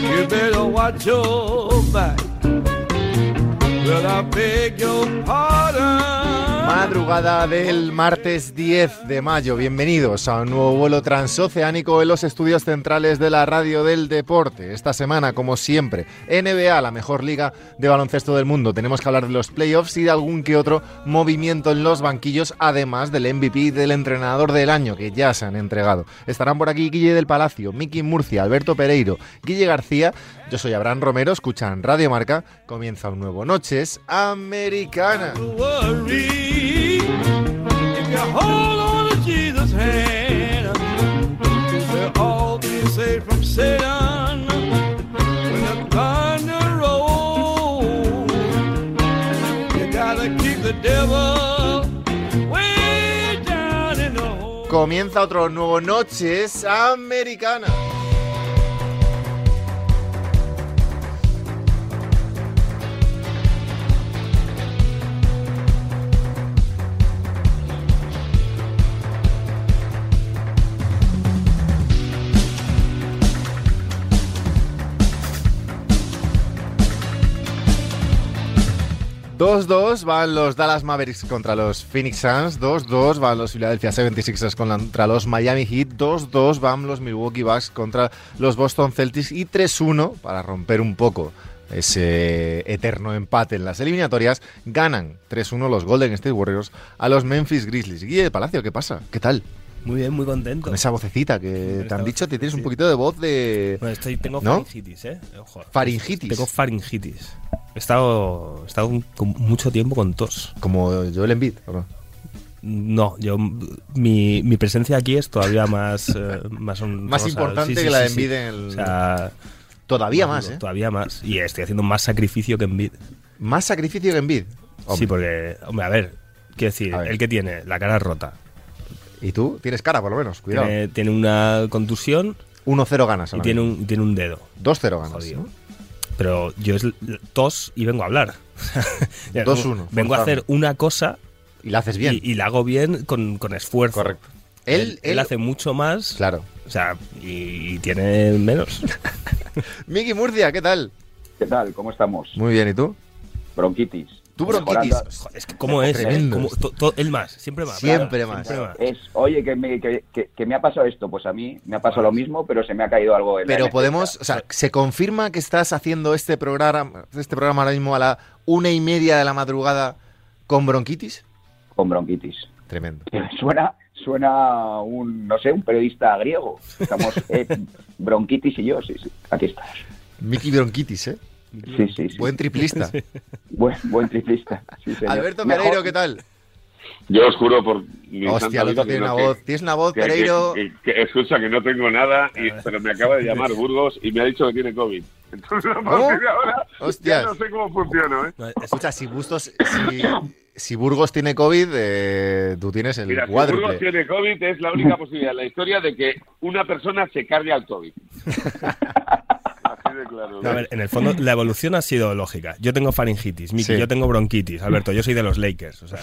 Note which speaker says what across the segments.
Speaker 1: you better watch your back. Well, I beg your pardon.
Speaker 2: Madrugada del martes 10 de mayo. Bienvenidos a un nuevo vuelo transoceánico en los estudios centrales de la Radio del Deporte. Esta semana, como siempre, NBA, la mejor liga de baloncesto del mundo. Tenemos que hablar de los playoffs y de algún que otro movimiento en los banquillos, además del MVP y del entrenador del año que ya se han entregado. Estarán por aquí Guille del Palacio, Miki Murcia, Alberto Pereiro, Guille García. Yo soy Abraham Romero, escuchan Radio Marca. Comienza un nuevo Noches Americanas.
Speaker 1: Don't worry if you hold on to Jesus' hand. We'll all be saved from Satan when the thunder rolls. You gotta keep the devil way down in the hole.
Speaker 2: Comienza otro nuevo Noches Americanas. Dos 2 van los Dallas Mavericks contra los Phoenix Suns, 2-2 van los Philadelphia 76ers contra los Miami Heat, 2-2 van los Milwaukee Bucks contra los Boston Celtics y 3-1 para romper un poco ese eterno empate en las eliminatorias, ganan 3-1 los Golden State Warriors a los Memphis Grizzlies. Guille Palacio, ¿qué pasa? ¿Qué tal?
Speaker 3: Muy bien, muy contento.
Speaker 2: Con esa vocecita que te
Speaker 3: esta
Speaker 2: han dicho, te tienes un
Speaker 3: vocecita.
Speaker 2: poquito de voz de
Speaker 3: Bueno, estoy, tengo
Speaker 2: ¿No?
Speaker 3: faringitis, ¿eh? Ojo.
Speaker 2: faringitis.
Speaker 3: Tengo faringitis. He estado, he estado un- con mucho tiempo con tos.
Speaker 2: Como Joel Embiid, ¿o no?
Speaker 3: No, yo mi, mi presencia aquí es todavía más eh, más,
Speaker 2: Más importante que la de Embiid en el-
Speaker 3: O sea,
Speaker 2: Todavía
Speaker 3: no,
Speaker 2: más,
Speaker 3: no,
Speaker 2: ¿eh?
Speaker 3: Todavía más. Y estoy haciendo más sacrificio que Envid.
Speaker 2: Más sacrificio que Embiid.
Speaker 3: Sí,
Speaker 2: Hombre,
Speaker 3: porque, hombre, a ver, quiero decir,
Speaker 2: A ver.
Speaker 3: el que tiene la cara rota,
Speaker 2: Y tú tienes cara, por lo menos, cuidado.
Speaker 3: tiene, tiene una contusión
Speaker 2: 1-0 ganas.
Speaker 3: y
Speaker 2: ahora
Speaker 3: tiene
Speaker 2: mismo.
Speaker 3: un, tiene un dedo.
Speaker 2: 2-0 ganas.
Speaker 3: Jodido.
Speaker 2: ¿no?
Speaker 3: Pero yo es l- tos y vengo a hablar. Ya,
Speaker 2: 2-1,
Speaker 3: Vengo a
Speaker 2: forzado.
Speaker 3: hacer una cosa
Speaker 2: Y la haces bien.
Speaker 3: y, y la hago bien con, con esfuerzo.
Speaker 2: Correcto.
Speaker 3: Él,
Speaker 2: Él,
Speaker 3: él hace mucho más.
Speaker 2: Claro.
Speaker 3: O sea, y, y tiene menos.
Speaker 2: Miki Murcia, ¿qué tal?
Speaker 4: ¿Qué tal? ¿Cómo estamos?
Speaker 2: Muy bien, ¿y tú?
Speaker 4: Bronquitis.
Speaker 2: Tú bronquitis.
Speaker 4: Mejorando.
Speaker 3: Joder, es que ¿cómo es? eh?
Speaker 2: Tremendo.
Speaker 3: ¿Cómo- to- to- él más, siempre más.
Speaker 2: Siempre
Speaker 3: Claro,
Speaker 2: más.
Speaker 4: Es, oye, que me, que, que- que me ha pasado esto. Pues a mí me ha pasado lo mismo, pero se me ha caído algo en la
Speaker 2: Pero
Speaker 4: energía.
Speaker 2: podemos, o sea, se confirma que estás haciendo este programa, este programa ahora mismo a la una y media de la madrugada con bronquitis.
Speaker 4: Con bronquitis.
Speaker 2: Tremendo.
Speaker 4: Suena, suena un, no sé, un periodista griego. Estamos eh, bronquitis y yo, sí, sí. Aquí estás.
Speaker 2: Miki bronquitis, ¿eh?
Speaker 4: Sí, sí, sí.
Speaker 2: Buen triplista.
Speaker 4: Buen, buen triplista. Sí, señor.
Speaker 2: Alberto
Speaker 4: Mejor-
Speaker 2: Pereiro, ¿qué tal?
Speaker 5: Yo os juro por mi
Speaker 2: Hostia,
Speaker 5: santa
Speaker 2: el
Speaker 5: vida
Speaker 2: otro tiene
Speaker 5: que
Speaker 2: una
Speaker 5: no-
Speaker 2: voz. Tienes una voz,
Speaker 5: que- que-
Speaker 2: Pereiro.
Speaker 5: que- que- escucha, que no tengo nada, y- pero me acaba de llamar Burgos y me ha dicho que tiene COVID. Entonces, a partir de ahora,
Speaker 2: ¿Oh? Hostias.
Speaker 5: ya no sé cómo funciona, ¿eh?
Speaker 3: No, es-
Speaker 2: Escucha, si Bustos, si, si Burgos tiene COVID, eh, tú tienes el
Speaker 5: Mira, si Burgos
Speaker 2: cuádruple.
Speaker 5: tiene COVID es la única posibilidad en la historia de que una persona se cargue al COVID. Así de claro.
Speaker 3: no, a ver, en el fondo, la evolución ha sido lógica. Yo tengo faringitis, Miki,
Speaker 2: Sí.
Speaker 3: yo tengo bronquitis, Alberto, yo soy de los Lakers. O sea,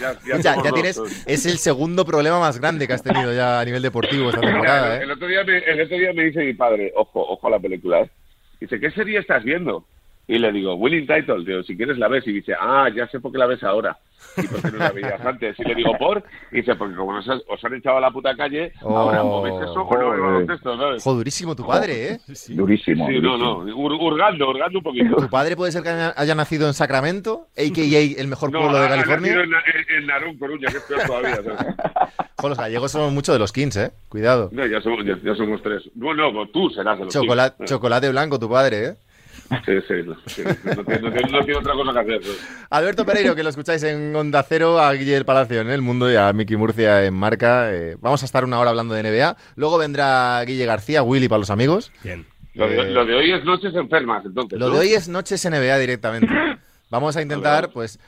Speaker 5: Ya- ya- ya
Speaker 2: Escucha,
Speaker 5: somos
Speaker 2: ya
Speaker 5: dos.
Speaker 2: tienes, es el segundo problema más grande que has tenido ya a nivel deportivo esta temporada,
Speaker 5: Mira, el,
Speaker 2: ¿eh?
Speaker 5: otro día me, el otro día me dice mi padre, ojo, ojo a la película, ¿eh? dice, ¿qué serie estás viendo? Y le digo, Winning Title, digo, si quieres la ves. Y dice, ah, ya sé por qué la ves ahora. ¿Y por qué no la veías antes? Y le digo, ¿por? Y dice, porque como nos has- os han echado a la puta calle,
Speaker 2: Oh,
Speaker 5: ahora o ves eso o no
Speaker 4: joder.
Speaker 5: el baloncesto, ¿sabes?
Speaker 2: Jodurísimo tu padre, ¿eh?
Speaker 4: Durísimo.
Speaker 5: Sí, no,
Speaker 4: durísimo.
Speaker 5: no, hur- hurgando, hurgando un poquito.
Speaker 2: Tu padre puede ser que haya haya nacido en Sacramento, a.k.a. el mejor
Speaker 5: No,
Speaker 2: pueblo
Speaker 5: ha-
Speaker 2: de
Speaker 5: ha nacido
Speaker 2: California.
Speaker 5: en, en, en Narón, Coruña, que es peor todavía. ¿sabes?
Speaker 2: Jo, los gallegos somos mucho de los 15, ¿eh? Cuidado.
Speaker 5: No, ya somos, ya, ya somos tres. No, no, tú serás de los
Speaker 2: Chocolate, chocolate blanco, tu padre, ¿eh?
Speaker 5: chicos. Sí, sí, no, sí, no, tiene- no tiene- no tiene otra cosa que hacer.
Speaker 2: Alberto Pereiro, que lo escucháis en Onda Cero, a Guillermo Palacio en El Mundo y a Miki Murcia en Marca. Eh, vamos a estar una hora hablando de NBA. Luego vendrá Guille García, Willy para los amigos.
Speaker 3: Bien.
Speaker 5: Lo de,
Speaker 2: Eh,
Speaker 5: lo de hoy es noches enfermas, entonces.
Speaker 2: Lo
Speaker 5: ¿no?
Speaker 2: de hoy es Noches NBA directamente. Vamos a intentar,
Speaker 5: Vale.
Speaker 2: pues,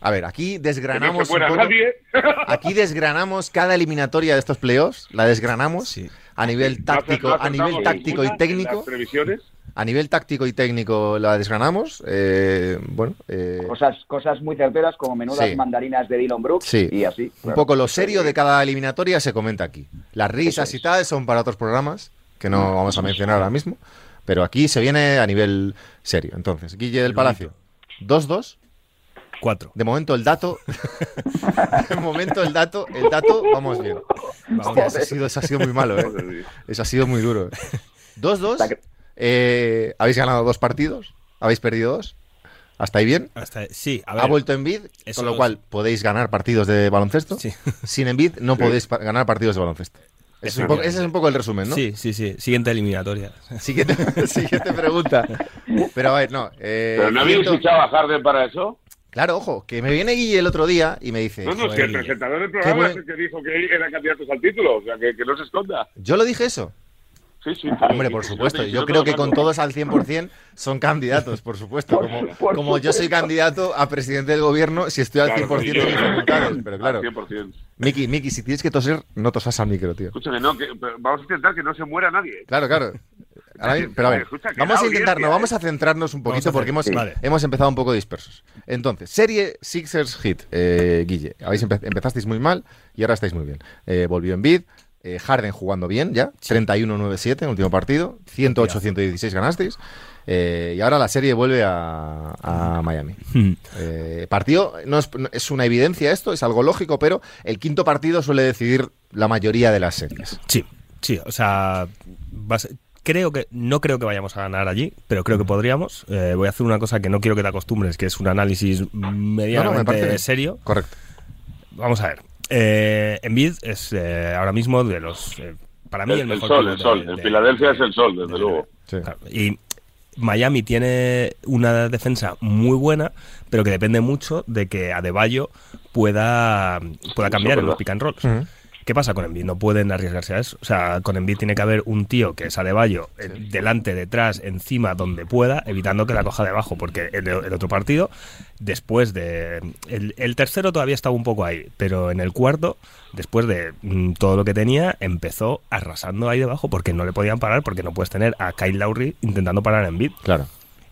Speaker 2: a ver, aquí
Speaker 5: Que no se
Speaker 2: desgranamos. un
Speaker 5: fuera
Speaker 2: poco-
Speaker 5: nadie.
Speaker 2: Aquí desgranamos cada eliminatoria de estos playoffs, la desgranamos
Speaker 3: Sí.
Speaker 2: a nivel táctico,
Speaker 5: No
Speaker 2: a
Speaker 5: acertamos
Speaker 2: nivel táctico
Speaker 5: ninguna
Speaker 2: y
Speaker 5: en Las
Speaker 2: técnico,
Speaker 5: previsiones.
Speaker 2: a nivel táctico y técnico la desgranamos. eh, bueno, eh,
Speaker 4: Cosas, cosas muy certeras como menudas
Speaker 2: Sí.
Speaker 4: mandarinas de Dylan Brooks
Speaker 2: Sí.
Speaker 4: y así.
Speaker 2: un
Speaker 4: claro.
Speaker 2: poco lo serio de cada eliminatoria se comenta aquí. Las risas
Speaker 4: Eso
Speaker 2: y
Speaker 4: es.
Speaker 2: tal son para otros programas que no vamos a mencionar ahora mismo, pero aquí se viene a nivel serio. Entonces, Guille del Palacio, 2-2.
Speaker 3: Cuatro.
Speaker 2: De momento el dato, de momento el dato, el dato, vamos bien.
Speaker 3: Vamos.
Speaker 2: Hostia, eso, ha sido, eso ha sido muy malo, ¿eh?
Speaker 5: Joder, tío.
Speaker 2: Eso ha sido muy duro. 2-2.
Speaker 4: Está que-
Speaker 2: eh, habéis ganado dos partidos. Habéis perdido dos. Hasta ahí bien.
Speaker 3: Hasta, sí, a ver.
Speaker 2: Ha vuelto Envid,
Speaker 3: eso
Speaker 2: con lo
Speaker 3: es-
Speaker 2: cual podéis ganar partidos de baloncesto.
Speaker 3: Sí.
Speaker 2: Sin Envid no
Speaker 5: Sí.
Speaker 2: podéis pa- ganar partidos de baloncesto. Es un poco- ese es un poco el resumen, ¿no?
Speaker 3: Sí, sí, sí. Siguiente eliminatoria.
Speaker 2: Siguiente, siguiente pregunta. Pero a ver, no. eh,
Speaker 5: ¿Pero no habéis
Speaker 2: ciento-
Speaker 5: escuchado a Harden para eso?
Speaker 2: Claro, ojo, que me viene Guille el otro día y me dice,
Speaker 5: No, no, es que el
Speaker 3: Guille.
Speaker 5: presentador del programa
Speaker 2: buen-
Speaker 5: es el que dijo que él era candidato al título, o sea, que, que no se esconda.
Speaker 2: yo lo dije eso.
Speaker 5: Sí, sí.
Speaker 2: Hombre, por supuesto. Yo creo que con todos al 100% son candidatos, por supuesto.
Speaker 4: Por-
Speaker 2: Como,
Speaker 4: por
Speaker 2: como yo soy candidato a presidente del gobierno, si estoy al 100% de mis facultades. Pero claro,
Speaker 5: 100%.
Speaker 2: Miki, Miki, si tienes que toser, no tosas al micro, tío.
Speaker 5: Escúchame, no, que, pero vamos a intentar que no se muera nadie.
Speaker 2: Claro, claro. Ahora bien, pero a ver,
Speaker 5: Escucha, que
Speaker 2: vamos a
Speaker 5: la
Speaker 2: intentar, no,
Speaker 5: audiencia,
Speaker 2: vamos a centrarnos un
Speaker 3: Vamos a
Speaker 2: poquito porque hemos,
Speaker 3: hacer- Vale.
Speaker 2: hemos empezado un poco dispersos. Entonces, serie Sixers Hit, eh, Guille. Habéis empe- empezasteis muy mal y ahora estáis muy bien. Eh, volvió en bid, Harden jugando bien ya, 31-9-7 en último partido, 108-116 ganasteis. eh, y ahora la serie vuelve a, a Miami.
Speaker 3: Hmm.
Speaker 2: Eh, partido, no es, no- es una evidencia esto, es algo lógico, pero el quinto partido suele decidir la mayoría de las series.
Speaker 3: Sí, sí. O sea, va a ser- creo que no creo que vayamos a ganar allí, pero creo que podríamos. Eh, voy a hacer una cosa que no quiero que te acostumbres, que es un análisis medianamente
Speaker 2: parece bien.
Speaker 3: serio.
Speaker 2: Correcto.
Speaker 3: Vamos a ver. Eh, Embiid es eh, ahora mismo de los. eh, para mí el,
Speaker 5: El, el
Speaker 3: mejor.
Speaker 5: sol,
Speaker 3: pivote
Speaker 5: el sol.
Speaker 3: de-
Speaker 5: En
Speaker 3: de-
Speaker 5: Filadelfia
Speaker 3: de-
Speaker 5: es el sol, desde
Speaker 3: de-
Speaker 5: luego.
Speaker 2: Sí.
Speaker 3: Claro, Y Miami tiene una defensa muy buena, pero que depende mucho de que Adebayo pueda, pueda cambiar en los pick and rolls.
Speaker 2: Ujú.
Speaker 3: ¿Qué pasa con Embiid? No pueden arriesgarse a eso. O sea, con Embiid tiene que haber un tío que es Adebayo eh, delante, detrás, encima, donde pueda, evitando que la coja debajo, porque el, el otro partido, después de... El, el tercero todavía estaba un poco ahí, pero en el cuarto, después de mm, todo lo que tenía, empezó arrasando ahí debajo porque no le podían parar, porque no puedes tener a Kyle Lowry intentando parar a Embiid.
Speaker 2: Claro.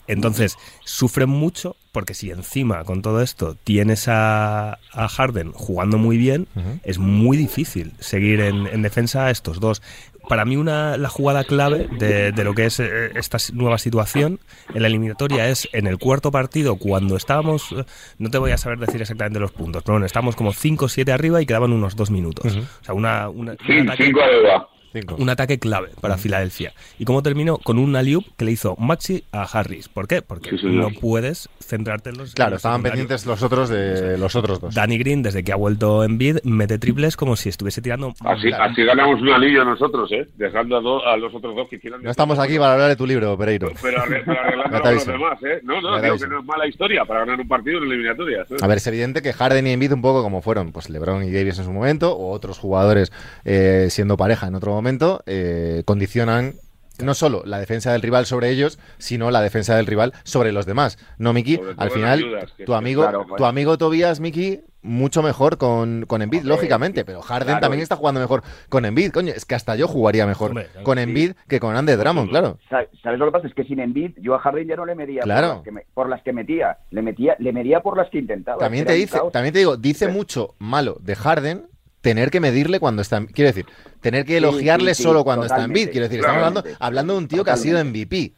Speaker 3: Entonces, sufren mucho porque si encima con todo esto tienes a, a Harden jugando muy bien,
Speaker 2: Ujú.
Speaker 3: es muy difícil seguir en, en defensa a estos dos. Para mí una, la jugada clave de, de lo que es eh, esta si- nueva situación en la eliminatoria es en el cuarto partido, cuando estábamos, eh, no te voy a saber decir exactamente los puntos, pero bueno, estábamos como 5 o 7 arriba y quedaban unos dos minutos. O sea, una, una- un
Speaker 5: Cin-
Speaker 3: ataque-
Speaker 5: Cinco de edad.
Speaker 2: Cinco.
Speaker 3: un ataque clave para Filadelfia. ¿Y cómo terminó? Con un alley-oop que le hizo Maxi a Harris. ¿Por qué? Porque
Speaker 5: Sí, señor.
Speaker 3: no puedes centrarte en los. en
Speaker 2: Claro,
Speaker 3: los
Speaker 2: estaban
Speaker 3: secundarios.
Speaker 2: pendientes los otros de los otros dos.
Speaker 3: Danny Green, desde que ha vuelto en bid, mete triples como si estuviese tirando.
Speaker 2: Ah,
Speaker 5: Así, así ganamos un anillo nosotros, ¿eh? Dejando a, do- a los otros dos que quieran.
Speaker 2: No estamos aquí para hablar de tu libro, Pereiro.
Speaker 5: Pero, arre- pero arreglando
Speaker 2: Ya te
Speaker 5: a los
Speaker 2: aviso.
Speaker 5: demás, ¿eh? No,
Speaker 2: Ya
Speaker 5: no,
Speaker 2: te
Speaker 5: digo
Speaker 2: aviso.
Speaker 5: que no es mala historia para ganar un partido en eliminatorias. ¿eh?
Speaker 2: A ver, es evidente que Harden y Embiid un poco como fueron, pues LeBron y Davis en su momento, o otros jugadores eh, siendo pareja en otro momento, eh, condicionan no solo la defensa del rival sobre ellos, sino la defensa del rival sobre los demás. No, Miki,
Speaker 5: Sobre todo
Speaker 2: al
Speaker 5: en
Speaker 2: final,
Speaker 5: ayudas, que
Speaker 2: tu
Speaker 5: es- pues.
Speaker 2: amigo,
Speaker 4: claro,
Speaker 2: tu
Speaker 4: bueno.
Speaker 2: amigo Tobías, Miki, mucho mejor con, con Embiid,
Speaker 5: Hombre,
Speaker 2: lógicamente, pero Harden
Speaker 5: claro.
Speaker 2: también está jugando mejor con Embiid, coño, es que hasta yo jugaría mejor
Speaker 3: Hombre, claro.
Speaker 2: con Embiid que con Andes Drummond, claro.
Speaker 4: Sa- ¿Sabes lo que pasa? Es que sin Embiid yo a Harden ya no le medía
Speaker 2: Claro.
Speaker 4: por, las que me- por las que metía. Le metía, le medía por las que intentaba.
Speaker 2: También
Speaker 4: Era
Speaker 2: te
Speaker 4: un
Speaker 2: dice,
Speaker 4: caos.
Speaker 2: también te digo, dice
Speaker 4: Sí.
Speaker 2: mucho malo de Harden tener que medirle cuando está. Quiero decir, tener que
Speaker 4: Sí,
Speaker 2: elogiarle
Speaker 4: sí, sí,
Speaker 2: solo cuando está en
Speaker 4: totalmente,
Speaker 2: beat. Quiero decir, estamos hablando,
Speaker 4: totalmente.
Speaker 2: hablando de un tío que ha sido MVP.
Speaker 4: Sí,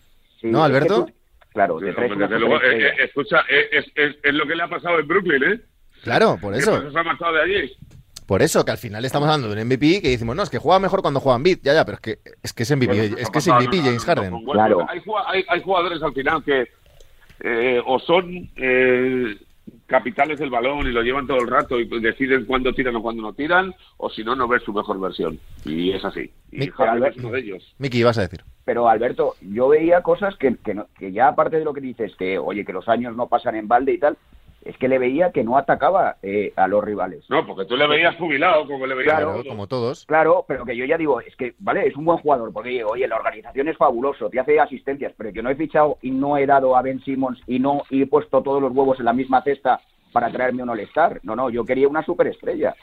Speaker 2: ¿No,
Speaker 4: es que
Speaker 2: Alberto?
Speaker 4: tú- claro,
Speaker 5: Sí,
Speaker 4: te
Speaker 5: hombre,
Speaker 4: traes una
Speaker 5: desde luego, eh,
Speaker 4: superestrella.
Speaker 5: eh, escucha, eh, es, es- es lo que le ha pasado en Brooklyn, ¿eh?
Speaker 2: Claro, por
Speaker 5: Que
Speaker 2: eso.
Speaker 5: por se ha marchado de allí.
Speaker 2: Por eso, que al final estamos hablando de un MVP que decimos, no, es que juega mejor cuando juega en beat. Ya, ya, pero es que es, que es MVP,
Speaker 5: Bueno,
Speaker 2: es
Speaker 5: ha
Speaker 2: que es
Speaker 5: pasado,
Speaker 2: MVP
Speaker 5: no, no,
Speaker 2: James
Speaker 5: no,
Speaker 2: Harden.
Speaker 5: con Westbrook.
Speaker 4: Claro.
Speaker 5: Hay, jua- hay- hay jugadores al final que eh, o son eh, capitales del balón y lo llevan todo el rato y deciden cuándo tiran o cuándo no tiran, o si no, no ver su mejor versión. Y es así. Y
Speaker 2: Mi-
Speaker 5: Harden
Speaker 4: Albert-
Speaker 5: es uno de ellos.
Speaker 2: Miki, vas a decir.
Speaker 4: Pero Alberto, yo veía cosas que, que, no- que ya aparte de lo que dices, que oye, que los años no pasan en balde y tal, es que le veía que no atacaba eh, a los rivales.
Speaker 5: No, porque tú le veías jubilado, como le veías.
Speaker 4: Claro,
Speaker 5: a
Speaker 2: Pero,
Speaker 5: todos.
Speaker 2: como todos.
Speaker 4: Claro, pero que yo ya digo, es que, vale, es un buen jugador, porque oye, la organización es fabuloso, te hace asistencias, pero yo no he fichado y no he dado a Ben Simmons y no y he puesto todos los huevos en la misma cesta para traerme un All-Star. No, no, yo quería una superestrella.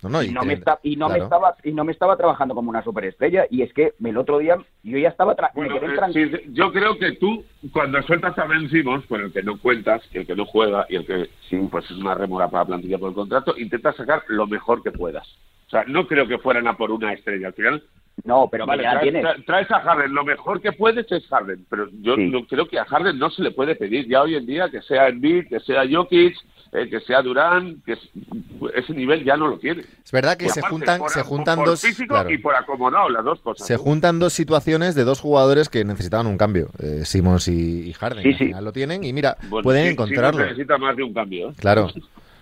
Speaker 2: No, no,
Speaker 4: Y no, me,
Speaker 2: creen-
Speaker 4: está- y, no
Speaker 2: claro.
Speaker 4: me estaba, y no me estaba trabajando como una superestrella. Y es que el otro día yo ya estaba... tra- me
Speaker 5: Bueno,
Speaker 4: quedé
Speaker 5: eh,
Speaker 4: tran-
Speaker 5: sí, yo creo que tú, cuando sueltas a Ben Simmons, con el que no cuentas, y el que no juega, y el que
Speaker 4: Sí.
Speaker 5: pues es una rémora para la plantilla por el contrato, intentas sacar lo mejor que puedas. O sea, no creo que fueran a por una estrella. Al final,
Speaker 4: No, pero que
Speaker 5: vale,
Speaker 4: ya
Speaker 5: traes,
Speaker 4: tienes.
Speaker 5: tra- traes a Harden, lo mejor que puedes es Harden, pero yo
Speaker 4: Sí.
Speaker 5: no creo que a Harden no se le puede pedir ya hoy en día que sea Embiid, que sea Jokic, eh, que sea Durán, que es- ese nivel ya no lo tiene.
Speaker 2: Es verdad que
Speaker 5: Y
Speaker 2: se
Speaker 5: aparte,
Speaker 2: juntan,
Speaker 5: por-
Speaker 2: se juntan
Speaker 5: por
Speaker 2: dos.
Speaker 5: físico
Speaker 2: claro.
Speaker 5: y por acomodado, las dos cosas.
Speaker 2: Se
Speaker 5: ¿no?
Speaker 2: juntan dos situaciones de dos jugadores que necesitaban un cambio, eh, Simmons y, y Harden.
Speaker 4: Sí,
Speaker 2: Al
Speaker 4: sí.
Speaker 2: final lo tienen y mira,
Speaker 5: Bueno,
Speaker 2: pueden
Speaker 5: sí- sí
Speaker 2: encontrarlo.
Speaker 5: necesita más de un cambio. ¿eh?
Speaker 2: Claro.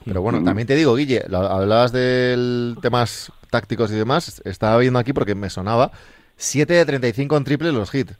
Speaker 2: Pero bueno,
Speaker 4: Ujú.
Speaker 2: también te digo, Guille, lo- hablabas de temas tácticos y demás, estaba viendo aquí porque me sonaba 7 de 35 en triple los hits.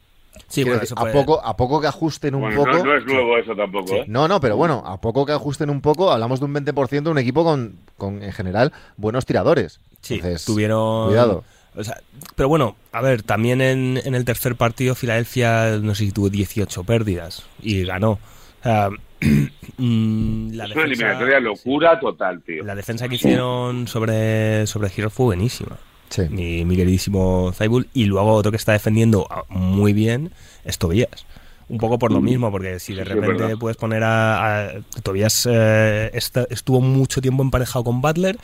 Speaker 3: Sí, bueno, eso fue-
Speaker 2: a poco a poco que ajusten un
Speaker 5: Bueno,
Speaker 2: poco.
Speaker 5: no, no es nuevo eso tampoco. ¿eh?
Speaker 2: No, no, pero bueno, a poco que ajusten un poco, hablamos de un 20%, un equipo con, con en general buenos tiradores.
Speaker 3: Sí,
Speaker 2: Entonces,
Speaker 3: tuvieron.
Speaker 2: cuidado.
Speaker 3: O sea, pero bueno, a ver, también en, en el tercer partido Filadelfia, no sé si tuvo 18 pérdidas y ganó. O sea, mm, la
Speaker 5: es una
Speaker 3: defensa-
Speaker 5: eliminatoria locura total, tío.
Speaker 3: La defensa que hicieron sobre, sobre Giro fue buenísima.
Speaker 2: Sí.
Speaker 3: Mi, mi queridísimo Zaibul. Y luego otro que está defendiendo a- muy bien es Tobías. Un poco por lo mismo, porque si de
Speaker 5: Mm. Sí, sí, es
Speaker 3: repente
Speaker 5: verdad.
Speaker 3: puedes poner a. a- Tobías eh, esta- estuvo mucho tiempo emparejado con Butler.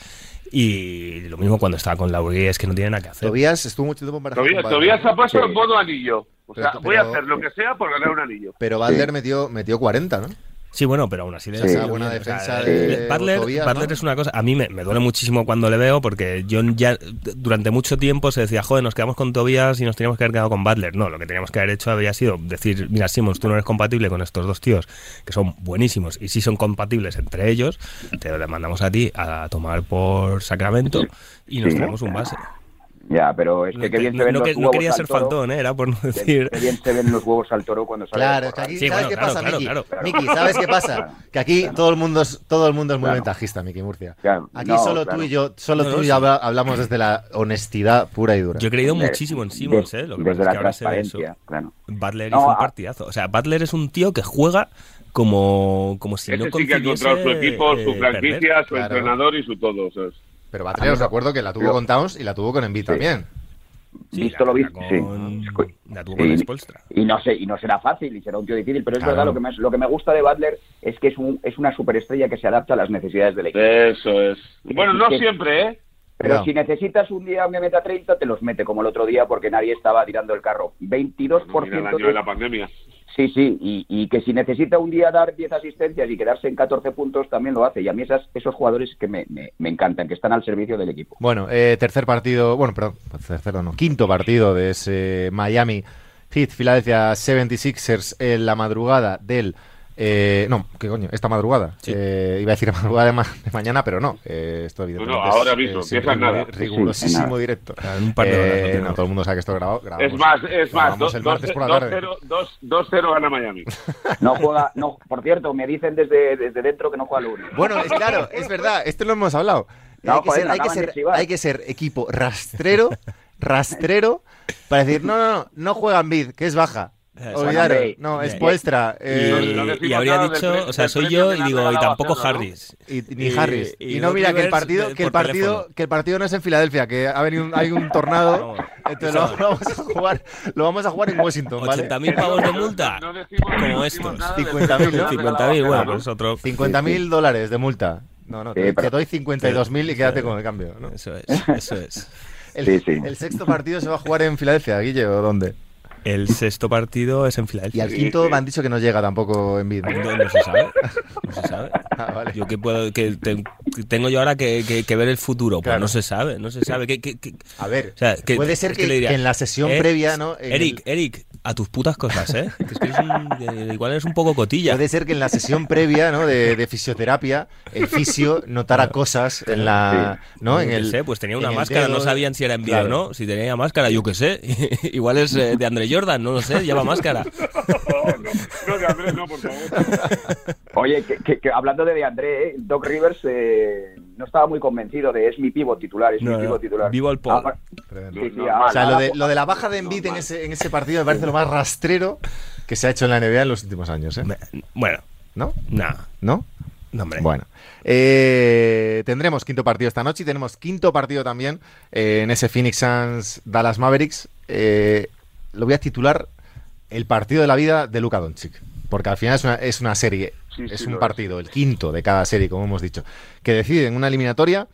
Speaker 3: Y lo mismo cuando estaba con Lauri, es que no tiene nada que hacer.
Speaker 2: Tobías estuvo mucho tiempo embarazado.
Speaker 5: Tobías, Tobías ha pasado en modo anillo. O
Speaker 2: Pero-
Speaker 5: sea, voy a
Speaker 2: pero-
Speaker 5: hacer lo que sea por ganar un anillo.
Speaker 2: Pero Balder metió, metió 40, ¿no?
Speaker 3: Sí, bueno, pero aún así le
Speaker 2: Sí.
Speaker 3: salió
Speaker 2: Buena
Speaker 3: bien, o sea,
Speaker 2: defensa
Speaker 3: eh,
Speaker 2: de
Speaker 3: Butler,
Speaker 2: Tobías,
Speaker 3: Butler
Speaker 2: ¿no?
Speaker 3: es una cosa. A mí me, me duele muchísimo cuando le veo porque yo ya durante mucho tiempo se decía, joder, nos quedamos con Tobías y nos teníamos que haber quedado con Butler. No, lo que teníamos que haber hecho había sido decir, mira, Simmons, tú no eres compatible con estos dos tíos que son buenísimos y si son compatibles entre ellos, te le mandamos a ti a tomar por Sacramento y nos
Speaker 4: Sí.
Speaker 3: traemos un base.
Speaker 4: Ya, pero es que qué bien
Speaker 3: no,
Speaker 4: se ven
Speaker 3: no
Speaker 4: los
Speaker 3: que- no
Speaker 4: huevos
Speaker 3: quería
Speaker 4: al
Speaker 3: ser
Speaker 4: toro.
Speaker 3: faltón, ¿eh? era por no
Speaker 4: Qué-
Speaker 3: decir.
Speaker 4: qué bien se ven los huevos al toro cuando sale
Speaker 2: Claro,
Speaker 4: a
Speaker 2: es que
Speaker 4: correr.
Speaker 2: aquí,
Speaker 3: Sí,
Speaker 2: ¿sabes
Speaker 3: bueno,
Speaker 2: qué
Speaker 3: claro,
Speaker 2: pasa,
Speaker 3: claro,
Speaker 2: Miki?
Speaker 3: claro.
Speaker 2: Miki, ¿sabes qué pasa? Que aquí todo el mundo es, todo el mundo es muy
Speaker 4: Claro.
Speaker 2: ventajista, Miki Murcia.
Speaker 4: Claro,
Speaker 2: Aquí
Speaker 4: no,
Speaker 2: solo
Speaker 4: claro.
Speaker 2: tú y yo, solo
Speaker 3: No,
Speaker 2: tú
Speaker 3: no,
Speaker 2: y
Speaker 3: sí.
Speaker 2: yo habla- hablamos desde la honestidad pura y dura.
Speaker 3: Yo he creído
Speaker 4: De-
Speaker 3: muchísimo en Simmons,
Speaker 4: de-
Speaker 3: ¿eh? Lo que
Speaker 4: desde
Speaker 3: pasa es
Speaker 4: la
Speaker 3: que ahora se ve eso.
Speaker 4: transparencia, claro.
Speaker 3: Butler
Speaker 4: No,
Speaker 3: hizo
Speaker 5: ah-
Speaker 3: un
Speaker 4: a-
Speaker 3: partidazo. O sea, Butler es un tío que juega como, como si no
Speaker 5: Ese sí que ha encontrado su
Speaker 3: concibiese,
Speaker 5: equipo, su
Speaker 3: eh,
Speaker 5: franquicia,
Speaker 3: perder.
Speaker 5: su
Speaker 2: Claro.
Speaker 5: entrenador y su todo. o sea, es-
Speaker 2: Pero Batlle, os recuerdo que la tuvo
Speaker 4: Yo-
Speaker 2: con Towns y la tuvo con Embiid también.
Speaker 3: Sí,
Speaker 4: Visto
Speaker 3: la-
Speaker 4: lo visto,
Speaker 3: la
Speaker 4: sí.
Speaker 3: con- La tuvo
Speaker 4: Sí.
Speaker 3: con Spoelstra.
Speaker 4: Y no sé, y no será fácil y será un tío difícil, pero es
Speaker 3: Claro.
Speaker 4: verdad lo que me, lo que me gusta de Butler es que es un, es una superestrella que se adapta a las necesidades del equipo.
Speaker 5: Eso es. Bueno, no
Speaker 4: Sí.
Speaker 5: siempre, ¿eh?
Speaker 4: Pero
Speaker 2: Cuidado.
Speaker 4: si necesitas un día que meta 30, te los mete, como el otro día, porque nadie estaba tirando el carro. 22%
Speaker 5: Mira el año de la pandemia.
Speaker 4: Sí, sí, y, y que si necesita un día dar 10 asistencias y quedarse en 14 puntos, también lo hace. Y a mí esas, esos jugadores que me, me- me encantan, que están al servicio del equipo.
Speaker 2: Bueno, eh, tercer partido, bueno, perdón, tercero no, quinto partido de ese Miami Heat Philadelphia 76ers en la madrugada del... eh, no, ¿qué coño? Esta madrugada.
Speaker 3: Sí.
Speaker 2: Eh, iba a decir la madrugada de, ma- de mañana, pero no. eh, esto evidentemente
Speaker 5: No, no, ahora
Speaker 2: es,
Speaker 5: mismo,
Speaker 2: eh,
Speaker 5: empieza
Speaker 2: rigurosi-
Speaker 5: en nada.
Speaker 4: Sí, en
Speaker 2: Rigurosísimo
Speaker 4: nada.
Speaker 2: directo.
Speaker 3: En un par de horas, no
Speaker 2: Eh,
Speaker 3: tengo.
Speaker 2: no, todo el mundo sabe que esto grabado. grabamos-
Speaker 5: Es más, es más.
Speaker 2: grabamos
Speaker 5: dos-
Speaker 2: el martes por la tarde.
Speaker 5: 2-0 dos- 2-0 gana Miami.
Speaker 4: No juega, no, por cierto, me dicen desde, desde dentro que no juega Luri.
Speaker 2: Bueno, es claro, es verdad, esto lo hemos hablado.
Speaker 4: No,
Speaker 2: hay, que
Speaker 4: joder,
Speaker 2: ser,
Speaker 4: me
Speaker 2: hay que
Speaker 4: acaban de
Speaker 2: ser-
Speaker 4: chivar.
Speaker 2: hay que ser equipo rastrero, rastrero, para decir, no, no, no, no juegan bid, que es baja.
Speaker 3: Exacto.
Speaker 2: Olvidaros,
Speaker 4: Hombre,
Speaker 2: no,
Speaker 3: ya,
Speaker 2: es
Speaker 3: ya.
Speaker 2: Poestra,
Speaker 3: Y,
Speaker 5: no
Speaker 2: eh,
Speaker 5: decimos
Speaker 3: y habría
Speaker 5: nada del
Speaker 3: dicho,
Speaker 5: pre-
Speaker 3: o sea,
Speaker 5: del
Speaker 3: soy
Speaker 5: premio
Speaker 3: yo
Speaker 5: que
Speaker 3: y
Speaker 5: le han
Speaker 3: digo, y
Speaker 5: regalado a
Speaker 3: tampoco
Speaker 5: Barcelona, ¿no?
Speaker 3: Harris.
Speaker 2: y, ni
Speaker 3: y-
Speaker 2: Harris.
Speaker 3: y
Speaker 2: Y, no mira que el
Speaker 3: Rivers,
Speaker 2: partido,
Speaker 3: eh,
Speaker 2: que el
Speaker 3: por
Speaker 2: partido,
Speaker 3: teléfono.
Speaker 2: que el partido no es en Filadelfia, que ha venido un- hay un tornado,
Speaker 3: Vamos.
Speaker 2: entonces lo, lo vamos a jugar, lo vamos a jugar en Washington, ¿vale?
Speaker 3: 80.000 pavos de multa.
Speaker 5: No decimos- no
Speaker 3: como
Speaker 5: decimos
Speaker 3: estos.
Speaker 5: nada del
Speaker 2: 50.000,
Speaker 5: premio que le han regalado
Speaker 3: 50.000,
Speaker 5: a
Speaker 3: bueno,
Speaker 5: Barcelona,
Speaker 3: pues otro.
Speaker 2: 50.000 dólares de multa. No, no,
Speaker 4: Sí,
Speaker 2: te, te
Speaker 4: pero-
Speaker 2: doy 52.000 y quédate con el cambio. ¿no?
Speaker 3: Eso es, eso es.
Speaker 2: El,
Speaker 4: Sí, sí.
Speaker 2: el sexto partido se va a jugar en Filadelfia, Guille, ¿o dónde?
Speaker 3: El sexto partido es en
Speaker 2: Y
Speaker 3: Filadelfia.
Speaker 2: al quinto me han dicho que no llega tampoco en
Speaker 3: No, no se sabe. No se sabe.
Speaker 2: Ah, vale.
Speaker 3: Yo que puedo, que te- que tengo yo ahora que, que- que ver el futuro. Pues
Speaker 2: Claro.
Speaker 3: no se sabe, no se sabe. ¿Qué- qué- qué-
Speaker 2: A ver,
Speaker 3: O sea, que-
Speaker 2: puede ser
Speaker 3: es
Speaker 2: que,
Speaker 3: que le diría,
Speaker 2: que en la sesión
Speaker 3: eh,
Speaker 2: previa, ¿no? En
Speaker 3: Eric, Eric, a tus putas cosas, ¿eh? Que es que eres un- eh, igual eres un poco cotilla.
Speaker 2: Puede ser que en la sesión previa ¿no? de, de fisioterapia, el fisio notara cosas en la. ¿no?
Speaker 3: Yo
Speaker 2: En
Speaker 3: qué
Speaker 2: el,
Speaker 3: sé, pues tenía
Speaker 2: en
Speaker 3: una
Speaker 2: el
Speaker 3: máscara,
Speaker 2: dedo.
Speaker 3: no sabían si era envío
Speaker 2: Claro.
Speaker 3: o no. Si tenía máscara, yo qué sé. Igual es eh, de Andre Jordan, no lo sé, lleva máscara.
Speaker 5: no, no, de Andrés, no, por favor.
Speaker 4: Oye, que, que- que hablando de, de André, ¿eh? Doc Rivers eh, no estaba muy convencido de es mi pivo titular, es
Speaker 3: No,
Speaker 4: mi
Speaker 3: no.
Speaker 4: pivo titular.
Speaker 3: Vivo al Paul.
Speaker 4: Ahora-
Speaker 2: Tremendo.
Speaker 4: sí, ah, pues, sí,
Speaker 5: No, no.
Speaker 4: ahora-
Speaker 2: O sea, lo de,
Speaker 4: ahora-
Speaker 2: lo de la baja de Embiid en ese, en ese partido me parece lo más rastrero que se ha hecho en la NBA en los últimos años. ¿eh?
Speaker 3: Me- Bueno,
Speaker 2: ¿No?
Speaker 3: nada.
Speaker 2: ¿No?
Speaker 3: No, hombre.
Speaker 2: Bueno, Eh, tendremos quinto partido esta noche y tenemos quinto partido también eh, en ese Phoenix Suns Dallas Mavericks. Eh, lo voy a titular El partido de la vida de Luka Doncic, porque al final es una, es una serie,
Speaker 5: Sí,
Speaker 2: es
Speaker 5: sí,
Speaker 2: un
Speaker 5: lo
Speaker 2: partido, el quinto de cada serie, como hemos dicho, que decide en una eliminatoria.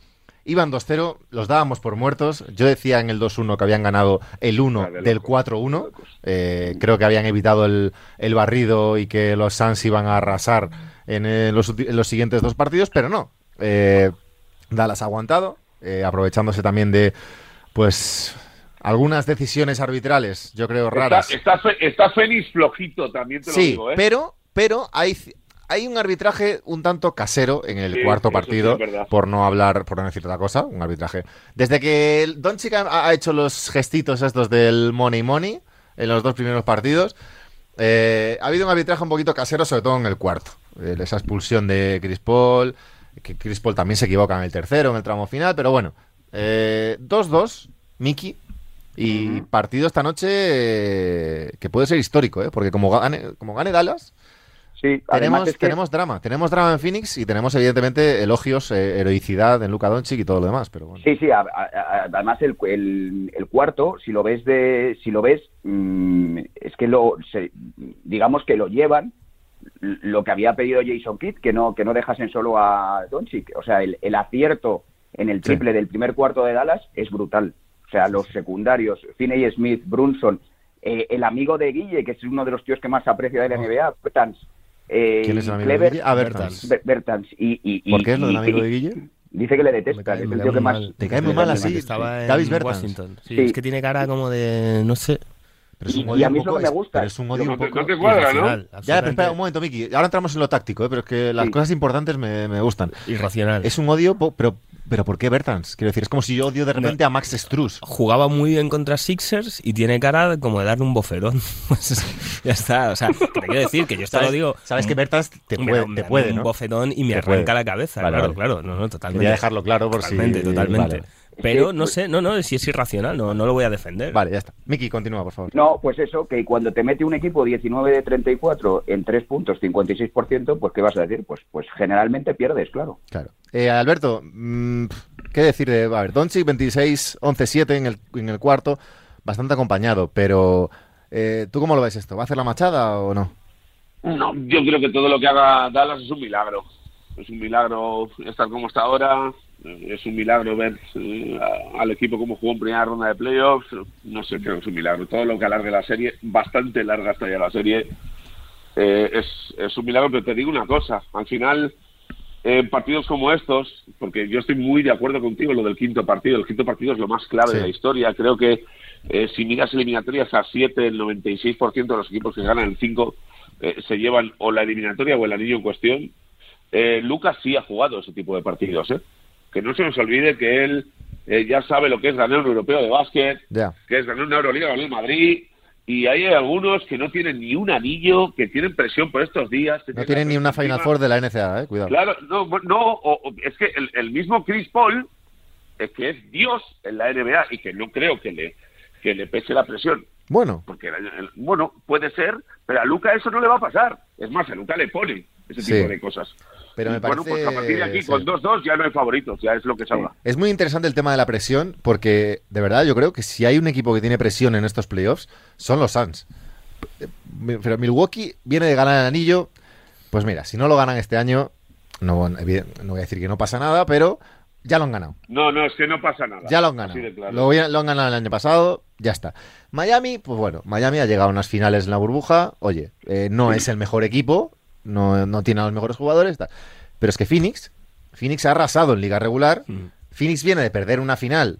Speaker 2: Iban 2-0, los dábamos por muertos. Yo decía en el 2-1 que habían ganado el 1
Speaker 5: Ah, de
Speaker 2: del
Speaker 5: locos,
Speaker 2: 4-1.
Speaker 5: de locos.
Speaker 2: Eh, creo que habían evitado el, el barrido y que los Suns iban a arrasar en, eh, los, ulti- en los siguientes dos partidos, pero no. Eh, Dallas ha aguantado, eh, aprovechándose también de pues algunas decisiones arbitrales, yo creo,
Speaker 5: Está,
Speaker 2: raras.
Speaker 5: está, Fe- está Félix flojito, también te lo
Speaker 2: Sí,
Speaker 5: digo, ¿eh?
Speaker 2: pero, pero hay, ci- hay un arbitraje un tanto casero en el
Speaker 5: Sí,
Speaker 2: cuarto
Speaker 5: eso sí
Speaker 2: partido,
Speaker 5: es verdad.
Speaker 2: por no hablar, por no decir otra cosa, un arbitraje. Desde que el Doncic ha, ha hecho los gestitos estos del money money en los dos primeros partidos, eh, ha habido un arbitraje un poquito casero, sobre todo en el cuarto. Eh, esa expulsión de Chris Paul, que Chris Paul también se equivoca en el tercero, en el tramo final, pero bueno. eh, 2-2, Miki. Y partido esta noche eh, que puede ser histórico, ¿eh? porque como gane, como gane Dallas,
Speaker 4: sí, además
Speaker 2: tenemos,
Speaker 4: es que-
Speaker 2: tenemos drama. Tenemos drama en Phoenix y tenemos, evidentemente, elogios, eh, heroicidad en Luka Doncic y todo lo demás. Pero bueno.
Speaker 4: Sí, sí, a- a- a- además el, el- el cuarto, si lo ves, de, si lo ves mm, es que lo, se- digamos que lo llevan lo que había pedido Jason Kidd, que no, que no dejasen solo a Doncic. O sea, el, el acierto en el triple del primer cuarto de Dallas es brutal. O sea, los secundarios, Finney Smith, Brunson, eh, el amigo de Guille, que es uno de los tíos que más aprecio de la NBA, Bertans. eh,
Speaker 2: Oh. ¿Quién es el
Speaker 4: y
Speaker 2: amigo de
Speaker 4: Clever-
Speaker 2: Guille? Ah,
Speaker 3: Bertans.
Speaker 4: Ber- Bertans. Y, y- y-
Speaker 2: ¿Por qué es lo del
Speaker 4: y-
Speaker 2: amigo
Speaker 4: y-
Speaker 2: de Guille?
Speaker 4: Dice que le
Speaker 3: Me
Speaker 4: detesta,
Speaker 3: cae-
Speaker 4: es
Speaker 3: me
Speaker 4: el
Speaker 3: cae
Speaker 4: tío que
Speaker 3: muy
Speaker 4: más...
Speaker 3: mal.
Speaker 2: Te cae muy mal así.
Speaker 3: Estaba en
Speaker 2: Davis Bertans.
Speaker 3: Washington. Sí,
Speaker 4: Sí.
Speaker 3: es que tiene cara como de, no sé,
Speaker 2: Pero es
Speaker 4: Y-
Speaker 2: un
Speaker 4: y
Speaker 2: odio
Speaker 4: a mí
Speaker 2: un
Speaker 4: es lo
Speaker 2: poco-
Speaker 4: que me gusta.
Speaker 2: pero es un odio
Speaker 5: No,
Speaker 2: un
Speaker 5: te-
Speaker 2: poco
Speaker 5: no te cuadra, ¿no?
Speaker 3: irracional.
Speaker 2: Ya, pero espera
Speaker 3: absolutamente
Speaker 2: un momento, Miki. Ahora entramos en lo táctico, ¿eh? pero es que las
Speaker 4: Sí.
Speaker 2: cosas importantes me, me gustan.
Speaker 3: Irracional.
Speaker 2: Es un odio, po- pero, pero ¿por qué Bertans? Quiero decir, es como si yo odio de repente a Max Struz.
Speaker 3: jugaba muy bien contra Sixers y tiene cara de- como de darle un boferón. Pues, ya está, o sea, que te quiero decir que yo esto
Speaker 2: ¿Sabes,
Speaker 3: lo digo.
Speaker 2: sabes que Bertans te
Speaker 3: me
Speaker 2: puede,
Speaker 3: da- me
Speaker 2: te
Speaker 3: da
Speaker 2: puede
Speaker 3: un
Speaker 2: ¿no?
Speaker 3: bofetón y me
Speaker 2: Te
Speaker 3: arranca
Speaker 2: puede.
Speaker 3: la cabeza,
Speaker 2: Vale,
Speaker 3: claro,
Speaker 2: vale.
Speaker 3: claro, no, no, totalmente.
Speaker 2: Quería dejarlo claro por
Speaker 3: totalmente,
Speaker 2: si...
Speaker 3: totalmente.
Speaker 2: Vale.
Speaker 3: Pero
Speaker 4: Sí,
Speaker 3: no
Speaker 4: pues-
Speaker 3: sé, no, no, si es irracional, no, no lo voy a defender.
Speaker 2: Vale, ya está. Miki, continúa, por favor.
Speaker 4: No, pues eso, que cuando te mete un equipo 19 de 34 en 3 puntos, 56%, pues ¿qué vas a decir? Pues, pues generalmente pierdes, claro.
Speaker 2: Claro. Eh, Alberto, mm, ¿qué decir de... A ver, Doncic 26, 11-7 en el, en el cuarto, bastante acompañado, pero... eh, ¿Tú cómo lo ves esto? ¿Va a hacer la machada o no?
Speaker 5: No, yo creo que todo lo que haga Dallas es un milagro. Es un milagro estar como está ahora. eh, Es un milagro ver eh, a- al equipo como jugó en primera ronda de playoffs. No sé, creo que es un milagro. Todo lo que alargue la serie, bastante larga hasta ya la serie, eh, es, es un milagro. Pero te digo una cosa: al final, en partidos como estos, porque yo estoy muy de acuerdo contigo en lo del quinto partido. El quinto partido es lo más clave
Speaker 2: Sí.
Speaker 5: de la historia. Creo que eh, si miras eliminatorias a 7, el 96% de los equipos que ganan el 5 se llevan o la eliminatoria o el anillo en cuestión. Eh, Lucas sí ha jugado ese tipo de partidos. ¿eh? Que no se nos olvide que él eh, ya sabe lo que es ganar un europeo de básquet,
Speaker 2: Ya.
Speaker 5: que es ganar una Euroliga con el Madrid. Y hay algunos que no tienen ni un anillo, que tienen presión por estos días. que
Speaker 2: No tienen ni una Final
Speaker 5: encima.
Speaker 2: Four de la NCAA, eh. Cuidado.
Speaker 5: Claro, no, bu- no o- o- es que el, el mismo Chris Paul es que es Dios en la NBA y que no creo que le, que le pese la presión.
Speaker 2: Bueno,
Speaker 5: Porque, el año- el- bueno, puede ser, pero a Luca eso no le va a pasar. Es más, a Luca le pone ese
Speaker 2: Sí.
Speaker 5: tipo de cosas.
Speaker 2: pero me
Speaker 5: Y bueno,
Speaker 2: parece...
Speaker 5: pues a partir de aquí,
Speaker 2: sí.
Speaker 5: con 2-2 ya no hay favoritos, ya es lo que salga.
Speaker 2: Es muy interesante el tema de la presión porque, de verdad, yo creo que si hay un equipo que tiene presión en estos playoffs, son los Suns. Eh, Pero Milwaukee viene de ganar el anillo. Pues mira, si no lo ganan este año, no, eviden- no voy a decir que no pasa nada, pero ya lo han ganado.
Speaker 5: No, no, es que no pasa nada.
Speaker 2: Ya lo han
Speaker 5: Así
Speaker 2: ganado.
Speaker 5: de claro.
Speaker 2: Lo, voy a- lo han ganado el año pasado, ya está. Miami, pues bueno, Miami ha llegado a unas finales en la burbuja. Oye, eh, no es el mejor equipo, no, no tiene a los mejores jugadores, tal. pero es que Phoenix, Phoenix ha arrasado en liga regular. Phoenix viene de perder una final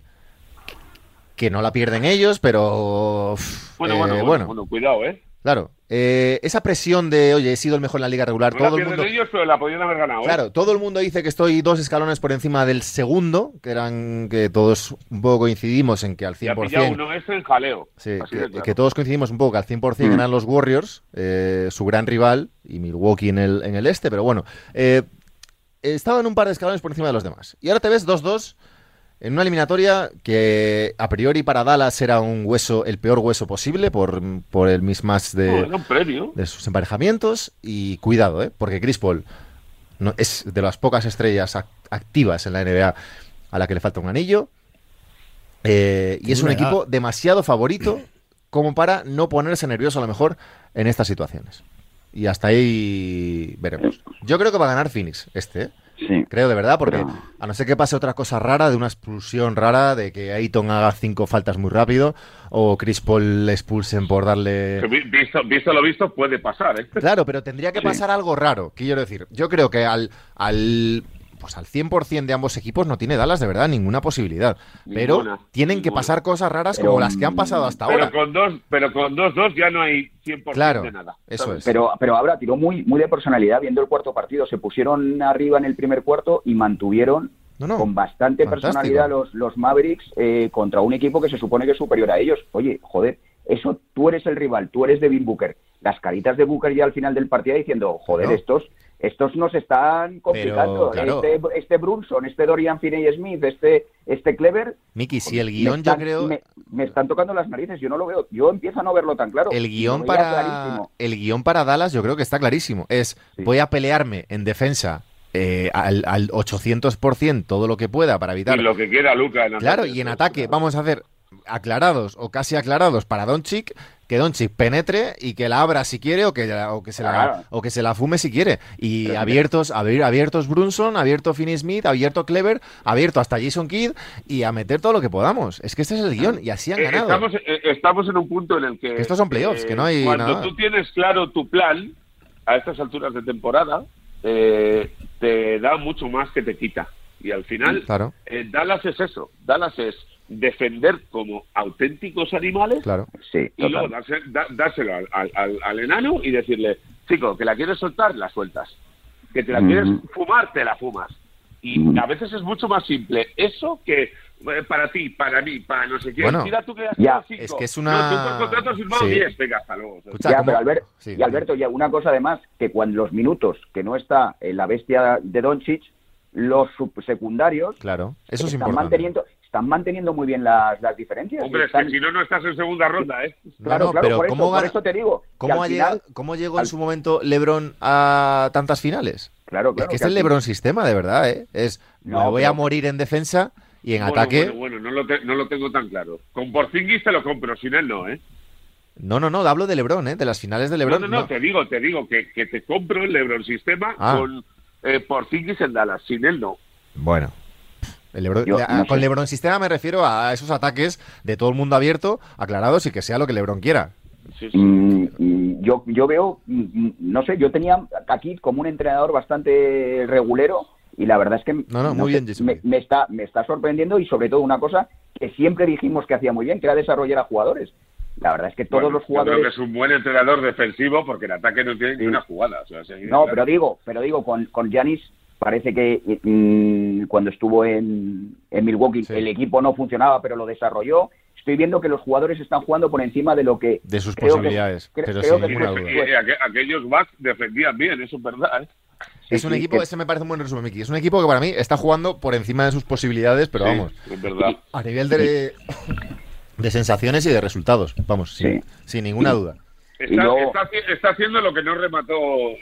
Speaker 2: que no la pierden ellos, pero uf,
Speaker 5: Bueno,
Speaker 2: Eh,
Speaker 5: bueno, bueno,
Speaker 2: bueno.
Speaker 5: bueno, cuidado, ¿eh?
Speaker 2: Claro, eh, esa presión de, oye, he sido el mejor en la liga regular,
Speaker 5: No la
Speaker 2: todo el
Speaker 5: pierden
Speaker 2: mundo...
Speaker 5: ellos, pero la podían haber ganado, ¿eh?
Speaker 2: Claro, todo el mundo dice que estoy dos escalones por encima del segundo, que eran que todos un poco coincidimos en que al
Speaker 5: Y ha pillado
Speaker 2: 100%...
Speaker 5: uno este en jaleo.
Speaker 2: Sí,
Speaker 5: Así de
Speaker 2: que,
Speaker 5: claro.
Speaker 2: que todos coincidimos un poco que al 100%
Speaker 5: Mm.
Speaker 2: ganan los Warriors, eh, su gran rival, y Milwaukee en el, en el este, pero bueno. eh, estaban un par de escalones por encima de los demás. Y ahora te ves 2-2 en una eliminatoria que a priori para Dallas era un hueso, el peor hueso posible por, por el mismas de,
Speaker 5: No, era un premio.
Speaker 2: de sus emparejamientos. Y cuidado, ¿eh? porque Chris Paul no, es de las pocas estrellas ac- activas en la NBA a la que le falta un anillo. Eh, y
Speaker 3: Tiene
Speaker 2: es un
Speaker 3: una edad.
Speaker 2: equipo demasiado favorito como para no ponerse nervioso a lo mejor en estas situaciones. Y hasta ahí veremos. Yo creo que va a ganar Phoenix este, ¿eh?
Speaker 6: Sí.
Speaker 2: creo de verdad, porque
Speaker 6: Pero-
Speaker 2: a no ser que pase otra cosa rara, de una expulsión rara, de que Ayton haga cinco faltas muy rápido, o Chris Paul le expulsen por darle
Speaker 5: Que vi- Visto, visto lo visto, puede pasar, ¿eh?
Speaker 2: Claro, pero tendría que
Speaker 6: Sí.
Speaker 2: pasar algo raro, que quiero decir. Yo creo que al, al, pues al 100% de ambos equipos no tiene Dallas de verdad ninguna posibilidad. Pero
Speaker 5: Ninguna,
Speaker 2: tienen que
Speaker 5: ninguna.
Speaker 2: pasar cosas raras
Speaker 6: Pero,
Speaker 2: como las que han pasado hasta ahora.
Speaker 5: Pero con dos, pero con dos, dos ya no hay 100%
Speaker 2: Claro,
Speaker 5: de nada.
Speaker 2: eso es.
Speaker 4: Pero, pero ahora tiró muy, muy de personalidad viendo el cuarto partido. Se pusieron arriba en el primer cuarto y mantuvieron
Speaker 2: No, no.
Speaker 4: con bastante
Speaker 2: fantástico.
Speaker 4: personalidad los, los Mavericks eh, contra un equipo que se supone que es superior a ellos. Oye, joder, eso tú eres el rival, tú eres Devin Booker. Las caritas de Booker ya al final del partido diciendo, joder,
Speaker 2: No.
Speaker 4: estos estos nos están complicando.
Speaker 2: claro.
Speaker 4: Este, este Brunson, este Dorian Finney-Smith, este, este Clever...
Speaker 2: Miki, si el
Speaker 4: me
Speaker 2: guión yo
Speaker 4: están-
Speaker 2: creo...
Speaker 4: Me, me están tocando las narices, yo no lo veo. Yo empiezo a no verlo tan claro.
Speaker 2: El guión,
Speaker 4: Lo veía
Speaker 2: para,
Speaker 4: clarísimo.
Speaker 2: el guión para Dallas yo creo que está clarísimo. Es,
Speaker 4: Sí.
Speaker 2: voy a pelearme en defensa eh, al, al 800% todo lo que pueda para evitar
Speaker 5: Y lo que quiera Luca en
Speaker 2: Claro,
Speaker 5: ataque.
Speaker 2: y en ataque vamos a hacer aclarados o casi aclarados para Doncic, que Doncic penetre y que la abra si quiere o que, la- o que, se, la,
Speaker 4: Claro.
Speaker 2: o que se la fume si quiere. Y
Speaker 4: Pero-
Speaker 2: abiertos, abri- abiertos Brunson, abierto Finney Smith, abierto Clever, abierto hasta Jason Kidd y a meter todo lo que podamos. Es que este es el guión y así han
Speaker 5: Eh,
Speaker 2: ganado.
Speaker 5: Estamos, eh, estamos en un punto en el que. eh,
Speaker 2: Que estos son playoffs, que no hay
Speaker 5: Cuando
Speaker 2: nada.
Speaker 5: tú tienes claro tu plan, a estas alturas de temporada, eh, te da mucho más que te quita. Y al final,
Speaker 2: Claro,
Speaker 5: eh, Dallas es eso. Dallas es defender como auténticos animales
Speaker 2: claro.
Speaker 4: Sí,
Speaker 5: y luego
Speaker 4: total.
Speaker 5: darse- da- dárselo al, al- al- al enano y decirle, chico, que la quieres soltar, la sueltas. Que te la
Speaker 6: Ujú.
Speaker 5: quieres fumar, te la fumas. Y
Speaker 6: Ujú.
Speaker 5: a veces es mucho más simple eso que eh, para ti, para mí, para no sé quién.
Speaker 2: Bueno,
Speaker 5: Mira tú que has
Speaker 4: ya,
Speaker 5: sido
Speaker 2: es
Speaker 5: cinco.
Speaker 2: que es una-
Speaker 5: No, tú por contrato has firmado
Speaker 2: Sí.
Speaker 5: 10, venga, hasta luego.
Speaker 2: Escucha,
Speaker 4: ya,
Speaker 2: ¿cómo-
Speaker 4: pero Albert-
Speaker 2: Sí,
Speaker 4: y Alberto, ya una cosa además, que cuando los minutos que no está eh, la bestia de Doncic, los subsecundarios
Speaker 2: Claro, eso es
Speaker 4: están
Speaker 2: importante.
Speaker 4: manteniendo, están manteniendo muy bien las, las diferencias.
Speaker 5: Hombre, es
Speaker 4: Están-
Speaker 5: que si no, no estás en segunda ronda, ¿eh?
Speaker 2: No,
Speaker 4: claro,
Speaker 2: no,
Speaker 4: claro,
Speaker 2: pero
Speaker 4: por,
Speaker 2: ¿cómo
Speaker 4: eso, por
Speaker 2: gana-
Speaker 4: eso te digo. que
Speaker 2: ¿Cómo,
Speaker 4: al
Speaker 2: ha llegado-
Speaker 4: final-
Speaker 2: ¿Cómo llegó en
Speaker 4: al-
Speaker 2: su momento LeBron a tantas finales?
Speaker 4: Claro,
Speaker 2: Es
Speaker 4: claro,
Speaker 2: que este es
Speaker 4: al
Speaker 2: el
Speaker 4: fin-
Speaker 2: LeBron sistema, de verdad, ¿eh? Es,
Speaker 4: No,
Speaker 2: me voy
Speaker 4: pero-
Speaker 2: a morir en defensa y en
Speaker 5: Bueno,
Speaker 2: ataque.
Speaker 5: Bueno, bueno, no, lo te- no lo tengo tan claro. Con Porzingis te lo compro, sin él no, ¿eh?
Speaker 2: No, no, no, hablo de LeBron, ¿eh? De las finales de LeBron.
Speaker 5: no, no, no, te digo, te digo que, que te compro el LeBron sistema
Speaker 2: Ah.
Speaker 5: con eh, Porzingis en Dallas, sin él no.
Speaker 2: Bueno. El LeBron-
Speaker 4: Yo,
Speaker 2: a-
Speaker 4: no
Speaker 2: con
Speaker 4: sé.
Speaker 2: LeBron sistema me refiero a esos ataques de todo el mundo abierto, aclarados y que sea lo que LeBron quiera.
Speaker 5: Sí, sí.
Speaker 4: Mm, mm, yo, yo veo, mm, mm, no sé, yo tenía aquí como un entrenador bastante regulero y la verdad es que
Speaker 2: no, muy bien, Jason
Speaker 4: me,
Speaker 2: Kidd.
Speaker 4: me está, me está sorprendiendo y sobre todo una cosa que siempre dijimos que hacía muy bien, que era desarrollar a jugadores. La verdad es que todos
Speaker 5: Bueno,
Speaker 4: los
Speaker 5: Yo creo
Speaker 4: jugadores...
Speaker 5: que es un buen entrenador defensivo porque en ataque no tiene
Speaker 4: Sí.
Speaker 5: ni una jugada. o sea, si-
Speaker 4: No, pero digo, pero digo, con, con Giannis parece que mm, cuando estuvo en, en Milwaukee
Speaker 2: Sí.
Speaker 4: el equipo no funcionaba, pero lo desarrolló. Estoy viendo que los jugadores están jugando por encima de lo que...
Speaker 2: De sus
Speaker 4: creo que-
Speaker 2: posibilidades,
Speaker 4: cre-
Speaker 2: pero
Speaker 4: creo
Speaker 2: sin
Speaker 4: que-
Speaker 5: Y
Speaker 2: ninguna
Speaker 5: defe-
Speaker 2: duda.
Speaker 5: y- y aqu- eh, aquellos backs defendían bien, eso es verdad. ¿eh?
Speaker 2: es un
Speaker 4: sí,
Speaker 2: equipo,
Speaker 4: que-
Speaker 2: ese me parece un buen resumen, Miki. Es un equipo que para mí está jugando por encima de sus posibilidades, pero
Speaker 5: Sí,
Speaker 2: vamos,
Speaker 5: Es verdad.
Speaker 2: a nivel de, de sensaciones y de resultados, vamos, sin,
Speaker 4: Sí.
Speaker 2: sin ninguna duda.
Speaker 4: Y
Speaker 5: Está,
Speaker 4: luego-
Speaker 5: está haci- está haciendo lo que no remató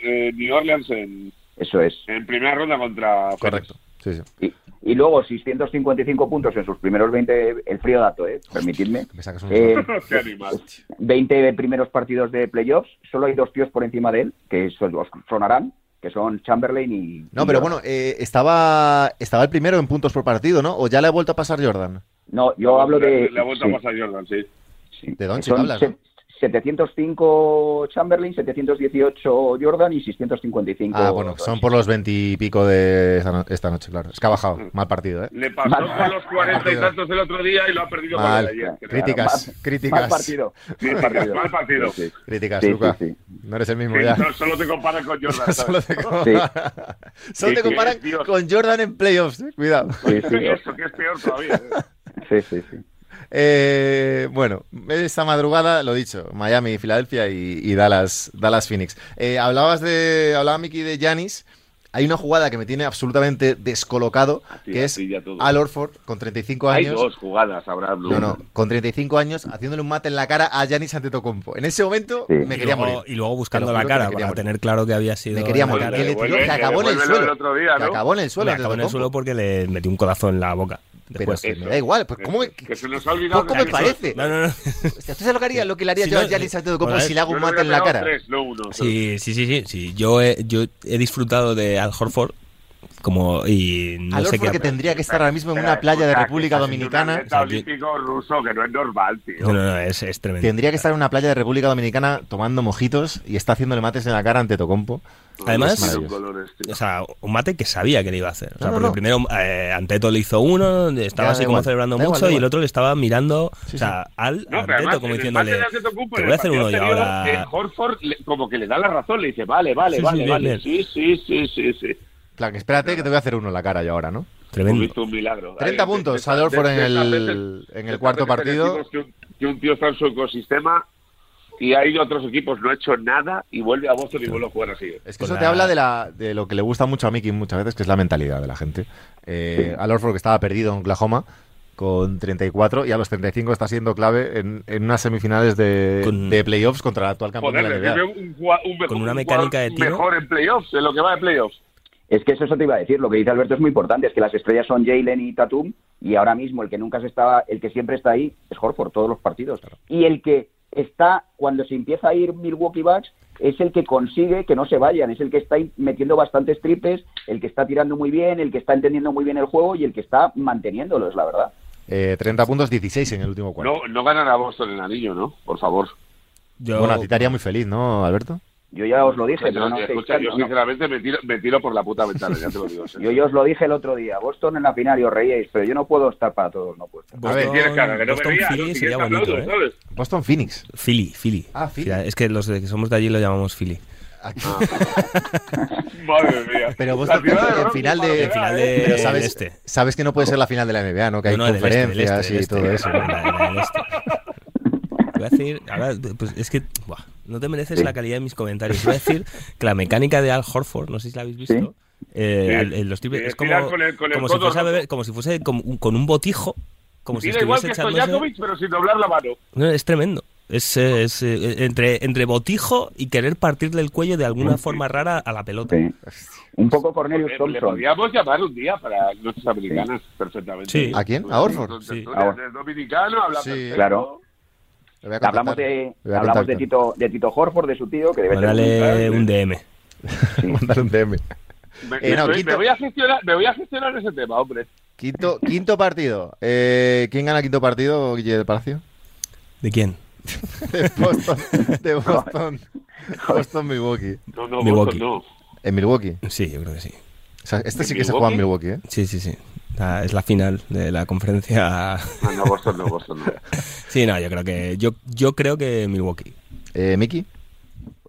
Speaker 5: eh, New Orleans en,
Speaker 4: Eso es.
Speaker 5: en primera ronda contra. Phoenix.
Speaker 2: Correcto. Sí, sí.
Speaker 4: Y, y luego 655 puntos en sus primeros 20, el frío dato, ¿eh? permitidme.
Speaker 2: Me sacas un
Speaker 4: Eh,
Speaker 5: Qué animal.
Speaker 4: 20 primeros partidos de playoffs, solo hay dos tíos por encima de él, que son- os sonarán, que son Chamberlain y...
Speaker 2: No,
Speaker 4: y
Speaker 2: pero
Speaker 4: Jordan.
Speaker 2: bueno, eh, estaba, estaba el primero en puntos por partido, ¿no? ¿O ya le ha vuelto a pasar Jordan?
Speaker 4: No, yo hablo
Speaker 5: Le-
Speaker 4: de...
Speaker 5: Le ha vuelto
Speaker 4: sí,
Speaker 5: a pasar Jordan, sí.
Speaker 4: sí.
Speaker 2: de Doncic
Speaker 4: Son
Speaker 2: hablas,
Speaker 4: se-
Speaker 2: ¿no?
Speaker 4: 705 Chamberlain, 718 Jordan y 655.
Speaker 2: Ah, bueno, son por los veintipico de esta, no- esta noche, claro. Es que ha bajado.
Speaker 5: Mm.
Speaker 2: Mal partido, ¿eh?
Speaker 5: Le pasó
Speaker 4: Mal.
Speaker 5: con los 40 y
Speaker 2: Mal.
Speaker 5: tantos del otro día y lo ha perdido con el
Speaker 2: Mal.
Speaker 5: de ayer. que
Speaker 2: Críticas,
Speaker 4: Mal-
Speaker 2: críticas.
Speaker 4: Mal partido.
Speaker 5: Mal partido. Mal partido.
Speaker 4: Sí, sí.
Speaker 2: Críticas,
Speaker 4: Sí, sí,
Speaker 2: Luca.
Speaker 4: sí.
Speaker 2: No eres el mismo
Speaker 5: Sí,
Speaker 2: ya.
Speaker 5: no, solo te comparan con Jordan.
Speaker 2: Solo
Speaker 5: ¿sabes?
Speaker 2: te comparan, Solo
Speaker 5: Sí,
Speaker 2: te
Speaker 5: sí,
Speaker 2: comparan
Speaker 5: es Dios.
Speaker 2: con Jordan en playoffs. eh, Cuidado.
Speaker 4: Sí, sí,
Speaker 5: Y Eso, que es peor todavía. ¿eh?
Speaker 4: sí, sí, sí.
Speaker 2: Eh, bueno, esta madrugada, lo dicho, Miami, Filadelfia y, y Dallas, Dallas Phoenix. Eh, hablabas de, hablaba Miki de Giannis. Hay una jugada que me tiene absolutamente descolocado,
Speaker 5: ti,
Speaker 2: que
Speaker 5: a
Speaker 2: es
Speaker 5: ti y a todos.
Speaker 2: Al Orford con 35
Speaker 5: Hay
Speaker 2: años.
Speaker 5: dos jugadas, Abraham.
Speaker 2: No, no, con 35 años haciéndole un mate en la cara a Giannis Antetokounmpo. En ese momento
Speaker 4: Sí.
Speaker 2: me
Speaker 3: y
Speaker 2: quería
Speaker 3: luego,
Speaker 2: morir.
Speaker 3: y luego
Speaker 2: Te
Speaker 3: buscando
Speaker 2: lo
Speaker 3: la
Speaker 2: juro que me
Speaker 3: cara
Speaker 2: quería
Speaker 3: para
Speaker 2: morir.
Speaker 3: tener claro que había sido.
Speaker 2: Me queería
Speaker 3: en la
Speaker 2: morir.
Speaker 3: cara.
Speaker 2: Que le tiró,
Speaker 5: Devuelve-
Speaker 2: que acabó en el
Speaker 5: devuélvelo
Speaker 2: suelo.
Speaker 5: el otro día,
Speaker 2: que
Speaker 5: ¿no?
Speaker 2: acabó en el
Speaker 3: Le
Speaker 2: suelo.
Speaker 3: acabó en el
Speaker 2: Antetokounmpo.
Speaker 3: suelo porque le metió un codazo en la boca.
Speaker 2: Pero
Speaker 3: Después.
Speaker 2: que me
Speaker 5: Eso.
Speaker 2: da igual. Pero ¿cómo,
Speaker 5: Eso, que se nos ha olvidado
Speaker 2: poco me
Speaker 5: que-
Speaker 2: parece?
Speaker 3: No, no, no.
Speaker 2: O sea, ¿Tú sabes lo que haría? Lo que le haría
Speaker 3: Si
Speaker 2: yo a
Speaker 3: no-
Speaker 2: Giannis Antetokounmpo
Speaker 3: Bueno,
Speaker 2: si le hago
Speaker 5: Yo
Speaker 2: un
Speaker 5: le
Speaker 2: mate
Speaker 5: habría
Speaker 2: en la
Speaker 5: pegado
Speaker 2: cara?
Speaker 5: tres, no uno.
Speaker 3: Sí, sí, sí, sí, sí. Yo he, yo he disfrutado de Al Horford como y no
Speaker 2: Al
Speaker 3: sé qué.
Speaker 2: Orford que tendría que estar ahora mismo en
Speaker 5: Espera,
Speaker 2: una playa de
Speaker 5: escucha,
Speaker 2: República
Speaker 5: que estás
Speaker 2: Dominicana.
Speaker 5: siendo Un atleta
Speaker 3: O sea, yo-
Speaker 5: olímpico ruso que no es normal, tío.
Speaker 3: No, no, no, es, es tremendo.
Speaker 2: Tendría que estar en una playa de República Dominicana tomando mojitos y está haciéndole mates en la cara ante Tocompo.
Speaker 3: Además-
Speaker 5: Tiene un color, este. tío.
Speaker 3: O sea, un mate que sabía que le iba a hacer. O
Speaker 2: No,
Speaker 3: sea,
Speaker 2: no,
Speaker 3: porque
Speaker 2: no.
Speaker 3: primero eh, Anteto le hizo uno, estaba
Speaker 2: Ya,
Speaker 3: así
Speaker 2: da
Speaker 3: como
Speaker 2: igual,
Speaker 3: celebrando
Speaker 2: da igual,
Speaker 3: mucho,
Speaker 2: da
Speaker 3: y el
Speaker 2: igual.
Speaker 3: otro le estaba mirando,
Speaker 2: Sí,
Speaker 3: o sea, al
Speaker 5: No, pero
Speaker 3: Anteto
Speaker 5: además,
Speaker 3: como
Speaker 5: en el
Speaker 3: diciéndole,
Speaker 5: pase de Antetokounmpo, en
Speaker 3: te
Speaker 5: el
Speaker 3: voy a hacer
Speaker 5: partido
Speaker 3: uno yo
Speaker 5: anterior, eh,
Speaker 3: ahora.
Speaker 5: Horford le- como que le da la razón, le dice, vale,
Speaker 3: Sí,
Speaker 5: vale,
Speaker 3: sí,
Speaker 5: vale,
Speaker 3: bien,
Speaker 5: vale.
Speaker 3: bien.
Speaker 5: Sí, sí, sí, sí, sí.
Speaker 2: Claro, que espérate que te voy a hacer uno en la cara yo ahora, ¿no?
Speaker 3: Tremendo.
Speaker 5: Tuviste un milagro.
Speaker 2: 30
Speaker 5: Ahí, de-
Speaker 2: puntos
Speaker 5: de-
Speaker 2: al Orford
Speaker 5: de-
Speaker 2: en
Speaker 5: de esas
Speaker 2: el,
Speaker 5: veces-
Speaker 2: en
Speaker 5: de
Speaker 2: el
Speaker 5: esas
Speaker 2: cuarto
Speaker 5: veces en
Speaker 2: partido.
Speaker 5: equipos Que un, que un tío está en su ecosistema y ha ido a otros equipos, no ha hecho nada y vuelve a Boston y vuelve a jugar así.
Speaker 2: Es que
Speaker 3: Con
Speaker 2: eso te
Speaker 3: la-
Speaker 2: habla de, la, de lo que le gusta mucho a Mickey muchas veces, que es la mentalidad de la gente. Eh, Al Orford, que estaba perdido en Oklahoma con 34 y a los 35 está siendo clave en, en unas semifinales de,
Speaker 3: Con-
Speaker 2: de playoffs contra el actual campeón
Speaker 5: Joder,
Speaker 2: de la
Speaker 5: le
Speaker 2: NBA.
Speaker 5: veo un, jua- un mejor,
Speaker 3: Con una
Speaker 5: un
Speaker 3: mecánica
Speaker 5: jugador
Speaker 3: de tiro.
Speaker 5: Mejor en playoffs, en lo que va de playoffs.
Speaker 4: Es que eso, eso te iba a decir, lo que dice Alberto es muy importante, es que las estrellas son Jalen y Tatum, y ahora mismo el que nunca se estaba, el que siempre está ahí es Horford, todos los partidos. Y el que está, cuando se empieza a ir Milwaukee Bucks, es el que consigue que no se vayan, es el que está in- metiendo bastantes triples, el que está tirando muy bien, el que está entendiendo muy bien el juego y el que está manteniéndolo, es la verdad.
Speaker 2: Eh, 30 puntos, 16 en el último cuarto.
Speaker 5: No, no ganan a Boston el anillo, ¿no? Por favor.
Speaker 3: Yo,
Speaker 2: Bueno, a ti te haría muy feliz, ¿no, Alberto?
Speaker 4: Yo ya os lo dije,
Speaker 5: Yo,
Speaker 4: pero no estáis
Speaker 5: Pues escucha,
Speaker 4: tanto,
Speaker 5: yo
Speaker 4: ¿no?
Speaker 5: sinceramente me tiro, me tiro por la puta ventana, ya te lo digo.
Speaker 4: Yo ya os lo dije el otro día, Boston en la final y os reíais, pero yo no puedo estar para todos, no puedo estar.
Speaker 3: Boston,
Speaker 2: ver,
Speaker 5: Tienes cara, que no
Speaker 3: Boston
Speaker 5: me veas,
Speaker 3: Philly
Speaker 5: ¿no? Si
Speaker 3: sería
Speaker 5: quieres
Speaker 3: bonito,
Speaker 5: aplaudo,
Speaker 3: ¿eh?
Speaker 5: ¿sabes?
Speaker 2: Boston Phoenix.
Speaker 3: Philly, Philly.
Speaker 2: Ah, Philly.
Speaker 3: O sea, es que los que somos de allí lo llamamos Philly.
Speaker 2: Aquí-
Speaker 5: Madre mía.
Speaker 2: Pero Boston
Speaker 5: La ciudad
Speaker 2: Phillies,
Speaker 5: de
Speaker 2: el
Speaker 5: Boston,
Speaker 2: final de-
Speaker 5: para
Speaker 3: El final de-
Speaker 5: eh,
Speaker 2: Pero sabes,
Speaker 3: del este.
Speaker 2: sabes que no puede ser la final de la NBA, ¿no? Que hay
Speaker 3: No, no, del este, del
Speaker 2: conferencias
Speaker 3: este, del este,
Speaker 2: y todo
Speaker 3: del
Speaker 2: eso.
Speaker 3: este, la- la del este. Te Voy a decir, ahora, pues es que buah, no te mereces la calidad de mis comentarios. Te Voy a decir que la mecánica de Al Horford, no sé si la habéis visto, eh,
Speaker 5: Sí.
Speaker 3: al- en los triples,
Speaker 5: Sí,
Speaker 3: es como,
Speaker 5: tirar con el- con el
Speaker 3: como si
Speaker 5: codo
Speaker 3: fuese, a
Speaker 5: roto.
Speaker 3: beber- como si fuese con, un- con un botijo, como si
Speaker 5: Tira igual
Speaker 3: estuviese
Speaker 5: que
Speaker 3: echándose.
Speaker 5: Stojakovic, pero sin doblar la mano.
Speaker 3: No, es tremendo. Es, eh, es, eh, entre, entre botijo y querer partirle el cuello de alguna forma rara a la pelota.
Speaker 4: Sí. Un poco Cornelius
Speaker 5: Eh, Le, le
Speaker 4: Thompson.
Speaker 5: podíamos llamar un día para noches americanas perfectamente.
Speaker 3: Sí.
Speaker 2: ¿A quién? ¿A Orford?
Speaker 3: Sí.
Speaker 5: Es dominicano, habla
Speaker 2: Sí.
Speaker 5: perfecto.
Speaker 4: Claro.
Speaker 2: Le voy a
Speaker 4: Hablamos
Speaker 2: contactar. Le
Speaker 4: de,
Speaker 2: voy a
Speaker 4: hablamos de
Speaker 2: contactar.
Speaker 4: Tito, de Tito Horford, de su tío, que debe
Speaker 2: Pues
Speaker 3: Mándale
Speaker 4: ser
Speaker 3: un DM.
Speaker 2: Mandar un DM.
Speaker 5: Me,
Speaker 2: Eh, no,
Speaker 5: me- me
Speaker 2: quinto-
Speaker 5: voy a gestionar, me voy a gestionar ese tema, hombre.
Speaker 2: Quinto, quinto partido. Eh, ¿Quién gana quinto partido, Guille del Palacio?
Speaker 3: ¿De quién?
Speaker 2: De Boston. De Boston. Boston Milwaukee.
Speaker 5: No, no,
Speaker 3: Milwaukee.
Speaker 5: Boston, no.
Speaker 2: En Milwaukee.
Speaker 3: Sí, yo creo que sí.
Speaker 2: O sea, este sí que se juega en Milwaukee, ¿eh?
Speaker 3: Sí, sí, sí. Ah, es la final de la conferencia.
Speaker 5: Ah, no, Boston no, Boston no.
Speaker 3: Sí, no, yo creo que yo, yo creo que Milwaukee.
Speaker 2: eh Miki.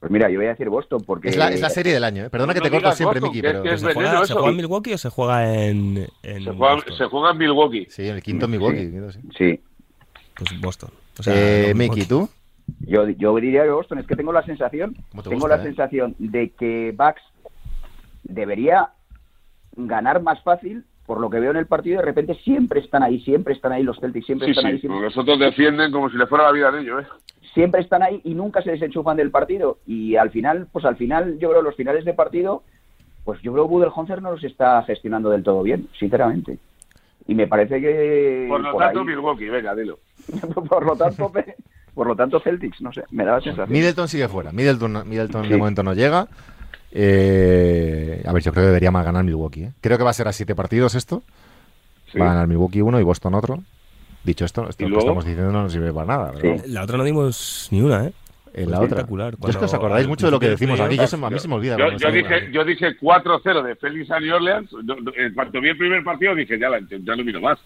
Speaker 4: Pues mira, yo voy a decir Boston porque...
Speaker 2: Es la, es la serie del año, ¿eh? Perdona que
Speaker 5: No
Speaker 2: te corto
Speaker 5: digas
Speaker 2: siempre,
Speaker 5: Boston,
Speaker 2: Miki,
Speaker 5: que es
Speaker 2: pero.
Speaker 5: que es
Speaker 3: ¿Se
Speaker 5: Veneno,
Speaker 3: juega, se
Speaker 5: eso.
Speaker 3: juega en Milwaukee o se juega en, en
Speaker 5: Se juega,
Speaker 3: Boston?
Speaker 5: se juega en Milwaukee.
Speaker 2: Sí, el quinto en Milwaukee. quinto, sí.
Speaker 4: Sí,
Speaker 3: Pues Boston. O sea,
Speaker 2: Eh,
Speaker 3: no,
Speaker 2: Miki,
Speaker 3: Milwaukee.
Speaker 2: ¿tú?
Speaker 4: yo, yo diría que Boston. Es que tengo la sensación,
Speaker 2: ¿Cómo te
Speaker 4: tengo
Speaker 2: gusta,
Speaker 4: la
Speaker 2: eh?
Speaker 4: sensación de que Bucks debería ganar más fácil por lo que veo en el partido. De repente siempre están ahí, siempre están ahí los Celtics, siempre
Speaker 5: Sí,
Speaker 4: están ahí.
Speaker 5: sí.
Speaker 4: siempre-
Speaker 5: Nosotros defienden como si le fuera la vida de ellos, ¿eh?
Speaker 4: siempre están ahí y nunca se desenchufan del partido. Y al final, pues al final, yo creo los finales de partido, pues yo creo que Budelhonzer no los está gestionando del todo bien, sinceramente. Y me parece que
Speaker 5: Por lo
Speaker 4: por
Speaker 5: tanto,
Speaker 4: ahí-
Speaker 5: Milwaukee, venga, dilo.
Speaker 4: por lo tanto, pe- por lo tanto Celtics, no sé, me da la sensación.
Speaker 2: Middleton sigue fuera. Middleton, no- Middleton de
Speaker 4: Sí.
Speaker 2: momento no llega. Eh, a ver, yo creo que debería más ganar Milwaukee. ¿eh? Creo que va a ser a siete partidos esto.
Speaker 5: Sí.
Speaker 2: Va a ganar Milwaukee uno y Boston otro. Dicho esto, esto
Speaker 5: ¿Y
Speaker 2: que
Speaker 5: luego?
Speaker 2: estamos diciendo no nos sirve para nada, ¿verdad?
Speaker 4: Sí.
Speaker 3: La otra no dimos ni una, ¿eh?
Speaker 2: En
Speaker 3: Fue
Speaker 2: la otra.
Speaker 3: espectacular.
Speaker 2: Yo es que os
Speaker 3: Cuando
Speaker 2: acordáis
Speaker 3: al
Speaker 2: mucho de lo que
Speaker 3: principio
Speaker 2: decimos
Speaker 3: del
Speaker 2: aquí.
Speaker 3: frío-
Speaker 2: Yo se- a mí se me olvida.
Speaker 5: Yo,
Speaker 2: cuando
Speaker 5: yo
Speaker 2: salimos
Speaker 5: dije,
Speaker 2: aquí.
Speaker 5: yo dije 4-0 de Félix a New Orleans. Yo- yo- en cuanto vi el primer partido dije, ya, la, ya no miro más.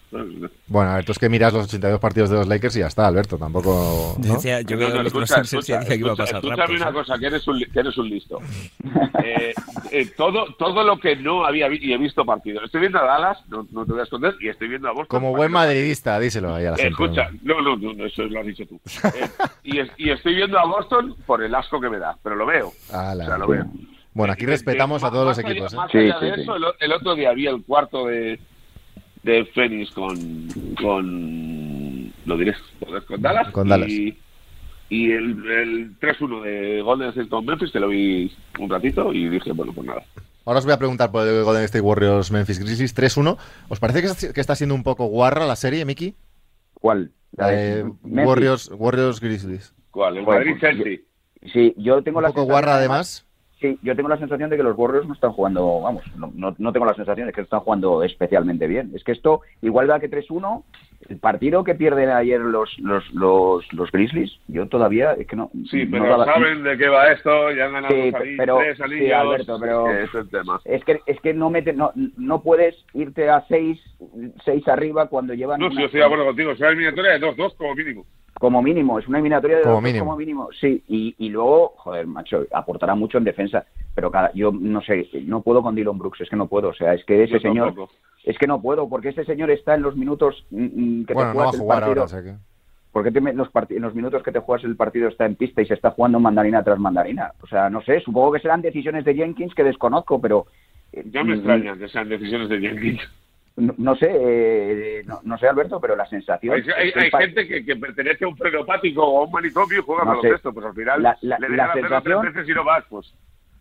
Speaker 2: Bueno, a ver, tú es que miras los 82 partidos de los Lakers y ya está, Alberto. Tampoco. ¿no?
Speaker 3: Decía- yo creo
Speaker 5: No,
Speaker 3: que
Speaker 5: no,
Speaker 3: los
Speaker 5: escucha,
Speaker 3: Simpsons
Speaker 5: escucha,
Speaker 3: decía que iba a
Speaker 5: escucha,
Speaker 3: pasar
Speaker 5: escúchame
Speaker 3: rápido,
Speaker 5: una
Speaker 3: ¿sabes?
Speaker 5: cosa, que eres un, li- que eres un listo. Eh, eh, todo, todo lo que no había vi- y he visto partidos. Estoy viendo a Dallas, no, no te voy a esconder, y estoy viendo a Boston.
Speaker 2: Como buen madridista, díselo ahí a la
Speaker 5: Eh,
Speaker 2: gente.
Speaker 5: escucha, no, no, no, no, eso lo has dicho tú. Eh, y, es- y estoy viendo a Boston por el asco que me da, pero lo veo.
Speaker 2: Ala.
Speaker 5: O sea, lo veo.
Speaker 2: Bueno, aquí
Speaker 5: Eh,
Speaker 2: respetamos
Speaker 5: eh,
Speaker 2: a todos los
Speaker 5: más allá-
Speaker 2: equipos. ¿eh?
Speaker 5: Más
Speaker 4: Sí,
Speaker 5: allá de
Speaker 4: sí, sí.
Speaker 5: eso, el, o- el otro día vi el cuarto de, de Phoenix con, con. Lo diré, joder, con Dallas.
Speaker 2: Con Dallas.
Speaker 5: Y, y el, el 3-1 de Golden State con Memphis, que lo vi un ratito y dije, bueno, pues nada.
Speaker 2: Ahora os voy a preguntar por el Golden State Warriors Memphis Grizzlies 3-1. ¿Os parece que está, que está siendo un poco guarra la serie, Miki?
Speaker 4: ¿Cuál? La de
Speaker 2: Eh,
Speaker 4: Memphis.
Speaker 2: Warriors, Warriors Grizzlies.
Speaker 5: ¿Cuál? El
Speaker 4: Bueno,
Speaker 5: Madrid
Speaker 4: pues,
Speaker 5: Chelsea.
Speaker 4: Sí, yo tengo
Speaker 2: Un
Speaker 4: la
Speaker 2: poco
Speaker 4: sensación,
Speaker 2: guarra además.
Speaker 4: Sí, yo tengo la sensación de que los Warriors no están jugando, vamos, no, no, no tengo la sensación de que están jugando especialmente bien. Es que esto, igual da que 3-1, el partido que pierden ayer los, los, los, los Grizzlies, yo todavía, es que no.
Speaker 5: Sí,
Speaker 4: no
Speaker 5: pero
Speaker 4: daba-
Speaker 5: saben de qué va esto, ya han ganado
Speaker 4: Sí,
Speaker 5: dos anillos,
Speaker 4: pero-
Speaker 5: tres
Speaker 4: sí,
Speaker 5: anillos.
Speaker 4: Alberto, pero-
Speaker 5: Ese Es el tema.
Speaker 4: Es que, es que no, mete, no, no puedes irte a 6 seis, seis arriba cuando llevan.
Speaker 5: No,
Speaker 4: una-
Speaker 5: si yo estoy de acuerdo contigo, será eliminatoria de 2-2 como mínimo.
Speaker 4: Como mínimo, es una eliminatoria de
Speaker 2: Como
Speaker 4: dos,
Speaker 2: mínimo.
Speaker 4: como mínimo. Sí, y, y luego, joder, macho, aportará mucho en defensa, pero cada, yo no sé, no puedo con Dylan Brooks, es que no puedo, o sea, es que ese
Speaker 5: Yo
Speaker 4: señor,
Speaker 5: tampoco.
Speaker 4: es que no puedo, porque ese señor está en los minutos mm, mm,
Speaker 2: Bueno,
Speaker 4: que te
Speaker 2: no va a
Speaker 4: juegas el
Speaker 2: jugar
Speaker 4: partido.
Speaker 2: ahora, o sea que.
Speaker 4: ¿Por qué te met- los, part- en los minutos que te juegas el partido está en pista y se está jugando mandarina tras mandarina? O sea, no sé, supongo que serán decisiones de Jenkins que desconozco, pero... eh,
Speaker 5: Ya me
Speaker 4: mm,
Speaker 5: extrañan que sean decisiones de Jenkins.
Speaker 4: No, no sé, eh, no, no sé, Alberto, pero la sensación...
Speaker 5: Hay, hay-
Speaker 4: es que el
Speaker 5: hay
Speaker 4: par-
Speaker 5: gente que, que pertenece a un frenopático o a un manicomio y juega
Speaker 4: No sé.
Speaker 5: baloncesto, pues al final
Speaker 4: La- la-
Speaker 5: le dejan
Speaker 4: la
Speaker 5: hacerlo tres
Speaker 4: sensación-
Speaker 5: veces y no vas, pues.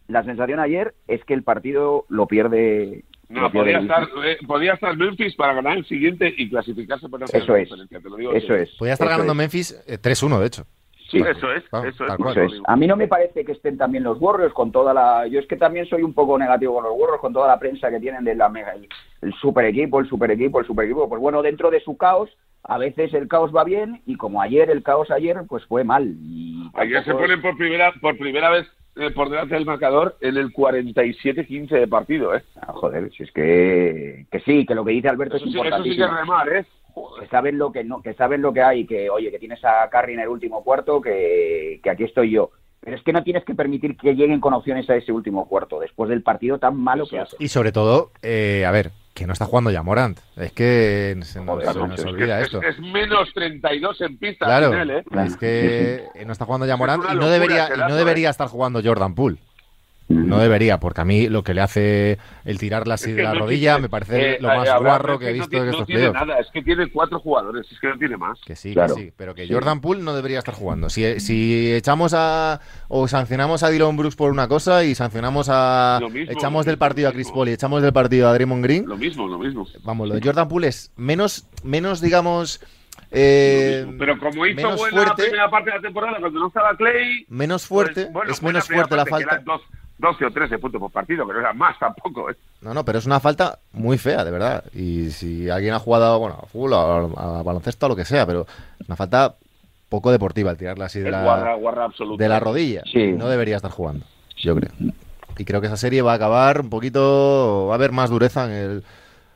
Speaker 4: La sensación ayer es que el partido lo pierde...
Speaker 5: No,
Speaker 4: lo pierde
Speaker 5: podía
Speaker 4: el-
Speaker 5: estar, eh, podía estar Memphis para ganar el siguiente y clasificarse para hacer
Speaker 4: Eso
Speaker 5: la
Speaker 4: es.
Speaker 5: conferencia, te lo digo
Speaker 4: Eso
Speaker 5: yo.
Speaker 4: es.
Speaker 2: Podría estar
Speaker 4: eso
Speaker 2: ganando
Speaker 4: es,
Speaker 2: Memphis eh, 3-1, de hecho.
Speaker 4: sí,
Speaker 5: Eso es,
Speaker 2: Claro,
Speaker 5: eso
Speaker 2: Ah,
Speaker 5: es. Ah,
Speaker 2: tal
Speaker 5: por
Speaker 2: cual.
Speaker 4: eso
Speaker 5: eso
Speaker 4: es.
Speaker 5: digo.
Speaker 4: A mí no me parece que estén también los Warriors con toda la... Yo es que también soy un poco negativo con los Warriors, con toda la prensa que tienen de la mega... El, el super equipo, el super equipo, el super equipo. Pues bueno, dentro de su caos, a veces el caos va bien y como ayer, el caos ayer, pues fue mal. Y
Speaker 5: Ayer se
Speaker 4: tampoco-
Speaker 5: ponen por primera, por primera vez eh, por delante del marcador en el 47-15 de partido, ¿eh?
Speaker 4: Ah, joder, si es que... Que sí, que lo que dice Alberto
Speaker 5: Eso
Speaker 4: es
Speaker 5: sí, eso sí que
Speaker 4: importantísimo.
Speaker 5: es remar, ¿eh? Joder.
Speaker 4: que saben lo que no, que saben lo que hay, que oye, que tienes a Carry en el último cuarto, que, que aquí estoy yo. Pero es que no tienes que permitir que lleguen con opciones a ese último cuarto, después del partido tan malo que hace.
Speaker 2: Y sobre todo, eh, a ver, que no está jugando ya Morant. Es que se nos,
Speaker 4: Joder,
Speaker 2: se nos
Speaker 4: macho, es
Speaker 2: olvida
Speaker 5: es,
Speaker 2: esto.
Speaker 5: es menos 32 en pista al
Speaker 2: Claro,
Speaker 5: final, ¿eh?
Speaker 2: es que eh, no está jugando ya Morant
Speaker 5: una
Speaker 2: y no
Speaker 5: locura
Speaker 2: debería,
Speaker 5: ese
Speaker 2: y
Speaker 5: dato,
Speaker 2: no
Speaker 5: ¿eh?
Speaker 2: debería estar jugando Jordan Poole. No debería, porque a mí lo que le hace el tirarla así
Speaker 5: Es
Speaker 2: de
Speaker 5: que
Speaker 2: la
Speaker 5: no
Speaker 2: rodilla
Speaker 5: tiene-
Speaker 2: me parece
Speaker 5: eh,
Speaker 2: lo más
Speaker 5: habrá-
Speaker 2: guarro
Speaker 5: es
Speaker 2: que he visto
Speaker 5: no,
Speaker 2: en
Speaker 5: tiene-
Speaker 2: estos
Speaker 5: No tiene
Speaker 2: playotes.
Speaker 5: nada, es que tiene cuatro jugadores, es que no tiene más.
Speaker 2: Que sí,
Speaker 4: Claro.
Speaker 2: que sí, pero que Jordan Poole no debería estar jugando. Si, si echamos a. o sancionamos a Dylan Brooks por una cosa y sancionamos a.
Speaker 5: Lo mismo,
Speaker 2: echamos
Speaker 5: lo
Speaker 2: del
Speaker 5: mismo,
Speaker 2: partido a
Speaker 5: lo
Speaker 2: Chris
Speaker 5: mismo.
Speaker 2: Paul y echamos del partido a Draymond Green.
Speaker 5: Lo mismo, lo mismo.
Speaker 2: Vamos, lo de Jordan Poole es menos, menos digamos. eh,
Speaker 5: Lo mismo. Pero como hizo
Speaker 2: menos
Speaker 5: buena la
Speaker 2: fuerte,
Speaker 5: primera parte de la temporada cuando no estaba Clay,
Speaker 2: menos fuerte,
Speaker 5: pues, bueno,
Speaker 2: es
Speaker 5: fue
Speaker 2: menos
Speaker 5: primera
Speaker 2: fuerte la
Speaker 5: parte, que
Speaker 2: falta.
Speaker 5: eran dos- 12 o 13 puntos por partido, que no era más tampoco. ¿eh?
Speaker 2: No, no, pero es una falta muy fea, de verdad. Y si alguien ha jugado, bueno, a fútbol, a, a baloncesto, a lo que sea, pero es una falta poco deportiva el tirarla así de
Speaker 5: Es
Speaker 2: la,
Speaker 5: guarra, guarra absoluta.
Speaker 2: de la rodilla.
Speaker 4: Sí.
Speaker 2: No debería estar jugando, yo creo.
Speaker 5: Mm.
Speaker 2: Y creo que esa serie va a acabar un poquito, va a haber más dureza en el...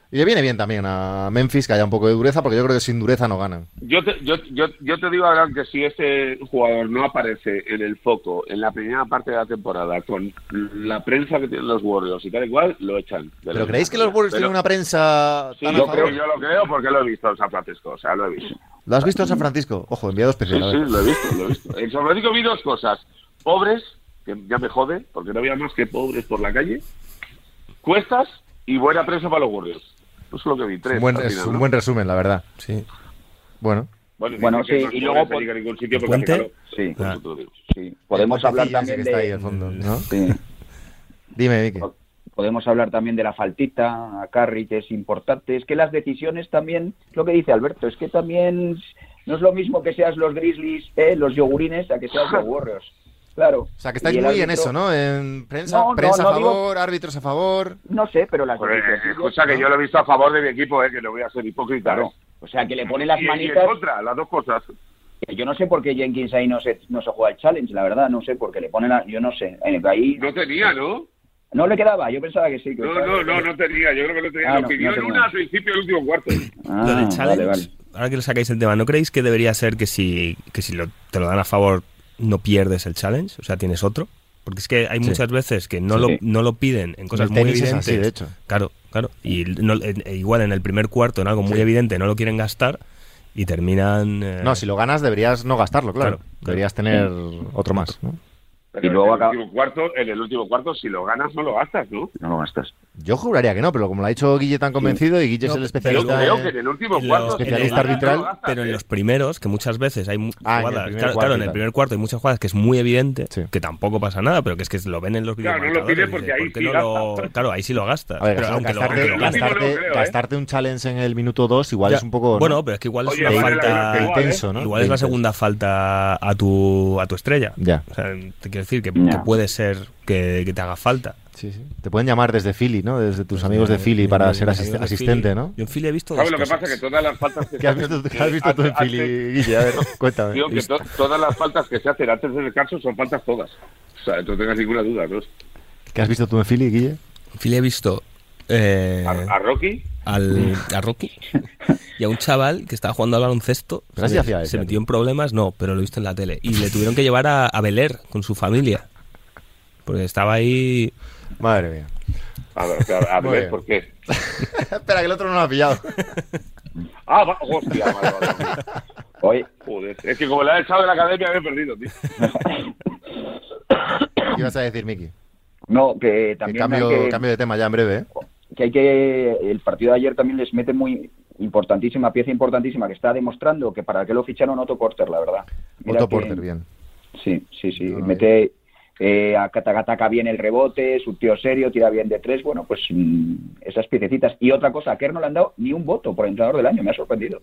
Speaker 2: Y le viene bien también a Memphis que haya un poco de dureza, porque yo creo que sin dureza no ganan.
Speaker 5: Yo te, yo, yo, yo te digo, Abraham, que si este jugador no aparece en el foco en la primera parte de la temporada con la prensa que tienen los Warriors y tal y cual, lo echan. de
Speaker 2: ¿Pero
Speaker 5: la
Speaker 2: creéis que los Warriors
Speaker 5: Pero-
Speaker 2: tienen una prensa
Speaker 5: Sí,
Speaker 2: tan a
Speaker 5: yo,
Speaker 2: favor?
Speaker 5: creo, yo lo creo porque lo he visto en San Francisco, o sea, lo he visto.
Speaker 2: ¿Lo has visto en San Francisco? Ojo, enviado
Speaker 5: Sí,
Speaker 2: especial. a
Speaker 5: sí,
Speaker 2: ver.
Speaker 5: lo he visto, lo he visto. En San Francisco vi dos cosas. Pobres, que ya me jode, porque no había más que pobres por la calle. Cuestas y buena prensa para los Warriors. Eso es lo que vi, tres.
Speaker 2: Un buen-
Speaker 5: al
Speaker 2: es
Speaker 5: final,
Speaker 2: un
Speaker 5: ¿no?
Speaker 2: buen resumen, la verdad.
Speaker 3: Sí.
Speaker 2: Bueno.
Speaker 5: Bueno,
Speaker 4: Bueno,
Speaker 5: dice que
Speaker 4: sí,
Speaker 5: no
Speaker 4: y
Speaker 5: se
Speaker 4: luego
Speaker 5: puede
Speaker 4: por-
Speaker 5: salir a ningún sitio porque,
Speaker 3: Puente.
Speaker 5: claro,
Speaker 4: Sí,
Speaker 3: Ah.
Speaker 5: eso te lo digo.
Speaker 4: sí. Podemos hablar
Speaker 2: Puentecilla ese
Speaker 4: también
Speaker 2: que está ahí
Speaker 4: de...
Speaker 2: al fondo, ¿no?
Speaker 4: sí.
Speaker 2: Dime, Vicky.
Speaker 4: Podemos hablar también de la faltita a Carry, que es importante. Es que las decisiones también, lo que dice Alberto, es que también no es lo mismo que seas los Grizzlies, eh, los yogurines, a que seas los Warriors. Claro.
Speaker 2: O sea, que estáis
Speaker 4: Y
Speaker 2: muy
Speaker 4: el
Speaker 2: en
Speaker 4: árbitro-
Speaker 2: eso, ¿no? En prensa,
Speaker 4: No, no,
Speaker 2: prensa a
Speaker 4: no digo-
Speaker 2: favor, árbitros a favor.
Speaker 4: No sé, pero las
Speaker 5: Pero, eh,
Speaker 4: decisiones-
Speaker 5: escucha que yo lo he visto a favor de mi equipo, eh, que no voy a ser hipócrita.
Speaker 4: Claro.
Speaker 5: ¿eh?
Speaker 4: O sea, que le pone las
Speaker 5: Y- y,
Speaker 4: manitas.
Speaker 5: en contra, las dos cosas.
Speaker 4: Yo no sé por qué Jenkins ahí no se, no se juega el challenge, la verdad, no sé por qué le pone la. Yo no sé. Eh, Ahí
Speaker 5: No tenía, ¿no?
Speaker 4: no le quedaba, yo pensaba que sí. Que
Speaker 5: No, no, no, no tenía. Yo creo que no tenía.
Speaker 4: Ah,
Speaker 5: lo
Speaker 4: no,
Speaker 5: pidió
Speaker 4: no
Speaker 5: en
Speaker 4: tenía.
Speaker 5: una al principio del último cuarto.
Speaker 4: Ah,
Speaker 3: lo del challenge,
Speaker 4: vale, vale.
Speaker 3: ahora que le sacáis el tema, ¿no creéis que debería ser que si, que si lo- te lo dan a favor no pierdes el challenge? O sea, tienes otro. Porque es que hay
Speaker 2: Sí.
Speaker 3: muchas veces que no,
Speaker 4: Sí.
Speaker 3: lo, no lo piden en cosas
Speaker 2: El
Speaker 3: muy
Speaker 2: tenis es
Speaker 3: evidentes.
Speaker 2: así, de hecho.
Speaker 3: Claro, claro. Y no- en- e igual en el primer cuarto, en algo muy
Speaker 2: Sí.
Speaker 3: evidente, no lo quieren gastar y terminan. eh,
Speaker 2: No, si lo ganas deberías no gastarlo, claro. Mm.
Speaker 3: Claro, claro.
Speaker 2: Deberías tener otro más. ¿no?
Speaker 5: Pero
Speaker 4: Y luego
Speaker 5: en, el
Speaker 4: acaba-
Speaker 5: último cuarto, en el último cuarto, si lo ganas, no lo gastas, ¿no?
Speaker 4: No lo gastas.
Speaker 2: Yo juraría que no, pero como lo ha dicho Guille tan convencido y Guille
Speaker 3: No,
Speaker 2: es el
Speaker 3: pero
Speaker 5: Yo
Speaker 2: especialista.
Speaker 5: creo
Speaker 2: en-
Speaker 5: que en el último
Speaker 3: Lo-
Speaker 5: cuarto. si
Speaker 2: especialista
Speaker 5: lo ganas,
Speaker 2: arbitral,
Speaker 5: no lo gastas,
Speaker 3: Pero en
Speaker 5: ¿eh?
Speaker 3: los primeros, que muchas veces hay mu-
Speaker 2: Ah, en el
Speaker 3: jugadas.
Speaker 2: primer
Speaker 3: Claro,
Speaker 2: cuarto
Speaker 3: claro,
Speaker 2: y
Speaker 3: en el
Speaker 2: tal.
Speaker 3: primer cuarto hay muchas jugadas que es muy evidente,
Speaker 2: Sí.
Speaker 3: que tampoco pasa nada, pero que es que lo ven en los
Speaker 5: Claro,
Speaker 3: videos.
Speaker 5: no lo pide porque ahí sí gasta.
Speaker 3: Claro, ahí sí lo gastas.
Speaker 2: A ver,
Speaker 3: pero
Speaker 2: gastar-
Speaker 3: aunque lo-
Speaker 2: gastarte,
Speaker 3: aunque lo
Speaker 5: gastas.
Speaker 3: gastes.
Speaker 2: gastarte-
Speaker 5: Yo creo, ¿eh?
Speaker 2: gastarte un challenge en el minuto 2 igual
Speaker 3: Ya.
Speaker 2: es un poco ¿no?
Speaker 3: Bueno, pero es que igual
Speaker 5: Oye,
Speaker 3: es una
Speaker 5: vale
Speaker 3: falta.
Speaker 5: la pena igual, ¿eh?
Speaker 2: intenso, ¿no?
Speaker 3: Igual es la
Speaker 2: Intenso.
Speaker 3: segunda falta a tu, a tu estrella.
Speaker 2: Ya.
Speaker 3: O sea, te quiero decir que,
Speaker 4: Ya.
Speaker 3: que puede ser que, que te haga falta.
Speaker 2: Sí, sí. Te pueden llamar desde Philly, ¿no? Desde tus amigos de Philly
Speaker 3: Mis-
Speaker 2: para
Speaker 3: mis
Speaker 2: ser
Speaker 3: amigos
Speaker 2: asist-
Speaker 3: de Philly.
Speaker 2: asistente, ¿no?
Speaker 3: Yo en Philly he visto.
Speaker 5: ¿Sabes lo
Speaker 3: dos
Speaker 5: que pasa?
Speaker 3: cosas.
Speaker 5: Que todas las faltas que
Speaker 2: ¿Qué has visto, qué has
Speaker 4: Eh,
Speaker 2: visto tú en
Speaker 5: antes-
Speaker 2: Philly, Guille? A ver, cuéntame.
Speaker 5: Digo que to- todas las faltas que se hacen antes del descanso son faltas todas. O sea, no tengas ninguna duda, ¿no?
Speaker 2: ¿Qué has visto tú en Philly, Guille?
Speaker 3: En Philly he visto. eh,
Speaker 5: A, a Rocky,
Speaker 3: al, a Rocky y a un chaval que estaba jugando al baloncesto.
Speaker 2: Pero así
Speaker 3: se,
Speaker 2: hacía él,
Speaker 3: se
Speaker 2: claro.
Speaker 3: metió en problemas, no, pero lo he visto en la tele. Y le tuvieron que llevar a, a Bel Air con su familia. Porque estaba ahí.
Speaker 2: Madre mía.
Speaker 5: a ver, a, a- a
Speaker 2: Muy
Speaker 5: ver
Speaker 2: bien.
Speaker 5: por qué.
Speaker 2: Espera, que el otro no lo ha pillado.
Speaker 5: Ah, va, hostia, vale, vale, vale.
Speaker 4: Oye,
Speaker 5: Joder, es que como la he echado de la academia me he perdido, tío.
Speaker 2: ¿Qué ibas a decir, Miki?
Speaker 4: no, que
Speaker 2: Que
Speaker 4: también.
Speaker 2: Cambio,
Speaker 4: hay que-
Speaker 2: cambio de tema ya en breve, ¿eh?
Speaker 4: que hay que el partido de ayer también les mete muy importantísima pieza importantísima que está demostrando que para qué lo ficharon Otto Porter la verdad Mira
Speaker 2: Otto
Speaker 4: que-
Speaker 2: Porter, bien.
Speaker 4: sí sí sí
Speaker 2: No, no,
Speaker 4: mete eh, ataca, ataca bien el rebote es un tío serio tira bien de tres bueno pues mm, esas piececitas y otra cosa a Kerr no le han dado ni un voto por entrenador del año me ha sorprendido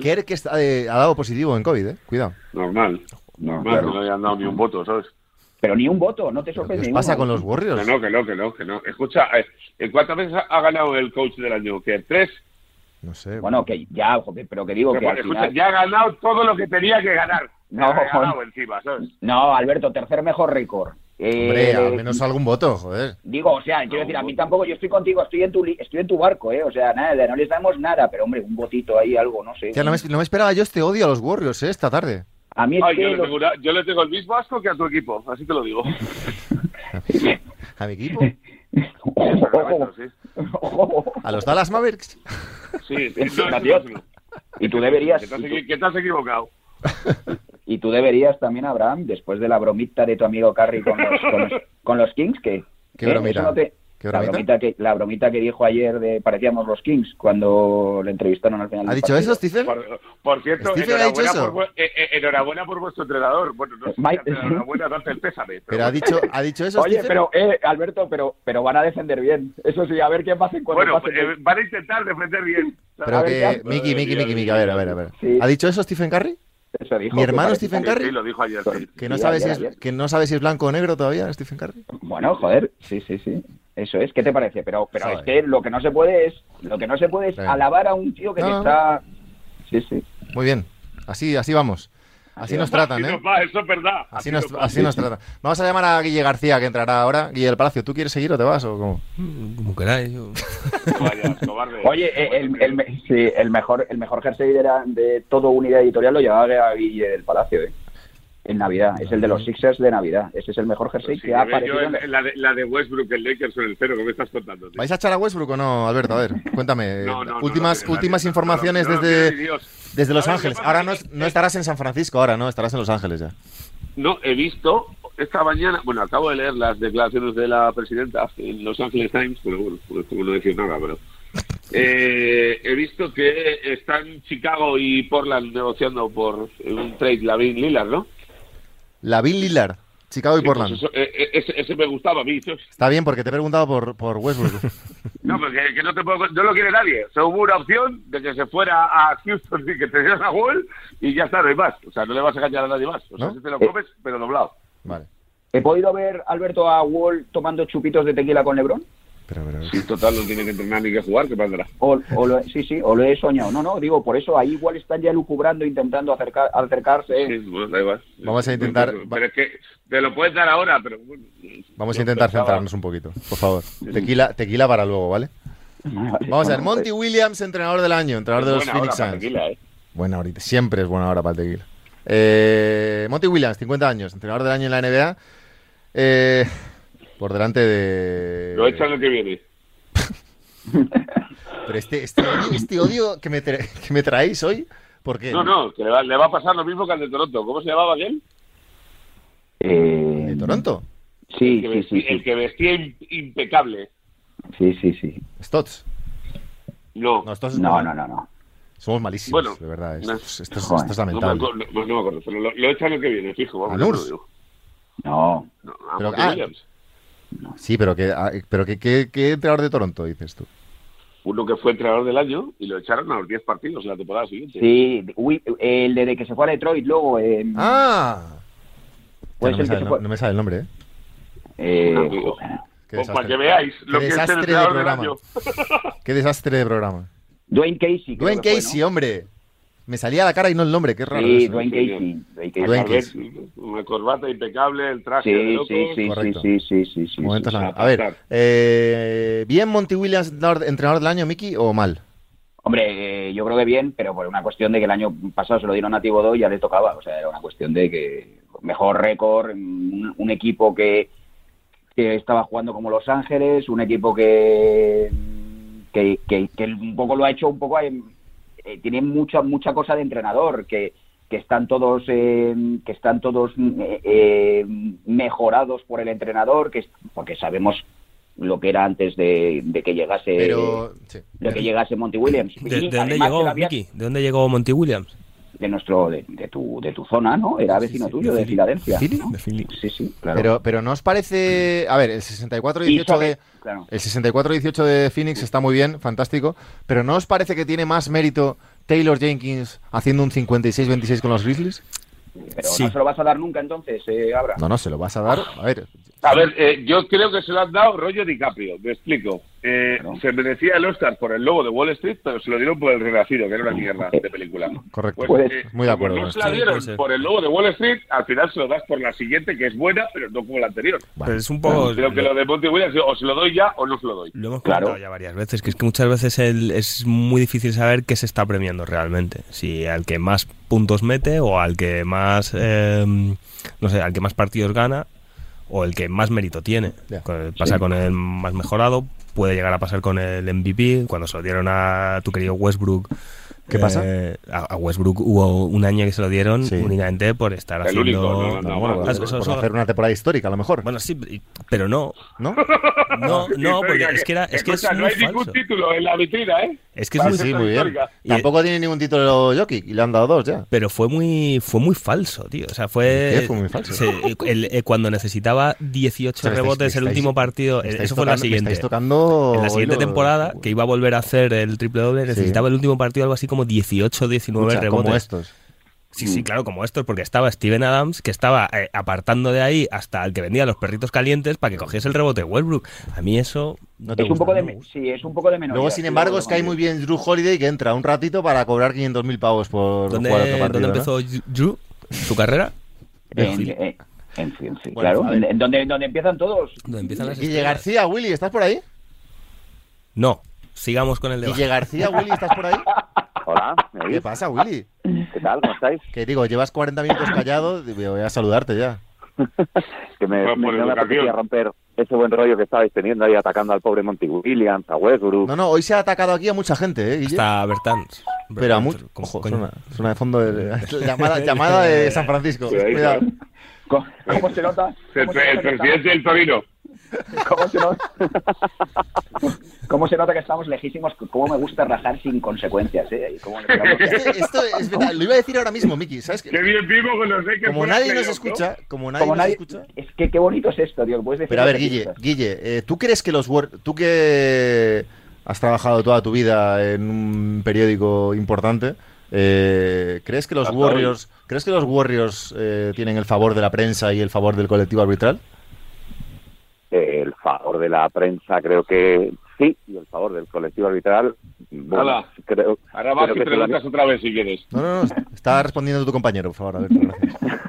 Speaker 2: Kerr, Kerr que está, eh, ha dado positivo en COVID, ¿eh? Cuidado.
Speaker 5: normal.
Speaker 4: No,
Speaker 5: Normal,
Speaker 4: claro.
Speaker 5: que no hayan dado ni un voto, ¿sabes?
Speaker 4: pero ni un voto no
Speaker 2: Pero ¿Qué
Speaker 4: te sorprende
Speaker 2: os
Speaker 4: Pues ninguno.
Speaker 2: pasa con los
Speaker 5: No,
Speaker 2: Warriors?
Speaker 5: no, que no, que no, que no. Escucha, eh, ¿en cuántas veces ha- ha ganado el coach del año? ¿Que tres?
Speaker 2: No sé.
Speaker 4: bueno que ya joder, pero que digo que
Speaker 5: Pero,
Speaker 4: al
Speaker 5: escucha,
Speaker 4: final-
Speaker 5: ya ha ganado todo lo que tenía que ganar.
Speaker 4: No,
Speaker 5: ha ganado
Speaker 4: Juan.
Speaker 5: encima, ¿sabes?
Speaker 4: no Alberto tercer mejor récord Eh,
Speaker 2: Hombre, al menos algún voto, joder.
Speaker 4: Digo, o sea, quiero decir, a mí tampoco, yo estoy contigo, estoy en tu li- estoy en tu barco, ¿eh? O sea, nada, no les damos nada, pero hombre, un botito ahí, algo, no sé.
Speaker 2: Tía, no, me, no me esperaba yo este odio a los Warriors, ¿eh? Esta tarde.
Speaker 4: A mí es
Speaker 5: Ay,
Speaker 4: que
Speaker 5: yo, le
Speaker 4: los-
Speaker 5: tengo una- yo le tengo el mismo asco que a tu equipo, así te lo digo.
Speaker 2: A mi equipo.
Speaker 4: Ojo, ojo,
Speaker 5: Sí,
Speaker 4: ojo.
Speaker 2: A los Dallas Mavericks.
Speaker 5: sí, sí, no,
Speaker 4: Tío,
Speaker 5: eso no.
Speaker 4: Y tú deberías,
Speaker 5: Que
Speaker 4: y
Speaker 5: te has
Speaker 4: tú,
Speaker 5: equi- que te has equivocado.
Speaker 4: y tú deberías también, Abraham, después de la bromita de tu amigo Carry con los, con los, con los Kings, que...
Speaker 2: ¿Qué
Speaker 4: ¿eh?
Speaker 2: bromita?
Speaker 4: Eso no te-
Speaker 2: ¿Qué
Speaker 4: la
Speaker 2: bromita?
Speaker 4: bromita que la bromita que dijo ayer de parecíamos los Kings cuando le entrevistaron al final
Speaker 2: ¿Ha
Speaker 4: del
Speaker 2: dicho
Speaker 4: partido.
Speaker 2: eso, Stephen?
Speaker 5: Por, por cierto,
Speaker 2: Stephen ha dicho
Speaker 5: enhorabuena
Speaker 2: eso.
Speaker 5: por, vu- eh, eh, enhorabuena por vuestro entrenador. Bueno, no sé,
Speaker 4: Mike-
Speaker 5: enhorabuena, darte el pésame.
Speaker 2: Pero ha dicho, ha dicho eso,
Speaker 4: Oye,
Speaker 2: Stephen.
Speaker 4: pero eh, Alberto, pero pero van a defender bien. Eso sí, a ver qué pasa cuando
Speaker 5: bueno,
Speaker 4: pase.
Speaker 5: eh, van a intentar defender bien. ¿sabes?
Speaker 2: Pero
Speaker 4: A ver,
Speaker 2: que,
Speaker 4: ya.
Speaker 2: Miki, Miki, Miki, Miki, a ver, a ver, a ver.
Speaker 4: Sí.
Speaker 2: ¿Ha dicho eso Stephen Curry?
Speaker 4: Eso dijo,
Speaker 2: mi
Speaker 4: que
Speaker 2: hermano
Speaker 4: parece-
Speaker 2: Stephen
Speaker 5: Sí,
Speaker 2: Curry.
Speaker 5: sí, lo dijo ayer. sí.
Speaker 2: Que no,
Speaker 4: Sí,
Speaker 2: sabe si
Speaker 4: ayer,
Speaker 2: es,
Speaker 4: ayer.
Speaker 2: que no sabe si es blanco o negro todavía, Stephen Curry.
Speaker 4: Bueno, joder, sí, sí, sí. Eso es, ¿qué te parece? Pero, pero
Speaker 2: Joder.
Speaker 4: es que lo que no se puede es, lo que no se puede es
Speaker 2: Venga.
Speaker 4: alabar a un tío que
Speaker 2: No,
Speaker 4: te
Speaker 2: no, no.
Speaker 4: está. Sí, sí.
Speaker 2: Muy bien. Así, así vamos. Así
Speaker 4: Así
Speaker 2: nos
Speaker 4: vamos.
Speaker 5: Así
Speaker 2: tratan, ¿eh?
Speaker 5: nos va, eso es verdad.
Speaker 2: Así nos,
Speaker 5: va.
Speaker 2: así nos tratan. Vamos a llamar a Guille García, que entrará ahora. Guille del Palacio, ¿tú quieres seguir o te vas o cómo?
Speaker 3: Mm, Como queráis. yo-
Speaker 5: Vaya, cobarde.
Speaker 4: Oye, eh, el, el, me- sí, el mejor, el mejor jersey de, la- de todo unidad editorial lo llevaba a Guille del Palacio, ¿eh? En Navidad, es el de los Sixers de Navidad. Ese es el mejor jersey
Speaker 5: Sí,
Speaker 4: que
Speaker 5: ya
Speaker 4: ha
Speaker 5: veo yo
Speaker 4: aparecido. en-
Speaker 5: el- la, de, la de Westbrook, el Lakers en el cero, ¿qué me estás contando? tío?
Speaker 2: ¿Vais a echar a Westbrook o no, Alberto? A ver, cuéntame.
Speaker 5: No, no, no,
Speaker 2: últimas
Speaker 5: no, no,
Speaker 2: últimas
Speaker 5: no, no,
Speaker 2: informaciones
Speaker 5: no, no, no,
Speaker 2: desde,
Speaker 5: Dios.
Speaker 2: desde Los
Speaker 5: ¿Sabes qué
Speaker 2: Ángeles.
Speaker 5: pasa?
Speaker 2: Ahora no,
Speaker 5: Es-
Speaker 2: no estarás en San Francisco, ahora no, estarás en Los Ángeles ya.
Speaker 5: No, he visto esta mañana, bueno, acabo de leer las declaraciones de la presidenta en Los Angeles Times, pero bueno, pues como no decir nada, pero... eh, he visto que están Chicago y Portland negociando por un trade Lavin Lillard, ¿no?
Speaker 2: La Bill Lillard, Chicago y
Speaker 5: Sí,
Speaker 2: Portland.
Speaker 5: pues eso- eh, eh, ese, ese me gustaba a mí. eso es-
Speaker 2: Está bien, porque te he preguntado por, por Westbrook.
Speaker 5: No, porque que no, te puedo- no lo quiere nadie. O sea, hubo una opción de que se fuera a Houston y que te dieras a Wall y ya está, no hay más. O sea, no le vas a engañar a nadie más. O sea,
Speaker 2: ¿No?
Speaker 5: si te lo comes, pero doblado.
Speaker 2: Vale.
Speaker 4: ¿He podido ver, Alberto, a Wall tomando chupitos de tequila con Lebron?
Speaker 2: Pero, pero-
Speaker 5: Si total no tiene que entrenar ni que jugar, ¿qué pasará?
Speaker 4: O, o lo, sí, sí, o lo he soñado. No, no, digo, por eso ahí igual están ya lucubrando, intentando acercar, acercarse.
Speaker 5: Sí, bueno, da igual.
Speaker 2: Vamos a intentar-
Speaker 5: Pero es que te lo puedes dar ahora, pero bueno.
Speaker 2: Vamos a intentar centrarnos un poquito, por favor. Tequila, tequila para luego, ¿vale? Vamos a ver, Monty Williams, entrenador del año, entrenador de los
Speaker 5: eh, Buena
Speaker 2: Phoenix
Speaker 5: hora para
Speaker 2: Suns.
Speaker 5: tequila, ¿eh?
Speaker 2: Buena ahorita, siempre es buena hora para el tequila. Eh, Monty Williams, 50 años, entrenador del año en la NBA. Eh, por delante de.
Speaker 5: Lo echan lo que viene.
Speaker 2: Pero este, este odio, este odio que, me tra- que me traéis hoy, ¿por qué?
Speaker 5: No, no, que le va, le va a pasar lo mismo que al de Toronto. ¿Cómo se llamaba aquel?
Speaker 4: Eh,
Speaker 2: ¿De Toronto?
Speaker 4: Sí,
Speaker 5: El que
Speaker 4: sí, sí,
Speaker 5: vestía, el
Speaker 4: sí,
Speaker 5: que vestía im- impecable.
Speaker 4: sí, sí, sí.
Speaker 2: Stotts.
Speaker 5: No,
Speaker 2: No,
Speaker 5: no,
Speaker 2: Stotts es
Speaker 4: No,
Speaker 2: bueno.
Speaker 4: no, no, no.
Speaker 2: Somos malísimos,
Speaker 5: Bueno,
Speaker 2: de verdad. Esto,
Speaker 5: no.
Speaker 2: es- esto es,
Speaker 4: Joder,
Speaker 2: esto es
Speaker 5: me,
Speaker 2: lamentable.
Speaker 5: acuerdo, no, no me acuerdo, pero lo, lo echan lo que viene, fijo.
Speaker 2: ¿A
Speaker 5: Vamos, ya te lo
Speaker 2: Nurse?
Speaker 5: digo.
Speaker 4: No,
Speaker 5: No, a
Speaker 2: Pero-
Speaker 5: Monty
Speaker 2: ah.
Speaker 5: Williams.
Speaker 2: Sí, pero que, ah, pero que, que- que entrenador de Toronto, dices
Speaker 5: Mm.
Speaker 2: tú.
Speaker 5: Uno que fue entrenador del año y lo echaron a los 10 partidos en la temporada siguiente.
Speaker 4: sí, uy, el de que se fue a Detroit luego. eh,
Speaker 2: ¡Ah! Ya,
Speaker 4: Puede
Speaker 2: no, me
Speaker 4: ser que
Speaker 2: sale,
Speaker 4: se
Speaker 2: no-
Speaker 4: fue-
Speaker 2: no me sale el nombre, ¿eh?
Speaker 4: eh,
Speaker 5: Amigo.
Speaker 2: Qué
Speaker 5: Pues para
Speaker 2: desastre.
Speaker 5: que veáis
Speaker 2: Qué
Speaker 5: lo que es ser
Speaker 2: desastre de
Speaker 5: entrenador del
Speaker 2: programa.
Speaker 5: año.
Speaker 2: Qué desastre de programa.
Speaker 4: Dwayne Casey. creo
Speaker 2: Dwayne
Speaker 4: que fue,
Speaker 2: Casey, hombre. Me salía la cara y no el nombre, qué
Speaker 4: ¿no?
Speaker 2: raro. eso.
Speaker 4: Sí,
Speaker 2: ¿eh?
Speaker 4: Dwayne Casey. Dwayne Casey.
Speaker 2: Dwayne
Speaker 5: A ver, una corbata impecable, el traje de
Speaker 4: Sí,
Speaker 5: loco.
Speaker 4: sí, sí,
Speaker 2: Correcto.
Speaker 4: sí, sí, sí, sí,
Speaker 2: Momentos
Speaker 4: sí.
Speaker 2: la- A ver,
Speaker 5: Claro.
Speaker 2: eh, ¿bien Monty Williams entrenador entrenador del año, Mickey, o mal?
Speaker 4: Hombre, eh, yo creo que bien, pero por una cuestión de que el año pasado se lo dieron a Tibodó y ya le tocaba. O sea, era una cuestión de que mejor récord, un, un equipo que, que estaba jugando como Los Ángeles, un equipo que, que, que- que un poco lo ha hecho un poco... eh, eh, tiene mucha mucha cosa de entrenador, que, que están todos eh, que están todos eh, eh, mejorados por el entrenador, que es- porque sabemos lo que era antes de, de que llegase
Speaker 2: Pero. sí.
Speaker 4: de que llegase Monty Williams.
Speaker 3: ¿De,
Speaker 4: Y
Speaker 3: de dónde
Speaker 4: además
Speaker 3: llegó,
Speaker 4: que lo había-
Speaker 3: Miki? ¿De dónde llegó Monty Williams?
Speaker 4: De, nuestro, de, de tu, de tu zona, ¿no? Era vecino
Speaker 3: sí,
Speaker 4: tuyo,
Speaker 3: de
Speaker 4: de,
Speaker 3: Philly.
Speaker 4: Filadelfia.
Speaker 3: ¿De Philly?
Speaker 4: ¿no?
Speaker 3: De Philly.
Speaker 4: Sí, sí, claro.
Speaker 2: Pero, pero ¿no os parece.? A ver, el 64
Speaker 4: Y
Speaker 2: 18
Speaker 4: sabe-
Speaker 2: de.
Speaker 4: claro.
Speaker 2: El 64-18 de Phoenix está muy bien, fantástico, pero ¿no os parece que tiene más mérito Taylor Jenkins haciendo un 56-26 con los Grizzlies?
Speaker 4: Pero
Speaker 3: sí.
Speaker 4: no se lo vas a dar nunca entonces, eh, Abra.
Speaker 2: No, no, se lo vas a dar. A ver,
Speaker 5: A ver, eh, yo creo que se lo han dado rollo DiCaprio, me explico. Eh,
Speaker 4: Claro.
Speaker 5: Se merecía el Oscar por el lobo de Wall Street, pero se lo dieron por el renacido, que era una mierda de película.
Speaker 2: correcto.
Speaker 4: Pues-
Speaker 2: Muy de acuerdo con
Speaker 5: como No
Speaker 3: esto.
Speaker 5: se la
Speaker 3: Sí,
Speaker 5: dieron
Speaker 3: puede ser.
Speaker 5: por el lobo de Wall Street, al final se lo das por la siguiente, que es buena, pero no como la anterior.
Speaker 2: Vale.
Speaker 3: Pero Pues es un poco.
Speaker 5: Creo que lo de Monty Williams, o se lo doy ya o no se lo doy.
Speaker 3: Lo hemos
Speaker 4: Claro.
Speaker 3: comentado ya varias veces, que es que muchas veces el- es muy difícil saber qué se está premiando realmente. Si al que más puntos mete o al que más, eh, no sé, al que más partidos gana o el que más mérito tiene.
Speaker 2: Ya.
Speaker 3: Con- Pasa con el más mejorado, puede llegar a pasar con el MVP, cuando se lo dieron a tu querido Westbrook.
Speaker 2: ¿Qué pasa?
Speaker 3: eh, a, a Westbrook hubo un año que se lo dieron
Speaker 2: Sí.
Speaker 3: únicamente por estar
Speaker 5: El
Speaker 3: haciendo... Ah,
Speaker 5: único, no,
Speaker 2: No,
Speaker 5: no,
Speaker 2: bueno,
Speaker 5: no,
Speaker 2: por-
Speaker 3: eso- eso-
Speaker 2: por
Speaker 3: eso-
Speaker 2: hacer una temporada histórica, a lo mejor.
Speaker 3: Bueno, sí, y- pero no.
Speaker 2: ¿No?
Speaker 3: No, no, porque
Speaker 5: Oiga,
Speaker 3: es que, era, es, que es
Speaker 5: escucha, no
Speaker 3: muy
Speaker 5: hay ningún
Speaker 3: falso.
Speaker 5: título en la vitrina, ¿eh?
Speaker 3: Es que es
Speaker 5: Para
Speaker 3: muy
Speaker 5: ser
Speaker 2: Sí,
Speaker 5: Esa
Speaker 2: muy bien.
Speaker 5: histórica.
Speaker 3: Y-
Speaker 2: Tampoco tiene ningún título Jokic y le han dado dos Ah, ya.
Speaker 3: pero fue muy fue muy falso, tío. O sea, fue,
Speaker 2: ¿Qué? Fue muy falso.
Speaker 3: se- el- eh, cuando necesitaba 18
Speaker 2: O sea, me estáis-
Speaker 3: rebotes
Speaker 2: me
Speaker 3: el
Speaker 2: estáis-
Speaker 3: último partido,
Speaker 2: me
Speaker 3: eh,
Speaker 2: estáis
Speaker 3: eso fue en la
Speaker 2: tocando- me
Speaker 3: siguiente.
Speaker 2: estáis tocando
Speaker 3: en la siguiente
Speaker 2: hoy lo-
Speaker 3: temporada, que iba a volver a hacer el triple doble, necesitaba el último partido algo así como 18, 19
Speaker 2: Escucha,
Speaker 3: rebotes.
Speaker 2: como estos.
Speaker 3: Sí, sí, claro, como estos, porque estaba Steven Adams, que estaba eh, apartando de ahí hasta el que vendía los perritos calientes para que cogiese el rebote de Westbrook. A mí eso no te
Speaker 4: Es un,
Speaker 3: gusta,
Speaker 4: poco de,
Speaker 3: no me
Speaker 4: me-
Speaker 3: gusta.
Speaker 4: sí, es un poco de menos.
Speaker 2: Luego, sin embargo, es que hay muy bien Drew Holiday que entra un ratito para cobrar 500.000 pavos por
Speaker 3: ¿Dónde,
Speaker 2: jugar otro partido.
Speaker 3: dónde
Speaker 2: ¿no?
Speaker 3: empezó Drew su carrera?
Speaker 4: En,
Speaker 3: Philly.
Speaker 4: en- en fin, en fin,
Speaker 2: Bueno, a
Speaker 4: claro.
Speaker 2: ver.
Speaker 4: En donde, en donde empiezan todos.
Speaker 3: ¿Dónde empiezan las
Speaker 2: Guille
Speaker 3: estrellas.
Speaker 2: García, Willy, ¿estás por ahí?
Speaker 3: No, sigamos con el debate.
Speaker 2: Guille García, Willy, ¿estás por ahí?
Speaker 6: Hola, ¿me
Speaker 2: ¿Qué
Speaker 6: oís?
Speaker 2: pasa, Willy?
Speaker 6: ¿Qué tal? ¿Cómo estáis?
Speaker 2: Que digo, llevas 40 minutos callado, digo, voy a saludarte ya.
Speaker 6: Que me,
Speaker 5: Bueno,
Speaker 6: me-
Speaker 5: por
Speaker 6: no me
Speaker 5: educación.
Speaker 6: apetecía romper ese buen rollo que estabais teniendo ahí atacando al pobre Monty Williams, a Westbrook.
Speaker 2: No, no, hoy se ha atacado aquí a mucha gente, ¿eh, Guille?
Speaker 3: Hasta Bertans.
Speaker 2: Pero a
Speaker 3: Bertans,
Speaker 2: mucho.
Speaker 3: ¿cómo
Speaker 2: Ojo,
Speaker 3: coño?
Speaker 2: suena, suena de fondo de, llamada, llamada
Speaker 5: Eh,
Speaker 2: de San Francisco.
Speaker 5: Cuidadito,
Speaker 2: Cuidado.
Speaker 5: eh.
Speaker 4: ¿Cómo, cómo se nota?
Speaker 5: El,
Speaker 4: cómo se
Speaker 5: el
Speaker 4: nota que
Speaker 5: presidente del Torino.
Speaker 4: estamos- cómo se nota- ¿Cómo se nota que estamos lejísimos? ¿Cómo me gusta rajar sin consecuencias? eh? Y cómo nos quedamos-
Speaker 2: Este- esto es verdad, lo iba a decir ahora mismo, Miki, ¿sabes qué?
Speaker 5: Qué bien vivo con los Lakers
Speaker 2: Como
Speaker 5: fuera
Speaker 2: nadie
Speaker 5: de
Speaker 2: nos
Speaker 5: playoff, ¿no?
Speaker 2: escucha, como nadie
Speaker 4: Como
Speaker 2: nos
Speaker 4: nadie-
Speaker 2: escucha.
Speaker 4: Es que qué bonito es esto, tío. que Puedes decir
Speaker 2: Pero a
Speaker 4: lo
Speaker 2: ver,
Speaker 4: que
Speaker 2: Guille,
Speaker 4: piensas.
Speaker 2: Guille, eh, ¿tú crees que los Wor- tú que has trabajado toda tu vida en un periódico importante, eh, ¿crees que los
Speaker 5: Hasta
Speaker 2: Warriors, crees que los Warriors eh, tienen el favor de la prensa y el favor del colectivo arbitral?
Speaker 6: Eh, el favor de la prensa creo que sí, y el favor del colectivo arbitral, bueno,
Speaker 5: Hala.
Speaker 6: creo,
Speaker 5: Ahora vas
Speaker 6: creo
Speaker 5: y
Speaker 6: que se lo han-
Speaker 5: preguntas otra vez si quieres.
Speaker 2: No, no, no. Está respondiendo tu compañero, por favor. Alberto, gracias.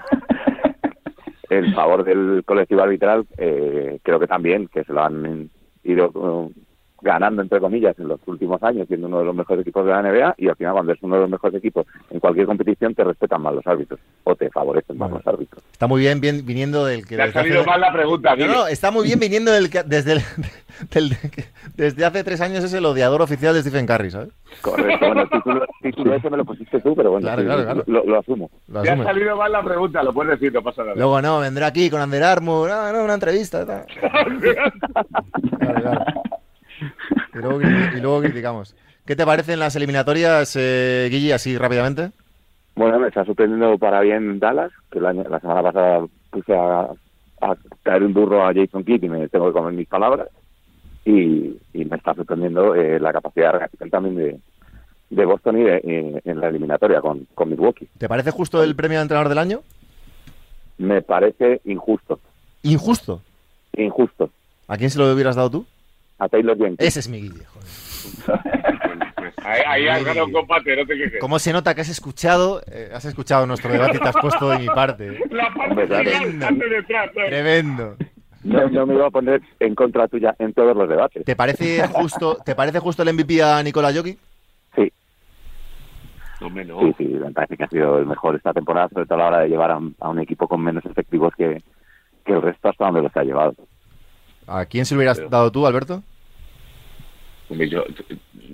Speaker 6: el favor del colectivo arbitral, eh, creo que también, que se lo han ido eh, ganando, entre comillas, en los últimos años, siendo uno de los mejores equipos de la NBA, y al final, cuando es uno de los mejores equipos en cualquier competición, te respetan más los árbitros, o te favorecen más
Speaker 2: Vale.
Speaker 6: los árbitros.
Speaker 2: Está muy bien, bien viniendo del que...
Speaker 5: Te ha
Speaker 2: desde hace-
Speaker 5: salido mal la pregunta,
Speaker 2: No,
Speaker 5: Guille.
Speaker 2: no, está muy bien viniendo del que, desde, el- del- desde hace tres años es el odiador oficial de Stephen Curry, ¿sabes?
Speaker 6: Correcto, bueno, el título, título ese me lo pusiste tú, pero bueno,
Speaker 2: Claro,
Speaker 6: sí,
Speaker 2: claro, claro.
Speaker 6: Lo, lo asumo.
Speaker 2: Lo
Speaker 5: Te ha
Speaker 2: asume.
Speaker 5: salido mal la pregunta, lo puedes decir, no pasa nada.
Speaker 2: Luego no, vendrá aquí con Under Armour, ah, no, una entrevista. tal.
Speaker 5: pues,
Speaker 2: Claro, claro. Y, luego, cri- y luego criticamos. ¿Qué te parecen las eliminatorias, eh, Guille, así rápidamente?
Speaker 6: Bueno, me está sorprendiendo para bien Dallas, que el año- la semana pasada puse a, a caer un burro a Jason Kidd y me tengo que comer mis palabras. Y, y me está sorprendiendo eh, la capacidad de reacción también de, de Boston y de- en- en la eliminatoria con, con Milwaukee.
Speaker 2: ¿Te parece justo el premio de entrenador del año?
Speaker 6: Me parece injusto,
Speaker 2: Injusto.
Speaker 6: injusto.
Speaker 2: ¿A quién se lo hubieras dado tú?
Speaker 6: A Taylor Jenkins.
Speaker 2: Ese es mi Guille. joder.
Speaker 5: pues, Ahí, ahí has
Speaker 2: Ay.
Speaker 5: ganado un combate, no te quejes.
Speaker 2: ¿Cómo se nota que has escuchado, eh, has escuchado nuestro debate y te has puesto de mi parte? eh.
Speaker 5: La parte
Speaker 6: Hombre, claro.
Speaker 5: final, antes pues. detrás. ¿sabes?
Speaker 2: Tremendo.
Speaker 6: No, no me iba a poner en contra tuya en todos los debates.
Speaker 2: ¿Te parece justo, ¿te parece justo el MVP a Nikola Jokic?
Speaker 6: Sí,
Speaker 5: Hombre, no.
Speaker 6: Sí, sí, me parece que ha sido el mejor esta temporada, sobre todo a la hora de llevar a un, a un equipo con menos efectivos que, que el resto hasta donde los ha llevado.
Speaker 2: ¿A quién se lo hubieras dado tú, Alberto?
Speaker 5: Hombre, yo-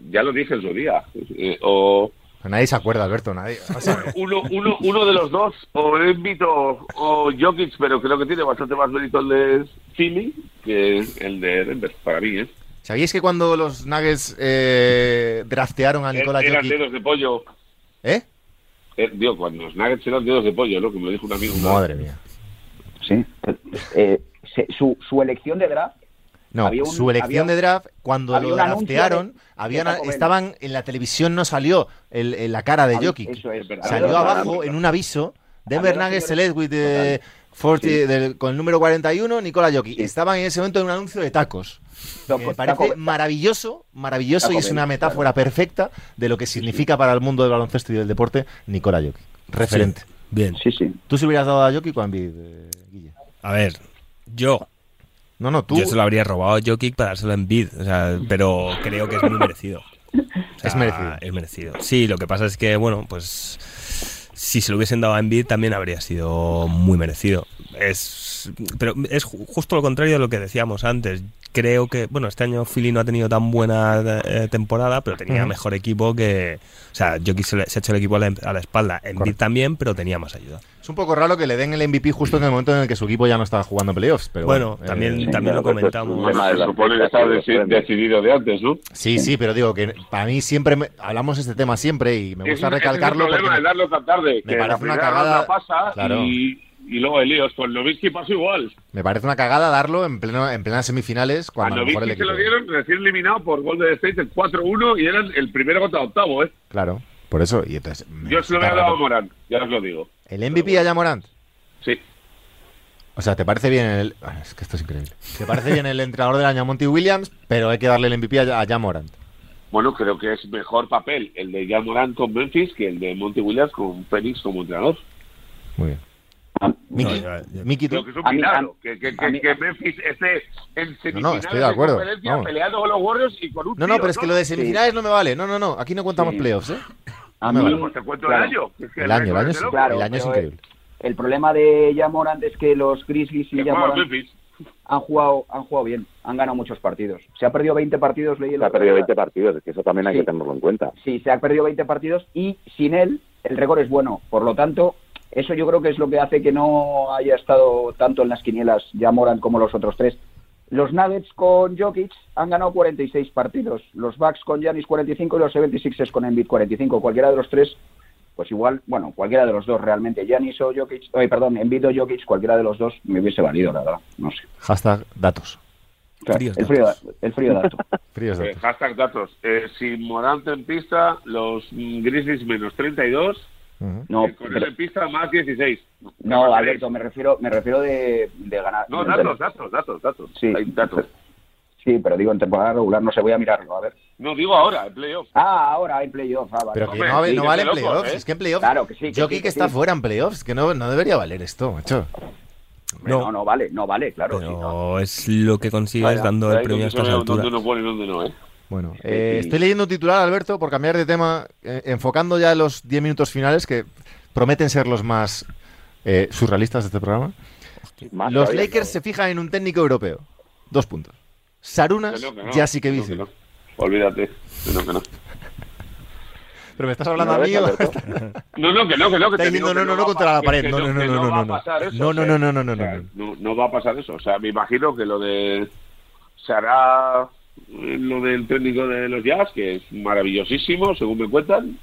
Speaker 5: ya lo dije en su día. Eh, o
Speaker 2: Pues Nadie se acuerda, Alberto, nadie. O sea,
Speaker 5: uno, uno, uno de los dos, o Embiid o, o Jokic, pero creo que tiene bastante más mérito el de Philly que el de Denver, para mí. ¿eh?
Speaker 2: ¿Sabíais que cuando los Nuggets eh, draftearon
Speaker 5: Ah,
Speaker 2: a Nikola
Speaker 5: eran
Speaker 2: Jokic?
Speaker 5: dedos de pollo.
Speaker 2: ¿Eh?
Speaker 5: Eh, digo, cuando los Nuggets eran dedos de pollo, ¿no? Que me lo dijo un amigo. ¿no?
Speaker 2: Madre mía.
Speaker 4: Sí. Eh, se- su, su elección de draft,
Speaker 2: No,
Speaker 4: Había un-
Speaker 2: su elección
Speaker 4: había-
Speaker 2: de draft, cuando
Speaker 4: había
Speaker 2: lo
Speaker 4: un anuncio
Speaker 2: draftearon,
Speaker 4: de-
Speaker 2: había
Speaker 4: de
Speaker 2: una-
Speaker 4: Taco Bell.
Speaker 2: estaban en la televisión, no salió el- el- la cara de
Speaker 4: había-
Speaker 2: Jokic.
Speaker 4: eso es.
Speaker 5: Salió
Speaker 2: Salió
Speaker 4: Había-
Speaker 2: abajo en un aviso. Denver
Speaker 4: Había-
Speaker 2: Nuggets Select with the 40 del- con el número 41, Nikola Jokic. Estaban en ese momento en un anuncio de tacos.
Speaker 4: Taco-
Speaker 2: Me
Speaker 4: Taco
Speaker 2: eh, parece
Speaker 4: Bell.
Speaker 2: maravilloso, maravilloso y
Speaker 4: Taco
Speaker 2: es
Speaker 4: Bell,
Speaker 2: una metáfora perfecta de lo que significa para el mundo del baloncesto y del deporte Nikola Jokic. Referente.
Speaker 3: Bien.
Speaker 4: Sí, sí.
Speaker 2: ¿Tú se lo hubieras dado a Jokic o a Embiid, eh, Guille?
Speaker 3: A ver, yo.
Speaker 2: No, no, tú.
Speaker 3: Yo se lo habría robado a Jokic para dárselo en bid, o sea, pero creo que es muy merecido. O sea,
Speaker 2: Es merecido.
Speaker 3: Es merecido. Sí, lo que pasa es que, bueno, pues si se lo hubiesen dado a Embiid también habría sido muy merecido. Es, pero es ju- justo lo contrario de lo que decíamos antes. Creo que, bueno, este año Philly no ha tenido tan buena eh, temporada, pero tenía
Speaker 2: Ujú.
Speaker 3: mejor equipo que... O sea, Jokic se, le- se ha hecho el equipo a la, a la espalda. Embiid
Speaker 2: Correcto.
Speaker 3: también, pero tenía más ayuda.
Speaker 2: Es un poco raro que le den el MVP justo en el momento en el que su equipo ya no estaba jugando playoffs. Pero
Speaker 3: Bueno,
Speaker 2: bueno,
Speaker 3: también-
Speaker 2: eh,
Speaker 3: también lo
Speaker 6: pero eso es
Speaker 3: comentamos.
Speaker 6: un tema de
Speaker 5: Bueno, pues, se
Speaker 6: las
Speaker 5: supone que está deci-
Speaker 6: expectativas.
Speaker 5: decidido de antes, ¿no?
Speaker 2: Sí, sí, pero digo que para mí siempre me- hablamos este tema siempre y me gusta
Speaker 5: Ese- ese
Speaker 2: recalcarlo
Speaker 5: Es el problema
Speaker 2: porque
Speaker 5: de darlo tan tarde.
Speaker 2: me
Speaker 5: que
Speaker 2: parece
Speaker 5: la
Speaker 2: una
Speaker 5: primera
Speaker 2: cagada-
Speaker 5: ronda pasa
Speaker 2: claro.
Speaker 5: y, y luego de líos. Con Nowitzki pasó igual.
Speaker 2: Me parece una cagada darlo en pleno en plenas semifinales cuando a
Speaker 5: a
Speaker 2: lo mejor el
Speaker 5: Nowitzki se
Speaker 2: equipo.
Speaker 5: lo dieron recién eliminado por Golden State en 4-1 y eran el primero contra octavo, ¿eh?
Speaker 2: Claro, por eso. Y entonces, me
Speaker 5: Yo se
Speaker 2: resulta
Speaker 5: lo hubiera dado a
Speaker 2: raro.
Speaker 5: Morán, ya os lo digo.
Speaker 2: El MVP a Morant.
Speaker 5: Sí.
Speaker 2: O sea, ¿te parece bien el. Ah, Es que esto es increíble. ¿Te parece bien el entrenador del año a Monty Williams? Pero hay que darle el MVP a, a Morant.
Speaker 5: Bueno, creo que es mejor papel el de Jan Morán con Memphis que el de Monty Williams con Phoenix como entrenador.
Speaker 2: Muy bien. Miki,
Speaker 3: No, ya- ya-
Speaker 2: Miki,
Speaker 5: Creo
Speaker 2: tú.
Speaker 5: que es un
Speaker 4: A mí-
Speaker 5: milagro
Speaker 4: a-
Speaker 5: que, que,
Speaker 4: a
Speaker 5: que,
Speaker 4: mí-
Speaker 5: que Memphis esté en semifinales
Speaker 2: estoy de acuerdo,
Speaker 5: conferencia
Speaker 2: vamos.
Speaker 5: peleando con los Warriors y con un
Speaker 2: No, no,
Speaker 5: tío,
Speaker 2: pero es que lo de semifinales no me vale. No, no, no. Aquí no contamos
Speaker 4: Sí.
Speaker 2: playoffs, ¿eh?
Speaker 4: A
Speaker 2: No,
Speaker 4: mí-
Speaker 5: Bueno, pues te cuento
Speaker 4: claro.
Speaker 5: el año. que es que
Speaker 2: El año, el año,
Speaker 5: récord
Speaker 2: es-
Speaker 5: es de
Speaker 4: Claro,
Speaker 2: el año es
Speaker 4: pero, eh,
Speaker 2: increíble.
Speaker 4: El problema de Jamorant es que los Grizzlies
Speaker 5: Que
Speaker 4: y
Speaker 5: juega
Speaker 4: Jamorant
Speaker 5: Memphis.
Speaker 4: han jugado, han jugado bien, han ganado muchos partidos. Se ha perdido 20 partidos, leí el
Speaker 6: Se ha
Speaker 4: otro
Speaker 6: perdido
Speaker 4: día.
Speaker 6: 20 partidos, es que eso también hay
Speaker 4: Sí.
Speaker 6: que tenerlo en cuenta.
Speaker 4: Sí, se ha perdido 20 partidos y sin él el récord es bueno. Por lo tanto, eso yo creo que es lo que hace que no haya estado tanto en las quinielas ya Moran como los otros tres. Los Nuggets con Jokic han ganado 46 partidos, los Bucks con Giannis 45 y los 76ers con Embiid 45. Cualquiera de los tres, pues igual, bueno, cualquiera de los dos realmente, Giannis o Jokic, ay, perdón, Embiid o Jokic, cualquiera de los dos me hubiese valido, la verdad, no sé.
Speaker 2: Hashtag datos.
Speaker 4: Claro,
Speaker 3: Fríos
Speaker 4: el, frío, el frío dato.
Speaker 2: Fríos
Speaker 5: Eh,
Speaker 2: datos.
Speaker 5: hashtag datos. Eh, sin Morante en pista, los mm, Grizzlies menos 32
Speaker 2: Ujú.
Speaker 4: No,
Speaker 5: El Cornell en pista más 16.
Speaker 4: no, Alberto, me refiero, me refiero de, de ganar.
Speaker 5: No,
Speaker 4: de-
Speaker 5: datos, datos, datos, datos.
Speaker 4: Sí.
Speaker 5: Hay datos.
Speaker 4: Sí, pero digo en temporada regular, no sé, voy a mirarlo, a ver.
Speaker 5: No, digo ahora, en playoff.
Speaker 4: Ah, ahora en playoff, ah, vale.
Speaker 2: Pero que
Speaker 5: Hombre,
Speaker 2: no, vale-
Speaker 5: sí,
Speaker 2: no
Speaker 5: que
Speaker 2: vale en
Speaker 5: de locos,
Speaker 2: playoffs.
Speaker 5: ¿eh?
Speaker 2: Es que en playoffs.
Speaker 4: Claro que sí.
Speaker 2: Yo
Speaker 4: sí,
Speaker 2: aquí que
Speaker 4: sí.
Speaker 2: está fuera en playoffs, que no, no debería valer esto, macho.
Speaker 4: Hombre, No. no, vale, no vale, claro. sí, no.
Speaker 3: Pero es lo que consigues
Speaker 4: Vaya,
Speaker 3: dando el
Speaker 5: Hay
Speaker 3: premio a estas
Speaker 5: condiciones donde
Speaker 3: alturas.
Speaker 5: uno pone y donde no, ¿eh?
Speaker 2: Bueno, eh, estoy leyendo un titular, Alberto, por cambiar de tema, eh, enfocando ya los 10 minutos finales que prometen ser los más eh, surrealistas de este programa.
Speaker 6: Más
Speaker 2: los
Speaker 6: todavía,
Speaker 2: Lakers se fijan en un técnico europeo. Dos puntos.
Speaker 5: Que
Speaker 2: Sarunas,
Speaker 5: no, que no.
Speaker 2: ya sí que
Speaker 5: no,
Speaker 2: dice.
Speaker 5: no. Olvídate. Que no, que no.
Speaker 2: Pero me estás
Speaker 6: ¿no
Speaker 2: hablando a
Speaker 6: ves,
Speaker 2: mí. o-
Speaker 6: Alberto?
Speaker 5: No, no, que no, que no. Que
Speaker 2: Está
Speaker 5: te
Speaker 2: diciendo
Speaker 5: digo que
Speaker 2: no, no, no
Speaker 5: va a
Speaker 2: contra la
Speaker 5: pa-
Speaker 2: pared.
Speaker 5: que
Speaker 2: No, no, no,
Speaker 5: que
Speaker 2: no, no,
Speaker 5: va a
Speaker 2: no.
Speaker 5: pasar
Speaker 2: No,
Speaker 5: eso, o sea,
Speaker 2: no, no, no, no,
Speaker 5: o sea,
Speaker 2: no,
Speaker 5: no. no va a pasar eso. O sea, me imagino que lo de. Se hará eh, lo del técnico de los Jazz, que es maravillosísimo, según me cuentan.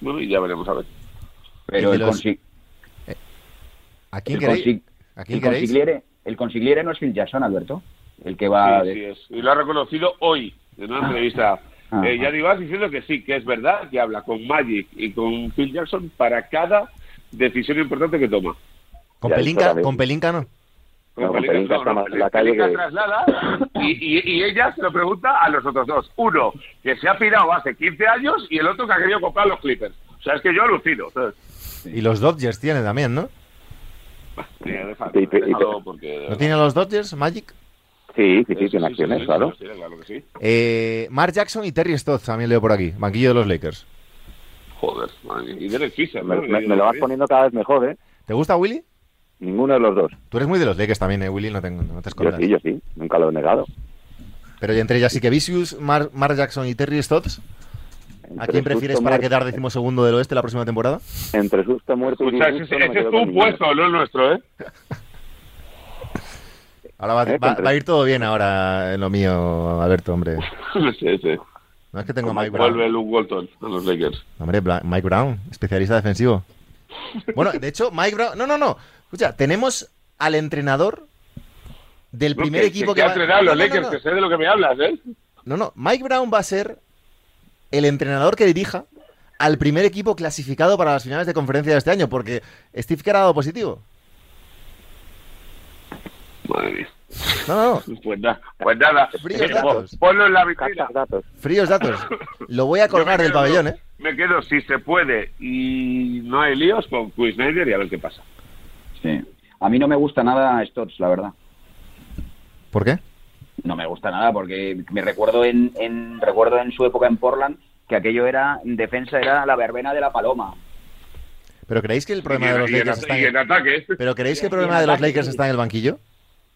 Speaker 5: Bueno, y ya veremos a ver.
Speaker 4: Pero
Speaker 2: Y
Speaker 4: el,
Speaker 2: los-
Speaker 4: consi-
Speaker 2: ¿A quién
Speaker 4: el
Speaker 2: queréis?
Speaker 4: consi-
Speaker 2: ¿A quién
Speaker 4: el
Speaker 2: queréis?
Speaker 4: consigliere, el consigliere no es Phil Jackson, Alberto. El que va.
Speaker 5: Sí,
Speaker 4: de-
Speaker 5: sí es. Y lo ha reconocido hoy en una entrevista.
Speaker 4: Ah.
Speaker 5: Eh, Yanni Vas diciendo que sí, que es verdad, que habla con Magic y con Phil Jackson para cada decisión importante que toma.
Speaker 2: ¿Con
Speaker 6: Ya,
Speaker 2: Pelinka?
Speaker 6: eso también.
Speaker 2: ¿Con Pelinka no?
Speaker 6: No, con Pelinka está más en la calle
Speaker 5: Pelinka
Speaker 6: que-
Speaker 5: traslada y, y- y ella se lo pregunta a los otros dos. Uno, que se ha pirado hace 15 años y el otro que ha querido comprar los Clippers. O sea, es que yo alucino. ¿sabes?
Speaker 2: Y los Dodgers tiene también, ¿no?
Speaker 5: Mira, déjalo,
Speaker 6: Y pe- y pe-
Speaker 5: déjalo porque-
Speaker 2: ¿No tiene a los Dodgers, Magic?
Speaker 6: Sí,
Speaker 5: Sí,
Speaker 6: sí, sí,
Speaker 5: sí,
Speaker 6: tiene
Speaker 5: sí,
Speaker 6: acciones,
Speaker 5: sí, sí,
Speaker 6: claro.
Speaker 5: los tiene, claro que sí.
Speaker 2: Eh, Mark Jackson y Terry Stotts también leo por aquí. Banquillo de los Lakers.
Speaker 5: Joder, madre mía. Y Derek Fisher,
Speaker 6: Me,
Speaker 5: ¿no?
Speaker 6: me- me lo vas poniendo cada vez mejor, ¿eh?
Speaker 2: ¿Te gusta, Willy?
Speaker 6: Ninguno de los dos.
Speaker 2: Tú eres muy de los Lakers también, eh, Willy, no, tengo, no te
Speaker 6: Yo
Speaker 2: escondas.
Speaker 6: sí, yo sí. Nunca lo he negado.
Speaker 2: Pero ya entre Jessica Vicious, Mar, Mark Jackson y Terry Stotts, ¿a
Speaker 6: Entre
Speaker 2: quién prefieres
Speaker 6: susto
Speaker 2: para
Speaker 6: muerto-
Speaker 2: quedar decimosegundo del oeste la próxima temporada?
Speaker 6: Entre susto muerto y
Speaker 5: Escucha,
Speaker 6: disgusto
Speaker 5: ese,
Speaker 6: no me
Speaker 5: ese
Speaker 6: quedo
Speaker 5: es
Speaker 6: con
Speaker 5: tu
Speaker 6: ninguno.
Speaker 5: puesto, no el nuestro, ¿eh?
Speaker 2: Ahora va,
Speaker 6: Eh,
Speaker 2: va-
Speaker 6: contra-
Speaker 2: va a ir todo bien ahora en lo mío, Alberto, hombre.
Speaker 5: sí, sí.
Speaker 2: No es que tengo a Mike
Speaker 5: Vuelve
Speaker 2: Brown.
Speaker 5: Luke Walton a los Lakers.
Speaker 2: Hombre, Bla- Mike Brown, especialista defensivo. Bueno, de hecho, Mike Brown... No, no, no. Escucha, tenemos al entrenador del
Speaker 5: No,
Speaker 2: primer
Speaker 5: que-
Speaker 2: equipo
Speaker 5: que,
Speaker 2: que,
Speaker 5: ha
Speaker 2: va...
Speaker 5: entrenado a
Speaker 2: No,
Speaker 5: los
Speaker 2: no, no,
Speaker 5: Lakers,
Speaker 2: no.
Speaker 5: que sé de lo que me hablas, ¿eh?
Speaker 2: No, no, Mike Brown va a ser el entrenador que dirija al primer equipo clasificado para las finales de conferencia de este año, porque Steve Kerr ha dado positivo.
Speaker 5: Madre mía.
Speaker 2: No, no, no.
Speaker 5: Pues, nada, pues nada.
Speaker 2: Fríos
Speaker 5: Eh,
Speaker 2: datos.
Speaker 5: Ponlo en la vitrina.
Speaker 6: Datos, datos.
Speaker 2: Fríos datos. Lo voy a colgar
Speaker 5: Yo me
Speaker 2: del
Speaker 5: quedo-
Speaker 2: pabellón, ¿eh?
Speaker 5: Me quedo, si se puede y no hay líos, con Snyder y a ver qué pasa.
Speaker 4: sí. A mí no me gusta nada Stotts, la verdad.
Speaker 2: ¿Por qué?
Speaker 4: No me gusta nada porque me recuerdo en, en recuerdo en su época en Portland que aquello era en defensa era la verbena de la paloma.
Speaker 2: ¿Pero creéis que el problema
Speaker 5: y,
Speaker 2: de
Speaker 5: en-
Speaker 2: los
Speaker 5: y en,
Speaker 2: Lakers
Speaker 5: at-
Speaker 2: está
Speaker 5: y en
Speaker 2: en...
Speaker 5: ataque.
Speaker 2: ¿Pero creéis que el problema de los
Speaker 4: ataque.
Speaker 2: Lakers está en el banquillo?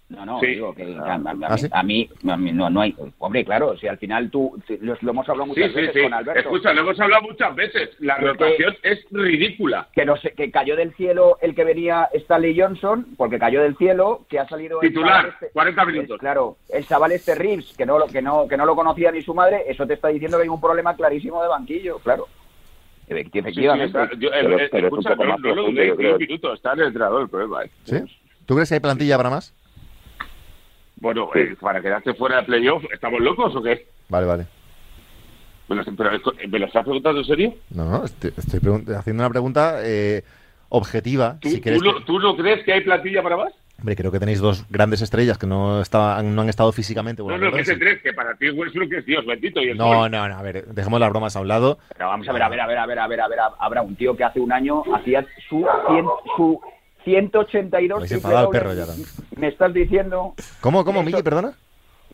Speaker 4: No, no,
Speaker 5: Sí.
Speaker 4: digo que a, a- a mí,
Speaker 2: ¿Ah, sí?
Speaker 4: a mí- a mí no, no hay. Hombre, claro, si al final tú. si- Lo, lo hemos hablado
Speaker 5: Sí,
Speaker 4: muchas
Speaker 5: sí,
Speaker 4: veces
Speaker 5: sí.
Speaker 4: con Alberto.
Speaker 5: Escucha, lo hemos hablado muchas veces. La
Speaker 4: Porque-
Speaker 5: rotación es ridícula.
Speaker 4: Que, no sé, que cayó del cielo el que venía Stanley Johnson, porque cayó del cielo, que ha salido. el
Speaker 5: Titular,
Speaker 4: chaval este,
Speaker 5: 40 minutos.
Speaker 4: el- claro, el chaval este Reeves, que no, lo- que, no, que no lo conocía ni su madre, eso te está diciendo que hay un problema clarísimo de banquillo, claro. Efecti-
Speaker 5: Sí, sí,
Speaker 4: Efectivamente.
Speaker 5: está- yo-
Speaker 6: Pero-
Speaker 5: eh,
Speaker 6: pero es un
Speaker 5: escucha,
Speaker 6: poco
Speaker 5: no,
Speaker 6: más
Speaker 5: no lo
Speaker 6: profundo, yo
Speaker 5: dudéis ni
Speaker 6: creo.
Speaker 5: un minuto. Está en el entrenador el problema. ¿eh?
Speaker 2: ¿Sí? ¿Tú crees que hay plantilla para más?
Speaker 5: Bueno, eh, para quedarte fuera de playoff, ¿estamos locos o qué?
Speaker 2: Vale, vale.
Speaker 5: ¿Me lo, pero esto- ¿me lo estás preguntando en serio?
Speaker 2: No, no, estoy, estoy pregun- haciendo una pregunta eh, objetiva.
Speaker 5: ¿Tú,
Speaker 2: si
Speaker 5: tú
Speaker 2: crees
Speaker 5: no,
Speaker 2: que-
Speaker 5: tú no crees que hay plantilla para más?
Speaker 2: Hombre, creo que tenéis dos grandes estrellas que no, estaban, no han estado físicamente.
Speaker 5: No,
Speaker 2: bueno,
Speaker 5: no, que
Speaker 2: sí.
Speaker 5: ese tres, que para ti Westbrook es Dios bendito. Y el
Speaker 2: No, no, no, a ver, dejemos las bromas a un lado.
Speaker 4: Pero vamos a ver, a ver, a ver, a ver, a ver, a ver, a- habrá un tío que hace un año hacía su, cien, su 182
Speaker 2: Habéis enfadado al
Speaker 4: triple
Speaker 2: perro ya,
Speaker 4: dobles. Me estás diciendo,
Speaker 2: ¿Cómo, cómo,
Speaker 4: Eso-
Speaker 2: Miki, perdona?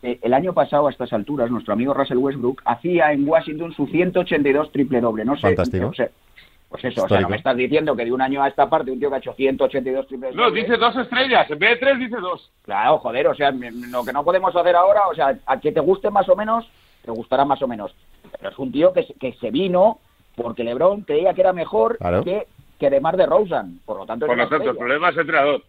Speaker 4: eh, el año pasado a estas alturas, nuestro amigo Russell Westbrook hacía en Washington su 182 triple doble, no sé.
Speaker 2: Fantástico.
Speaker 4: o sea, pues eso, o sea,
Speaker 2: Histórico.
Speaker 4: no me estás diciendo que de un año a esta parte un tío que ha hecho 182 triple
Speaker 5: No,
Speaker 4: doble.
Speaker 5: dice dos estrellas. En vez de tres, dice dos.
Speaker 4: Claro, joder, o sea, me- lo que no podemos hacer ahora, o sea, a que te guste más o menos, te gustará más o menos. Pero es un tío que, se- que se vino porque LeBron creía que era mejor
Speaker 2: Claro.
Speaker 4: que, que de Mar de Rosen. Por lo tanto, es
Speaker 5: Por lo
Speaker 4: una
Speaker 5: tanto, el
Speaker 4: estrella.
Speaker 5: problema es el entrenador.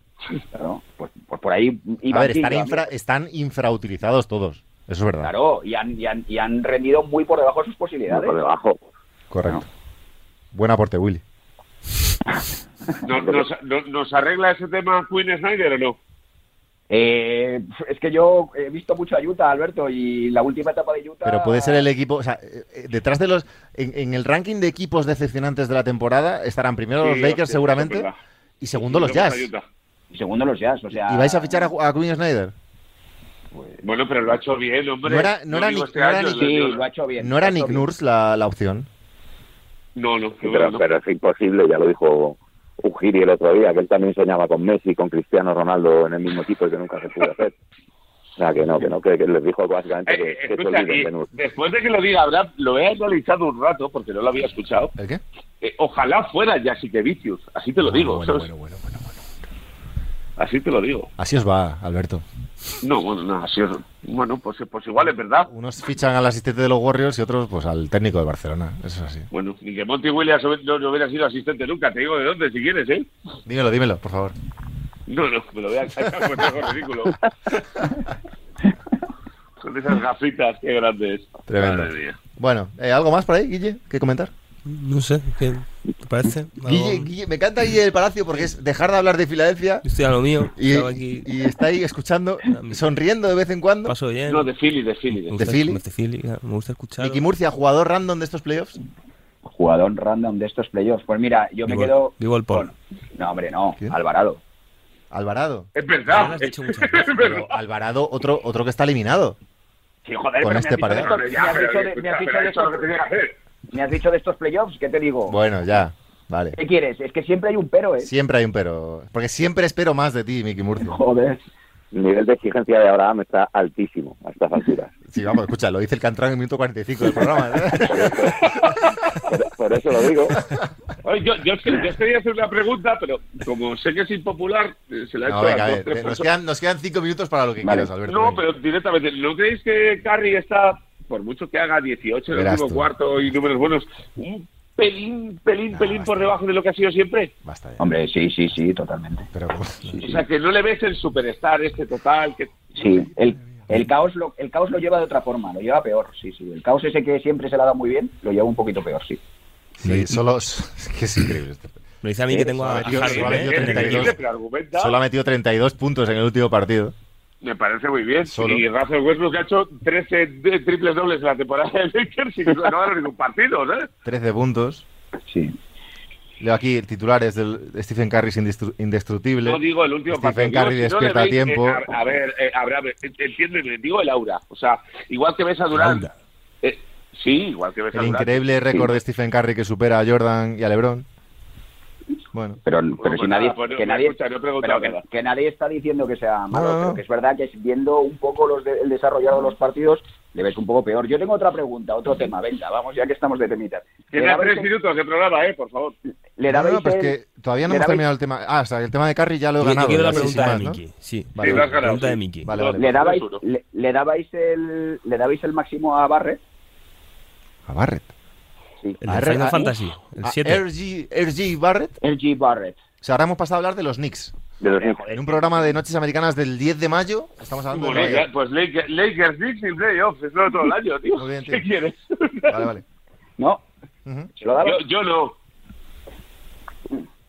Speaker 4: Claro, pues, pues por ahí iba
Speaker 2: A ver,
Speaker 4: el
Speaker 2: están,
Speaker 4: tío,
Speaker 2: infra- están infrautilizados todos. Eso es verdad.
Speaker 4: Claro, y han, y, han, y han rendido muy por debajo de sus
Speaker 6: Muy
Speaker 4: posibilidades.
Speaker 6: por debajo.
Speaker 2: Correcto. Buen aporte, Willy.
Speaker 5: No- nos, no- ¿Nos arregla ese tema Queen Snyder o no?
Speaker 4: Eh, es que yo he visto mucho a Utah, Alberto, y la última etapa de Utah.
Speaker 2: Pero puede ser el equipo, o sea, eh, eh, detrás de los, en, en el ranking de equipos decepcionantes de la temporada estarán primero los
Speaker 5: Sí,
Speaker 2: Lakers
Speaker 5: hostia,
Speaker 2: seguramente
Speaker 5: es verdad.
Speaker 2: y segundo los
Speaker 5: Y luego
Speaker 2: Jazz.
Speaker 5: está Utah.
Speaker 4: Y segundo los Jazz, o sea.
Speaker 2: ¿Y vais a fichar a, a Quinn Snyder?
Speaker 5: Bueno, pero lo ha hecho bien, hombre.
Speaker 2: No era- no era
Speaker 5: digo
Speaker 2: ni-
Speaker 5: este
Speaker 2: no era
Speaker 5: año,
Speaker 2: ni-
Speaker 5: lo-
Speaker 4: Sí,
Speaker 5: yo-
Speaker 4: lo ha hecho bien.
Speaker 2: ¿No era
Speaker 4: lo ha hecho
Speaker 2: Nick
Speaker 4: bien.
Speaker 2: Nurse la, la opción?
Speaker 5: No, no,
Speaker 6: Sí,
Speaker 5: no,
Speaker 6: pero,
Speaker 5: no.
Speaker 6: pero es imposible, ya lo dijo Ujiri el otro día, que él también soñaba con Messi, con Cristiano Ronaldo en el mismo equipo y que nunca se pudo hacer. O sea, que no, que no, que, que les dijo básicamente
Speaker 5: Eh,
Speaker 6: que,
Speaker 5: eh,
Speaker 6: que se
Speaker 5: escucha,
Speaker 6: olviden
Speaker 5: y
Speaker 6: de Nur.
Speaker 5: después de que lo diga, Abraham, lo he analizado un rato porque no lo había escuchado.
Speaker 2: ¿El qué? Ah,
Speaker 5: Eh, ojalá fuera Jasikevicius, así te lo digo.
Speaker 2: Bueno,
Speaker 5: ¿sabes?
Speaker 2: bueno, bueno, bueno, bueno.
Speaker 5: Así te lo digo.
Speaker 2: Así os va, Alberto.
Speaker 5: No, bueno, no, así es. Bueno, pues, pues igual es verdad.
Speaker 2: Unos fichan al asistente de los Warriors y otros pues al técnico de Barcelona. Eso es así.
Speaker 5: Bueno, ni que Monty Williams no, no hubiera sido asistente nunca, te digo de dónde si quieres, ¿eh?
Speaker 2: Dímelo, dímelo, por favor.
Speaker 5: No, no, me lo voy a sacar porque es algo ridículo. Con esas gafitas, qué grandes.
Speaker 2: Tremendo.
Speaker 5: Madre mía.
Speaker 2: Bueno, eh, ¿algo más por ahí, Guille? ¿Qué comentar?
Speaker 7: No sé, ¿qué te parece? Algo-
Speaker 2: Guille, Guille, me encanta Guille del Palacio porque es dejar de hablar de Filadelfia
Speaker 7: Yo estoy a lo mío,
Speaker 2: y,
Speaker 7: estaba aquí,
Speaker 2: y está ahí escuchando, sonriendo de vez en cuando.
Speaker 7: paso bien.
Speaker 5: No, de Philly, de Philly. de
Speaker 7: me,
Speaker 5: Philly.
Speaker 7: gusta,
Speaker 2: de Philly.
Speaker 7: me gusta Philly, claro, me gusta escuchar.
Speaker 2: Nicky Murcia, jugador random de estos playoffs.
Speaker 4: Jugador random de estos playoffs. Pues mira, yo me
Speaker 7: Vivo-
Speaker 4: quedo.
Speaker 7: vivo el Paul.
Speaker 4: con- No, hombre, no.
Speaker 2: ¿Quién?
Speaker 4: Alvarado.
Speaker 2: Alvarado.
Speaker 5: Es
Speaker 7: Ya lo
Speaker 5: verdad.
Speaker 7: has
Speaker 5: Es
Speaker 7: dicho muchas veces,
Speaker 5: verdad.
Speaker 2: Pero Alvarado, otro, otro que está eliminado.
Speaker 4: Sí, joder,
Speaker 2: Con este
Speaker 4: pero me has dicho de
Speaker 2: paredón.
Speaker 4: estos-
Speaker 5: Ya,
Speaker 4: me has
Speaker 5: pero
Speaker 4: dicho de-
Speaker 5: escucha,
Speaker 4: me has dicho
Speaker 5: pero
Speaker 4: de
Speaker 5: eso es lo que tenía que
Speaker 4: estos-
Speaker 5: hacer.
Speaker 4: me has dicho de estos playoffs, ¿qué te digo?
Speaker 2: Bueno, ya. Vale.
Speaker 4: ¿Qué quieres? Es que siempre hay un pero, ¿eh?
Speaker 2: Siempre hay un pero. Porque siempre espero más de ti, Miki Murcia.
Speaker 4: Joder.
Speaker 6: El nivel de exigencia de Abraham está altísimo a estas alturas.
Speaker 2: Sí, vamos, escucha, lo dice el Cantrán en el minuto 45 del programa.
Speaker 6: Por, por eso lo digo.
Speaker 5: Oye, yo, yo, es que- yo os quería hacer una pregunta, pero como sé que es impopular, eh, se la he
Speaker 2: No,
Speaker 5: hecho
Speaker 2: venga, a
Speaker 5: a dos,
Speaker 2: ver,
Speaker 5: tres
Speaker 2: nos
Speaker 5: personas.
Speaker 2: quedan, nos quedan cinco minutos para lo que
Speaker 4: Vale.
Speaker 2: quieras, Alberto.
Speaker 5: No,
Speaker 2: venga.
Speaker 5: pero directamente, ¿no creéis que Carry está, por mucho que haga 18 en el
Speaker 2: Verás
Speaker 5: último
Speaker 2: tú.
Speaker 5: cuarto y números buenos, un pelín, pelín,
Speaker 2: No,
Speaker 5: pelín por
Speaker 2: basta.
Speaker 5: debajo de lo que ha sido siempre?
Speaker 2: Basta ya.
Speaker 4: Hombre, sí, sí, sí, totalmente.
Speaker 2: Pero,
Speaker 5: O sea, que no le ves el superstar este total, que
Speaker 4: Sí, el, el, caos lo, el caos lo lleva de otra forma, lo lleva peor, sí, sí. El caos ese que siempre se le ha dado muy bien, lo lleva un poquito peor, sí.
Speaker 2: sí, solo. Es que es increíble esto.
Speaker 7: Me dice a mí que tengo a, a
Speaker 2: Ah, tío,
Speaker 7: Harden,
Speaker 2: igual
Speaker 7: ¿eh?
Speaker 2: yo
Speaker 5: que- que-
Speaker 2: 32.
Speaker 5: que- pero argumenta,
Speaker 2: Solo ha metido 32 puntos en el último partido.
Speaker 5: me parece muy bien.
Speaker 2: Solo.
Speaker 5: Y Russell Westbrook ha hecho 13 de- triples dobles en la temporada de Lakers y no ha ganado ningún partido, ¿no?
Speaker 2: 13 puntos.
Speaker 4: Sí.
Speaker 2: Leo aquí el titular es del Stephen Curry es indestru- indestructible.
Speaker 5: No digo el último
Speaker 2: Stephen
Speaker 5: partido.
Speaker 2: Curry
Speaker 5: Digo, si no
Speaker 2: despierta
Speaker 5: le veis-
Speaker 2: a tiempo.
Speaker 5: eh, a, a ver, eh, Abraham, eh, entiéndeme, digo el aura. O sea, igual que ves a Durán.
Speaker 7: Aura.
Speaker 5: eh, sí, igual que ves a
Speaker 2: el
Speaker 5: Durán.
Speaker 2: increíble récord de Stephen Curry que supera a Jordan y a LeBron. Bueno,
Speaker 4: Pero, pero
Speaker 5: Bueno,
Speaker 4: si
Speaker 5: pues
Speaker 4: nadie,
Speaker 5: nada, pues no-
Speaker 4: que
Speaker 5: no
Speaker 4: nadie,
Speaker 5: escucha, no he
Speaker 4: pero
Speaker 5: preguntado
Speaker 4: que,
Speaker 5: nada.
Speaker 4: que nadie está diciendo que sea malo,
Speaker 2: no, no.
Speaker 4: pero que es verdad que es viendo un poco los de- el desarrollo de los partidos, le ves un poco peor. Yo tengo otra pregunta, otro tema, venga, vamos, ya que estamos de temitas. ¿Le
Speaker 5: Tiene
Speaker 4: dabais,
Speaker 5: tres minutos de programa, eh, por favor.
Speaker 4: le
Speaker 2: no,
Speaker 4: dabais
Speaker 2: no, pues
Speaker 4: el-
Speaker 2: que todavía no
Speaker 4: le
Speaker 2: hemos
Speaker 4: dabais-
Speaker 2: terminado el tema. Ah, o sea, el tema de Curry ya lo he
Speaker 7: Yo- yo
Speaker 2: ganado.
Speaker 7: quiero la
Speaker 2: ya, sí,
Speaker 7: pregunta
Speaker 2: sin
Speaker 7: de
Speaker 2: más, ¿no?
Speaker 7: Miki, sí.
Speaker 2: Vale,
Speaker 5: Sí, lo has ganado,
Speaker 7: pregunta de
Speaker 5: sí.
Speaker 7: Miki.
Speaker 2: Vale,
Speaker 5: Dos,
Speaker 2: vale.
Speaker 4: le dabais,
Speaker 5: Tres, uno.
Speaker 4: le, le dabais el, le dabais el máximo a Barre.
Speaker 2: A Barrett. Ah,
Speaker 7: El
Speaker 2: A
Speaker 7: de
Speaker 2: Re-
Speaker 7: Final
Speaker 2: a-
Speaker 7: Fantasy, el Ah,
Speaker 2: A
Speaker 7: 7.
Speaker 2: RG, RG Barrett.
Speaker 4: El G. Barrett.
Speaker 2: O sea, ahora hemos pasado a hablar de los Knicks.
Speaker 6: De
Speaker 4: Eh,
Speaker 6: los Knicks.
Speaker 2: En un programa de Noches Americanas del 10 de mayo, estamos hablando de
Speaker 5: Bueno,
Speaker 2: Nueva
Speaker 5: ya,
Speaker 2: York.
Speaker 5: pues Lakers, Lakers Knicks sin playoffs, es lo de todo el año, tío.
Speaker 2: Muy bien, tío.
Speaker 5: ¿Qué quieres?
Speaker 2: Vale, vale.
Speaker 4: No,
Speaker 2: Ujú.
Speaker 4: se lo daba.
Speaker 5: Yo, yo no.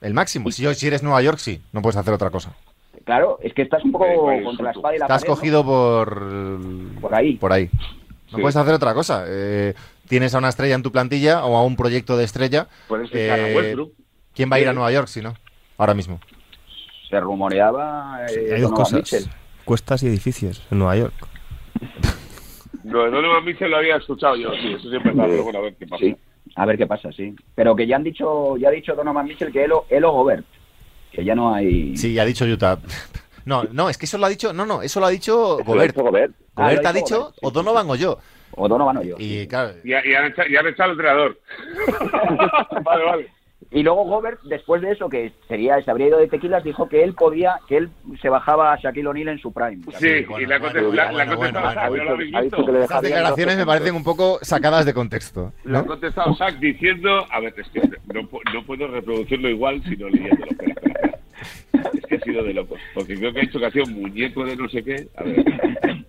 Speaker 2: El máximo. Si, yo- si eres Nueva York, sí. No puedes hacer otra cosa.
Speaker 4: Claro, es que estás un poco
Speaker 5: Eh, pues,
Speaker 4: contra la espada y la
Speaker 2: Estás
Speaker 4: pared. ¿no?
Speaker 2: cogido por...
Speaker 4: Por ahí.
Speaker 2: Por ahí. No
Speaker 5: Sí.
Speaker 2: puedes hacer otra cosa. Eh, tienes a una estrella en tu plantilla o a un proyecto de estrella.
Speaker 5: Puedes fichar
Speaker 2: Eh,
Speaker 5: a Westbrook.
Speaker 2: ¿Quién va a ir a
Speaker 5: Sí.
Speaker 2: Nueva York si no? Ahora mismo.
Speaker 4: Se rumoreaba. eh,
Speaker 7: Hay dos
Speaker 4: Donovan
Speaker 7: cosas.
Speaker 4: Mitchell.
Speaker 7: Cuestas y edificios en Nueva York.
Speaker 5: No, no, no, a mí se lo había escuchado yo, sí, eso siempre está, pero bueno, a ver qué pasa.
Speaker 4: Sí, a ver qué pasa, sí. Pero que ya han dicho, ya ha dicho Donovan Mitchell que Elo, Elo Gobert. Que ya no hay.
Speaker 2: Sí, ya ha dicho Utah. No, no, es que eso lo ha dicho... No, no, eso lo ha dicho
Speaker 6: Eso lo
Speaker 2: Gobert.
Speaker 6: hizo Gobert.
Speaker 4: Ah, lo
Speaker 2: Gobert ha
Speaker 4: dijo
Speaker 2: dicho
Speaker 4: Gobert, sí.
Speaker 2: o Donovan o yo.
Speaker 4: O Donovan o yo.
Speaker 2: Y claro...
Speaker 5: Y, ha- y han echa- y han echado al entrenador. vale, vale.
Speaker 4: Y luego Gobert, después de eso, que sería, se habría ido de tequilas, dijo que él podía, que él se bajaba a Shaquille O'Neal en su prime.
Speaker 5: Sí,
Speaker 2: bueno,
Speaker 5: y la
Speaker 2: bueno,
Speaker 5: contestó. la-
Speaker 2: bueno,
Speaker 5: la
Speaker 2: bueno,
Speaker 5: contestó
Speaker 2: bueno,
Speaker 5: Zach,
Speaker 6: Ha
Speaker 2: bueno.
Speaker 5: ¿no lo habéis
Speaker 6: dicho, ha dicho
Speaker 5: visto?
Speaker 6: que le
Speaker 2: Estas
Speaker 6: dejaría
Speaker 2: declaraciones me
Speaker 6: dos
Speaker 2: parecen un poco sacadas de contexto.
Speaker 5: Lo ha
Speaker 2: ¿no?
Speaker 5: contestado Zach diciendo, a ver, es que no, pu- no puedo reproducirlo igual sino leyéndolo. Espera, espera, espera. Es que ha sido de locos, porque creo que ha dicho que ha sido un muñeco de no sé qué. A ver,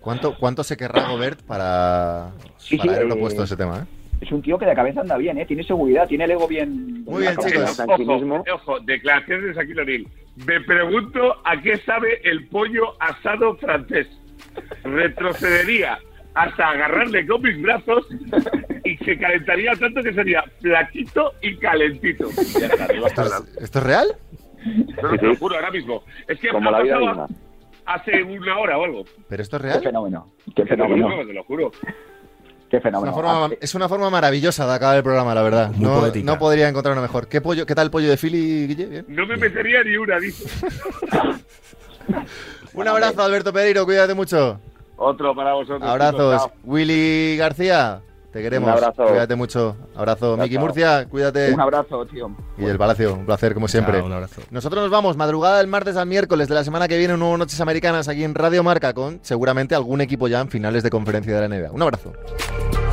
Speaker 2: ¿Cuánto, ¿Cuánto se querrá Gobert para,
Speaker 4: Sí,
Speaker 2: para
Speaker 4: sí,
Speaker 2: haber
Speaker 4: eh,
Speaker 2: propuesto ese tema? eh?
Speaker 4: Es es un tío que de cabeza anda bien, ¿eh? Tiene seguridad, tiene el ego bien...
Speaker 2: Muy bien,
Speaker 4: marcado.
Speaker 2: chicos.
Speaker 5: Ojo, eh, ojo, declaraciones de Shaquille O'Neal. Me pregunto a qué sabe el pollo asado francés. Retrocedería hasta agarrarle con mis brazos y se calentaría tanto que sería flaquito y calentito. Y ya está, de
Speaker 2: ¿Esto
Speaker 5: lo hasta
Speaker 2: es,
Speaker 5: hablando.
Speaker 2: esto es real?
Speaker 5: No, no, te lo juro, ahora mismo. Es que
Speaker 6: Como
Speaker 5: ha
Speaker 6: la vida
Speaker 5: pasado
Speaker 6: misma.
Speaker 5: hace una hora o algo.
Speaker 2: ¿Pero esto es
Speaker 4: Qué
Speaker 2: real?
Speaker 4: fenómeno, qué
Speaker 5: Te lo
Speaker 4: fenómeno,
Speaker 5: juro, te lo juro.
Speaker 4: qué
Speaker 2: Es una,
Speaker 4: fenómeno. Ah,
Speaker 2: forma, es una forma maravillosa de acabar el programa, la verdad.
Speaker 3: Muy
Speaker 2: No,
Speaker 3: poética.
Speaker 2: no podría encontrar una mejor. ¿Qué, pollo, ¿Qué tal el pollo de Philly, Guille? Bien.
Speaker 5: No me metería ni una, dice.
Speaker 2: Un abrazo, Alberto Pereiro. Cuídate mucho.
Speaker 5: Otro para vosotros.
Speaker 2: Abrazos.
Speaker 5: chicos,
Speaker 2: Willy García, te queremos.
Speaker 6: Un abrazo.
Speaker 2: Cuídate mucho. Abrazo. Miki
Speaker 4: chao.
Speaker 2: Murcia, cuídate.
Speaker 4: Un abrazo, tío.
Speaker 2: Y el Palacio, un placer como siempre.
Speaker 3: Chao, un abrazo.
Speaker 2: Nosotros nos vamos madrugada del martes al miércoles de la semana que viene, un nuevo Noches Americanas aquí en Radio Marca con seguramente algún equipo ya en finales de conferencia de la NBA. Un abrazo.
Speaker 5: chao.